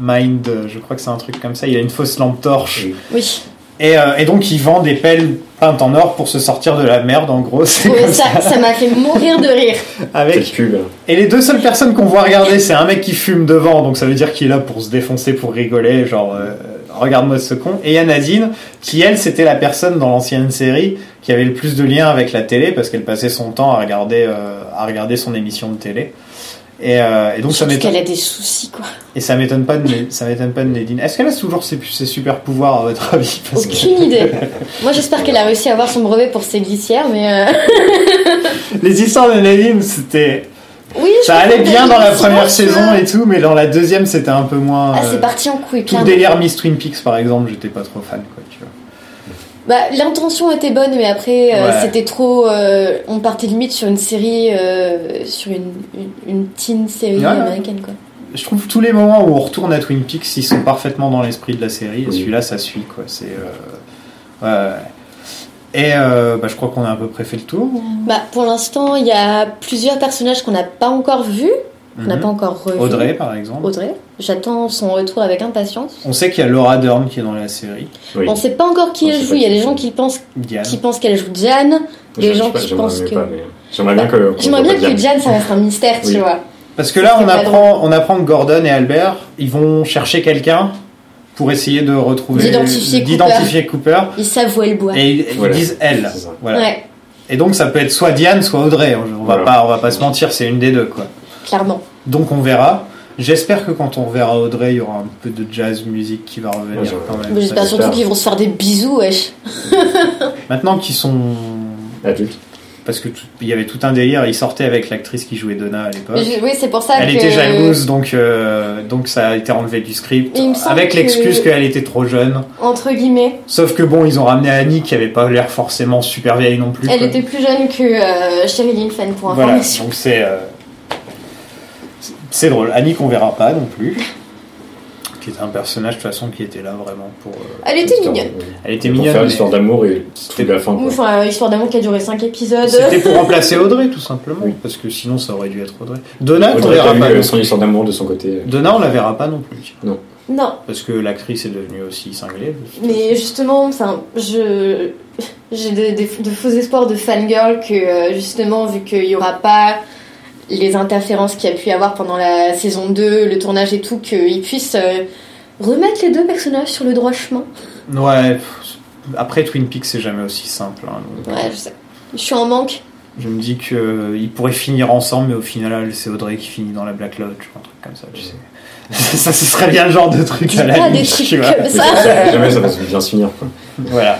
B: Mind, euh, je crois que c'est un truc comme ça. Il a une fausse lampe torche.
C: Oui.
B: Et, euh, et donc, il vend des pelles peintes en or pour se sortir de la merde, en gros. C'est
C: Ouais,
B: comme
C: ça,
B: ça.
C: ça m'a fait mourir de rire.
B: Avec
D: Cette pub.
B: Et les deux seules personnes qu'on voit regarder, c'est un mec qui fume devant, donc ça veut dire qu'il est là pour se défoncer, pour rigoler, genre euh, regarde-moi ce con. Et il y a Nadine, qui elle, c'était la personne dans l'ancienne série qui avait le plus de lien avec la télé parce qu'elle passait son temps à regarder, euh, à regarder son émission de télé. Et, euh, et donc ça
C: Surtout
B: m'étonne.
C: qu'elle a des soucis quoi.
B: Et ça m'étonne pas de Na- ça m'étonne pas de Nadine. Est-ce qu'elle a toujours ses, ses super pouvoirs à votre avis Parce que
C: Aucune idée. Moi j'espère qu'elle a réussi à avoir son brevet pour ses glissières, mais euh,
B: les histoires de Nadine, c'était
C: oui. je
B: ça allait
C: comprends
B: bien dans la
C: glissières,
B: première
C: tu
B: saison
C: vois.
B: et tout, mais dans la deuxième, c'était un peu moins.
C: hein. Ah,
B: euh,
C: c'est parti en couille.
B: Tout le
C: clairement.
B: délire Miss Twin Peaks, par exemple, j'étais pas trop fan, quoi, tu vois.
C: Bah, l'intention était bonne, mais après, euh,
B: Ouais.
C: c'était trop. euh, on partait limite sur une série, euh, sur une, une, une teen série
B: Ouais.
C: américaine, quoi.
B: Je trouve tous les moments où on retourne à Twin Peaks, ils sont parfaitement dans l'esprit de la série, et
D: Oui.
B: celui-là, ça suit, quoi. C'est. euh, ouais, ouais. Et euh, bah, je crois qu'on a à peu près fait le tour.
C: Bah, pour l'instant, il y a plusieurs personnages qu'on n'a pas encore vus, qu'on n'a
B: Mhm.
C: pas encore revus.
B: Audrey, par exemple.
C: Audrey. J'attends son retour avec impatience.
B: On sait qu'il y a Laura Dern qui est dans la série.
D: Oui.
C: On sait pas encore qui
D: On
C: elle
D: sait
C: joue.
D: pas
C: Il y a
D: qui
C: des
D: joue.
C: gens qui pensent,
B: Diane.
C: qui pensent qu'elle joue Diane, des
D: Je- je sais
C: gens
D: pas,
C: qui
D: j'aimerais
C: pensent
D: bien
C: que. Bah,
D: pas, mais J'aimerais bien que. qu'on
C: J'aimerais
D: voit
C: bien
D: pas
C: que
D: Diane.
C: Diane, ça reste un mystère, tu
D: Oui.
C: vois.
B: Parce que là,
C: C'est
B: on
C: pas
B: apprend, on apprend que Gordon et Albert, ils vont chercher quelqu'un pour essayer de retrouver.
C: D'identifier Cooper.
B: d'identifier Cooper.
C: Ils savent où elle boit.
B: Et ils, ils
D: Voilà.
B: disent elle. Voilà.
C: Ouais,
B: Et donc, ça peut être soit Diane, soit Audrey. On va, pas, on va pas se mentir, c'est une des deux, quoi.
C: clairement.
B: Donc, on verra. J'espère que quand on verra Audrey, il y aura un peu de jazz musique qui va revenir
D: Ouais, ça-
B: quand même.
C: Mais J'espère
B: Ça,
C: surtout qu'ils vont se faire des bisous, wesh.
B: Maintenant qu'ils sont.
D: Adulte.
B: Parce que tout- il y avait tout un délire, ils sortaient avec l'actrice qui jouait Donna à l'époque.
C: Mais je- Oui, c'est pour ça
B: Hein Elle
C: que.
B: était jalouse, donc, euh, donc ça a été enlevé du script.
C: Il me semble
B: Avec
C: que-
B: l'excuse qu'elle était trop jeune.
C: Entre guillemets,
B: Sauf que bon, ils ont ramené Annie qui avait pas l'air forcément super vieille non plus.
C: elle
B: quoi.
C: était plus jeune que euh, Sherry Lynn Fan pour
B: Voilà,
C: information.
B: donc c'est. euh, c'est- C'est drôle. Annie qu'on verra pas non plus. Qui était un personnage de toute façon qui était là vraiment pour. euh,
C: Elle était mignonne.
B: Elle était
D: Pour
B: mignonne.
D: faire
B: mais
D: l'histoire d'amour et toute la fin.
C: Ou,
D: quoi.
C: Enfin, euh, histoire d'amour qui a duré 5 épisodes.
B: C'était pour remplacer Audrey tout simplement. Parce que sinon ça aurait dû être Audrey. Donna, on
D: Audrey
B: verra
D: a eu,
B: pas.
D: euh,
B: non
D: son
B: plus.
D: histoire d'amour de son côté.
B: Donna, on la verra pas non plus.
D: Non.
C: Non,
B: Parce que l'actrice est devenue aussi cinglée.
C: mais justement, enfin, je. J'ai de, de- de faux espoirs de fangirl que, euh, justement, vu qu'il n'y aura pas les interférences qu'il y a pu y avoir pendant la saison 2, le tournage et tout, qu'ils puissent euh, remettre les deux personnages sur le droit chemin.
B: Ouais. pff, Après Twin Peaks, c'est jamais aussi simple. hein, donc.
C: Ouais, je sais. Je suis en manque.
B: Je me dis que euh, ils pourraient finir ensemble, mais au final, c'est Audrey qui finit dans la Black Lodge, un truc comme ça, tu sais. ça, ce serait bien le genre de truc à la
C: pas des
B: limite,
C: trucs
B: tu vois.
C: comme ça.
D: Jamais ça va se bien se finir. quoi.
B: Voilà.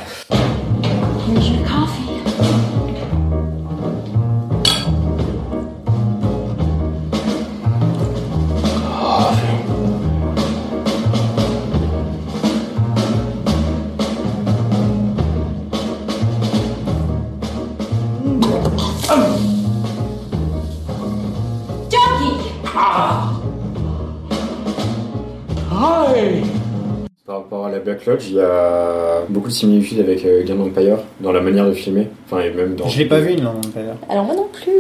D: Par rapport à la Black Lodge, il y a beaucoup de similitudes avec euh, Game Empire dans la manière de filmer. Enfin, et même dans.
B: Je l'ai pas vu, non, d'ailleurs.
C: Alors moi non plus.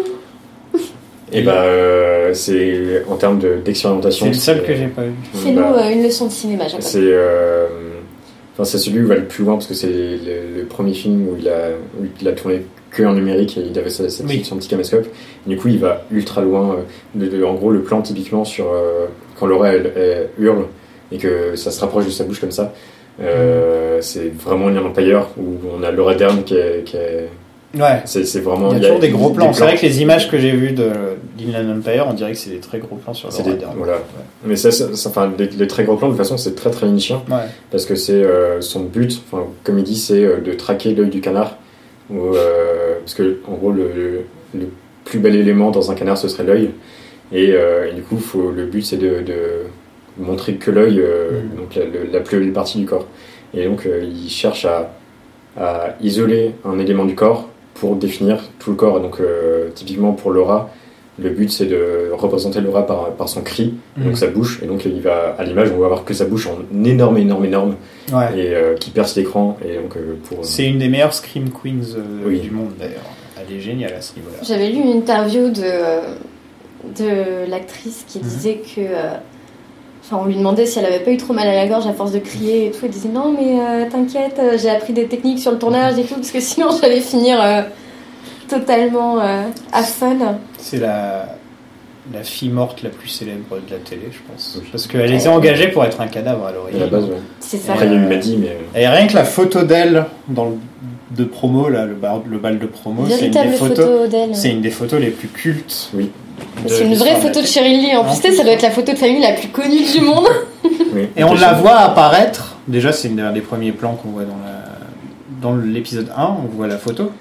B: Bah.
D: Et bah, euh, c'est en termes de- d'expérimentation.
B: C'est le seul que j'ai pas vu.
C: C'est nous euh,
D: Bah,
C: une leçon de cinéma, j'aime
D: C'est euh, enfin, c'est celui où il va le plus loin parce que c'est le, le premier film où il, a, où il a tourné que en numérique et il avait sa- sa-
B: Oui.
D: son petit caméscope. Du coup, il va ultra loin. euh, de- de- en gros, le plan typiquement sur euh, quand Laura elle, elle hurle et que ça se rapproche de sa bouche comme ça. euh,
B: Mm.
D: c'est vraiment une Empire où on a Laura Dern qui est. qui est-
B: Ouais.
D: c'est c'est vraiment.
B: Il y a toujours des gros plans. C'est vrai que les images que j'ai vues de d'Inland Empire, on dirait que c'est des très gros plans sur
D: C'est
B: le
D: des- voilà. Mais ça, ça- ça- enfin, les, les très gros plans, de toute façon, c'est très très nichien.
B: Ouais.
D: Parce que c'est euh, son but, enfin, comme il dit, c'est euh, de traquer l'œil du canard. Ou, euh, parce que, en gros, le, le- le plus bel élément dans un canard, ce serait l'œil. Et, euh, et du coup, faut, le but, c'est de, de montrer que l'œil, euh, donc la, le- la plus belle partie du corps. Et donc, euh, il cherche à, à isoler un élément du corps pour définir tout le corps. Et Donc, euh, typiquement pour Laura, le but c'est de représenter Laura par, par son cri,
B: Mhm.
D: donc sa bouche. Et donc, il va, à l'image, on va voir que sa bouche en énorme, énorme, énorme,
B: Ouais.
D: et euh, qui perce l'écran. Et donc, euh, pour.
B: C'est une des meilleures Scream Queens euh,
D: Oui.
B: du monde d'ailleurs. Elle est géniale à ce niveau-là.
C: J'avais lu une interview de, de l'actrice qui
B: Mhm.
C: disait que. euh, Enfin, on lui demandait si elle avait pas eu trop mal à la gorge à force de crier et tout. Elle disait non, mais euh, t'inquiète, euh, j'ai appris des techniques sur le tournage et tout, parce que sinon j'allais finir euh, totalement euh, à fun.
B: C'est la, la fille morte la plus célèbre de la télé, je pense. Parce qu'elle était engagée pour être un cadavre à
D: Ah. À
B: l'origine.
D: la base, ouais.
C: C'est ça.
D: Après, il y a eu Maddy, mais. euh,
B: Et rien que la photo d'elle dans le, de promo, là, le, bar- le bal de promo, c'est une,
C: Véritable
B: des
C: photo
B: photos,
C: d'elle.
B: c'est une des photos les plus cultes.
D: Oui.
C: C'est une vraie photo de Cheryl Lee. En
B: Ah.
C: plus, tu sais, ça doit être la photo de famille la plus connue du monde.
B: Et on la voit apparaître. Déjà, c'est un des premiers plans qu'on voit dans la dans l'épisode 1, on voit la photo.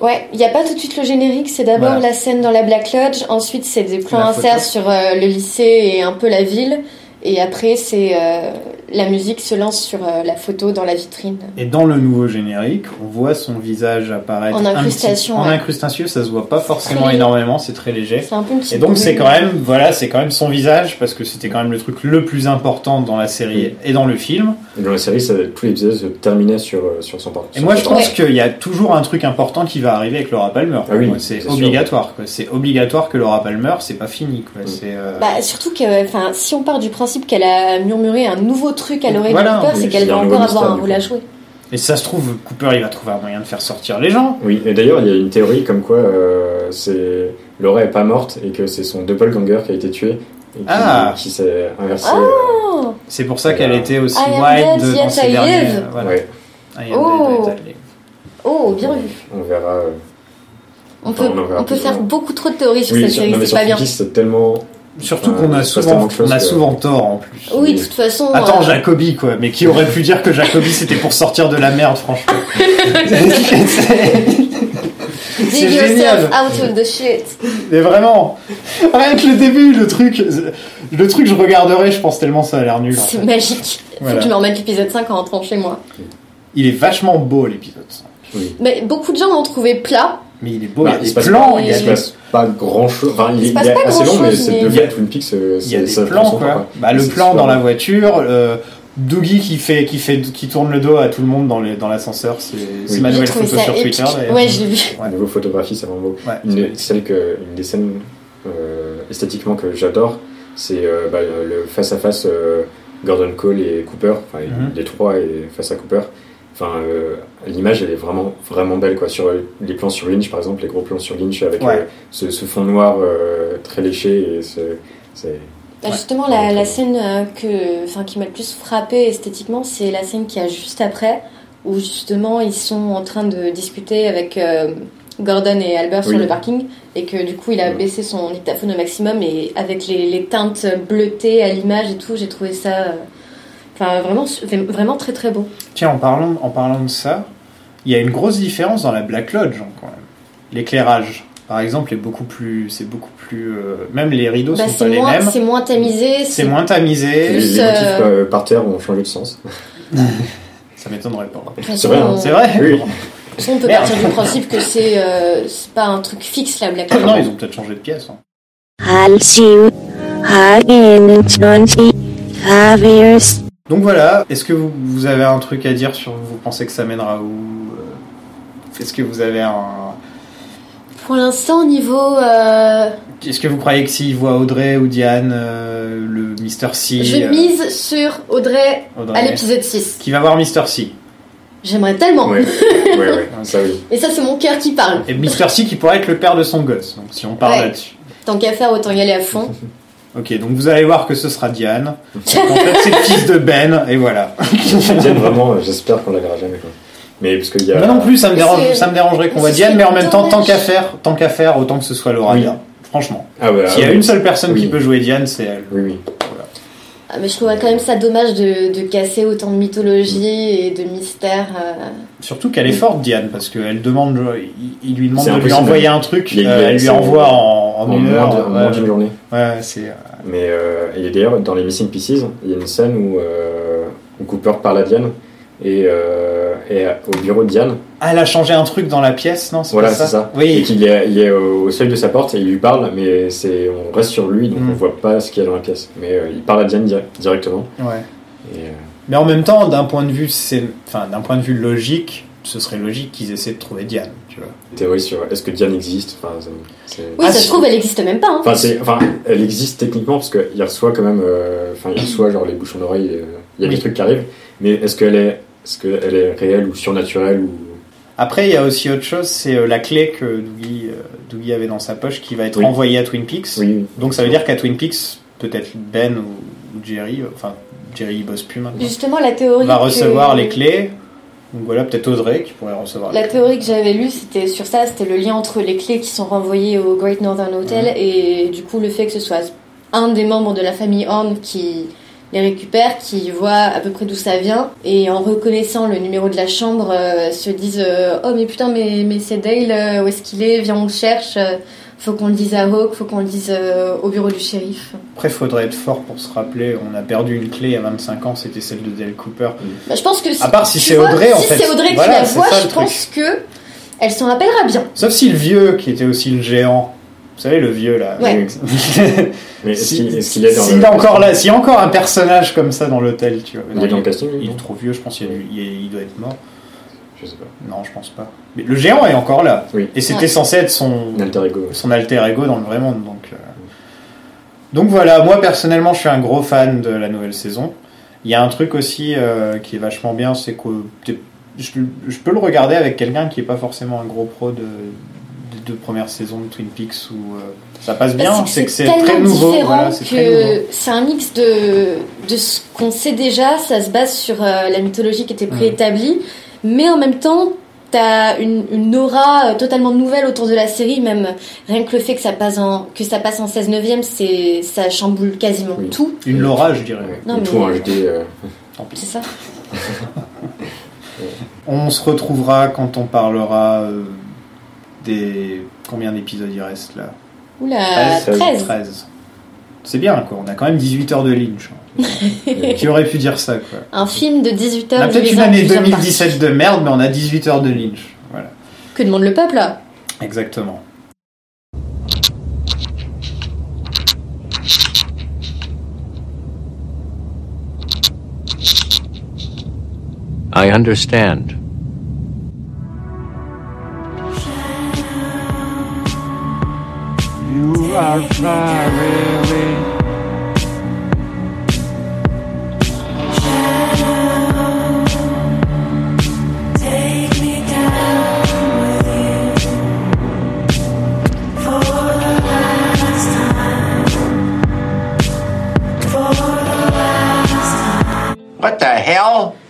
C: Ouais, il n'y a pas tout de suite le générique, c'est d'abord
B: Voilà.
C: la scène dans la Black Lodge, ensuite c'est des plans
B: La
C: inserts
B: photo.
C: sur euh, le lycée et un peu la ville, et après c'est euh, la musique se lance sur euh, la photo dans la vitrine.
B: Et dans le nouveau générique, on voit son visage apparaître.
C: En
B: un petit-
C: incrustation,
B: en
C: ouais.
B: incrustation, ça se voit pas forcément
C: Très léger.
B: énormément, c'est très léger.
C: C'est un peu une petite
B: Et donc c'est
C: boule.
B: quand même voilà, c'est quand même son visage parce que c'était quand même le truc le plus important dans la série et dans le film.
D: Et dans la série, ça, tous les épisodes se terminaient sur, euh, sur son parcours.
B: Et moi je pense qu'il y a toujours un truc important qui va arriver avec Laura Palmer.
D: Ah oui,
B: Moi, c'est
D: c'est sûr.
B: obligatoire. quoi. C'est obligatoire que Laura Palmer, c'est pas fini.
D: Mm.
B: Quoi. C'est, euh,
C: Bah, surtout que enfin, si on part du principe qu'elle a murmuré un nouveau truc à l'oreille
B: Voilà,
C: de Cooper,
B: oui,
C: c'est qu'elle
B: c'est
C: va
B: un
C: encore
B: nouveau
C: avoir
B: mystère,
C: un
B: du
C: rôle à jouer.
B: Et si ça se trouve, Cooper, il va trouver un moyen de faire sortir les gens.
D: Oui, et d'ailleurs, il y a une théorie comme quoi euh, c'est Laura est pas morte et que c'est son doppelganger qui a été tué et qui,
B: Ah.
D: qui s'est inversé. euh,
C: Oh
B: C'est pour ça qu'elle était aussi
C: I am
B: wild
C: dead,
B: dans
C: yes,
B: ces
C: I
B: derniers. euh,
C: live.
B: voilà.
D: Ouais.
B: I am
C: Oh.
B: dead, I live.
C: Oh, bien vu.
D: On verra. euh,
C: On
D: enfin,
C: peut,
D: en verra
C: on peut
D: plus
C: faire
D: tard.
C: beaucoup trop de théories sur
D: Oui,
C: cette
D: sur-
C: série,
D: non, mais
C: c'est
D: sur
C: pas bien.
D: Twin Peaks, c'est tellement.
B: Surtout
D: euh,
B: qu'on a
D: il se passe
B: souvent,
D: tellement de choses
B: on a
D: que-
B: souvent tort en plus.
C: Oui, de toute façon.
B: Attends,
C: euh,
B: Jacobi quoi, mais qui aurait pu dire que Jacobi c'était pour sortir de la merde, franchement C'est
C: dig yourself
B: génial
C: out of the shit.
B: Mais vraiment Rien que le début, le truc, le truc je regarderai, je pense tellement ça a l'air nul. en
C: C'est
B: fait.
C: magique. Faut
B: Voilà.
C: que je me remette l'épisode 5 en rentrant chez moi.
B: Il est vachement beau l'épisode 5.
C: Mais beaucoup de gens l'ont trouvé plat.
B: Mais il est beau,
D: Bah,
B: il y a
D: se
B: des
D: passe
B: plans,
D: pas-
B: il y
D: il
B: a
D: se
B: des-
D: passe pas grand chose. Enfin, il,
C: Il
D: est-
C: se
D: il
C: passe
D: est
C: pas
D: assez long, mais
C: grand-chose, mais-
D: c'est
C: Il y
D: devenu
C: a-
D: Twin Peaks. euh,
B: Il y a
D: c'est-
B: des
D: ça
B: plans
D: ressemble
B: quoi.
D: pas.
B: Bah, le
D: C'est
B: plan
D: super
B: dans la
D: long.
B: voiture, euh, Doogie qui fait, qui fait, qui tourne le dos à tout le monde dans les, dans l'ascenseur, c'est c'est
D: Oui.
B: Manuel
C: J'ai trouvé
B: Photo
C: ça
B: sur
C: épique.
B: Twitter. d'ailleurs.
C: Ouais, je l'ai vu.
D: Au niveau photographie, c'est vraiment beau.
B: Ouais.
D: Une, celle que, une des scènes euh, esthétiquement que j'adore, c'est euh, bah, le face-à-face euh, Gordon Cole et Cooper, enfin,
B: Mhm.
D: les trois et face à Cooper. Enfin, euh, l'image, elle est vraiment, vraiment belle. Quoi. Sur euh, les plans sur Lynch, par exemple, les gros plans sur Lynch avec
B: Ouais.
D: euh, ce, ce fond noir euh, très léché. Et ce- c'est
C: Bah, justement, la, la scène euh, que, enfin, qui m'a le plus frappée esthétiquement, c'est la scène qu'il y a juste après, où justement ils sont en train de discuter avec euh, Gordon et Albert sur
D: Oui.
C: le parking, et que du coup il a baissé son dictaphone au maximum, et avec les, les teintes bleutées à l'image et tout, j'ai trouvé ça euh, enfin, vraiment, su- vraiment très très beau.
B: Tiens, en parlant, en parlant de ça, il y a une grosse différence dans la Black Lodge, hein, quand même. L'éclairage, par exemple, est beaucoup plus, c'est beaucoup plus, euh, même les rideaux
C: Bah,
B: sont pas
C: c'est
B: les
C: moins,
B: mêmes.
C: c'est moins tamisé,
B: C'est moins tamisé.
D: les, les
C: euh,
D: motifs euh, par terre ont changé de sens.
B: Ça m'étonnerait pas.
D: C'est vrai, hein.
B: C'est vrai.
D: Oui.
C: On peut
B: Merde.
C: partir du principe que c'est euh, c'est pas un truc fixe la blague.
B: Non, ils ont peut-être changé de pièce. hein.
G: I'll see you again in 25 years.
B: Donc voilà. Est-ce que vous, vous avez un truc à dire sur vous pensez que ça mènera où euh, Est-ce que vous avez un
C: Pour l'instant, au niveau. euh,
B: Est-ce que vous croyez que s'ils voient Audrey ou Diane, euh, le Mister C
C: Je
B: euh,
C: mise sur Audrey,
B: Audrey.
C: à l'épisode 6.
B: qui va voir Mister C
C: J'aimerais tellement.
D: Ouais, ouais, ouais, ça oui.
C: Et ça, c'est mon cœur qui parle.
B: Et Mister C qui pourrait être le père de son gosse. Donc si on parle
C: Ouais.
B: là-dessus.
C: Tant qu'à faire, autant y aller à fond.
B: Ok, donc vous allez voir que ce sera Diane. En fait, c'est le fils de Ben, et voilà.
D: Diane, vraiment, euh, j'espère qu'on la verra jamais. quoi. Mais parce qu'il y a.
B: Moi non plus, ça me,
C: Mais
B: dérange,
C: c'est-
B: ça me dérangerait qu'on
C: mais
B: voit
C: ce
B: Diane,
C: serait
B: mais en même temps, tant
C: dommage.
B: qu'à faire, tant qu'à faire, autant que ce soit Laura
D: Oui.
B: Dern. Franchement.
D: Ah ouais, ah
B: S'il y a
D: ouais.
B: une seule personne
D: Oui.
B: qui peut jouer Diane, c'est elle.
D: Oui, oui.
C: Ah, mais je trouverais quand même ça dommage de, de casser autant de mythologie et de mystère. euh.
B: Surtout qu'elle est forte, Diane, parce qu'elle demande, il, il lui demande
D: C'est
B: de lui
D: impossible.
B: envoyer un truc,
D: Il y a-
B: euh,
D: il y a-
B: elle lui
D: c'est-
B: envoie en, en,
D: En
B: une
D: moins
B: heure.
D: de- en moins
B: ouais.
D: d'une journée.
B: Ouais, c'est. euh,
D: Mais euh, il y a d'ailleurs dans les Missing Pieces, il y a une scène où, euh, où Cooper parle à Diane et, euh, et à- au bureau de Diane.
B: Ah, elle a changé un truc dans la pièce, non c'est
D: Voilà,
B: pas
D: c'est ça. Et
B: Oui.
D: qu'il est, il est au seuil de sa porte et il lui parle, mais c'est on reste sur lui donc
B: Mm.
D: on voit pas ce qu'il y a dans la pièce. Mais euh, il parle à Diane di- directement.
B: Ouais.
D: Et, euh,
B: Mais en même temps, d'un point de vue, c'est, enfin, d'un point de vue logique, ce serait logique qu'ils essaient de trouver Diane, tu vois.
D: théorie sur est-ce que Diane existe enfin, c'est- c'est-
C: Oui,
B: Ah,
C: ça
B: si.
C: se trouve, elle n'existe même pas. hein.
D: Enfin, c'est- enfin, elle existe techniquement parce qu'il reçoit quand même, euh, enfin, il reçoit genre les bouchons d'oreille, euh, il y a
B: Oui.
D: des trucs qui arrivent, mais est-ce qu'elle est, est, que elle est réelle ou surnaturelle ou...
B: Après, il y a aussi autre chose, c'est euh, la clé que Dougie, euh, Dougie avait dans sa poche qui va être
D: Oui.
B: envoyée à Twin Peaks.
D: Oui,
B: Donc ça veut dire qu'à Twin Peaks, peut-être Ben ou, ou Jerry, euh, enfin Jerry il bosse plus maintenant,
C: Justement, la théorie.
B: va
C: que-
B: recevoir les clés. Donc voilà, peut-être Audrey qui pourrait recevoir les
C: La
B: clés.
C: théorie que j'avais lue, c'était sur ça, c'était le lien entre les clés qui sont renvoyées au Great Northern Hotel
B: Mhm.
C: et du coup le fait que ce soit un des membres de la famille Horn qui les récupère, qui voit à peu près d'où ça vient et en reconnaissant le numéro de la chambre euh, se disent euh, oh mais putain mais, mais c'est Dale, euh, où est-ce qu'il est Viens on le cherche, euh, faut qu'on le dise à Hawk, faut qu'on le dise euh, au bureau du shérif.
B: Après, faudrait être fort pour se rappeler, on a perdu une clé à 25 ans, c'était celle de Dale Cooper.
C: Bah, je pense que
B: À part si
C: tu
B: c'est
C: vois,
B: Audrey, en
C: si
B: fait.
C: c'est Audrey
B: Voilà,
C: qui la
B: c'est
C: voit,
B: ça,
C: je
B: le truc.
C: pense que elle s'en rappellera bien.
B: Sauf si le vieux, qui était aussi le géant. Vous savez, le vieux là.
C: Ouais.
D: Mais est-ce
B: Si-
D: qu'il est-ce qu'il
B: S'il
D: est dans
B: est encore là, s'il y a encore un personnage comme ça dans l'hôtel, tu vois.
D: Il est dans le casting, lui,
B: il
D: non
B: est trop vieux, je pense qu'il y a du- il est- il doit être mort.
D: Je sais pas.
B: Non, je pense pas. Mais le géant est encore là.
D: Oui.
B: Et c'était
C: Ouais.
B: censé être son,
D: Un alter ego.
B: son alter ego dans le vrai monde. Donc, euh. donc voilà, moi personnellement, je suis un gros fan de la nouvelle saison. Il y a un truc aussi euh, qui est vachement bien, c'est que t'es je, je peux le regarder avec quelqu'un qui n'est pas forcément un gros pro de, de, de première saison de Twin Peaks où euh, ça passe bien,
C: Bah,
B: c'est que c'est
C: tellement
B: très nouveau.
C: différent
B: Voilà, c'est très nouveau.
C: que c'est un mix de, de ce qu'on sait déjà, ça se base sur euh, la mythologie qui était préétablie, mais en même temps, t'as une, une aura euh, totalement nouvelle autour de la série, même rien que le fait que ça passe en, que ça passe en 16 neuvième, c'est, ça chamboule quasiment tout.
B: Une Laura, je dirais.
C: Non,
D: Et
C: mais-
D: tout en HD. euh,
C: C'est ça.
B: On se retrouvera quand on parlera euh, des. Combien d'épisodes il reste là
C: Oula, 13.
B: 13. C'est bien quoi, on a quand même 18 heures de Lynch. hein. qui aurait pu dire ça quoi
C: Un film de 18
B: On
C: heures.
B: a peut-être
C: divisé
B: une
C: en
B: année
C: plusieurs parties.
B: 2017 de merde, mais on a 18 heures de Lynch. Voilà,
C: Que demande le peuple là
B: exactement.
E: I understand.
O: You are far away.
H: What the hell?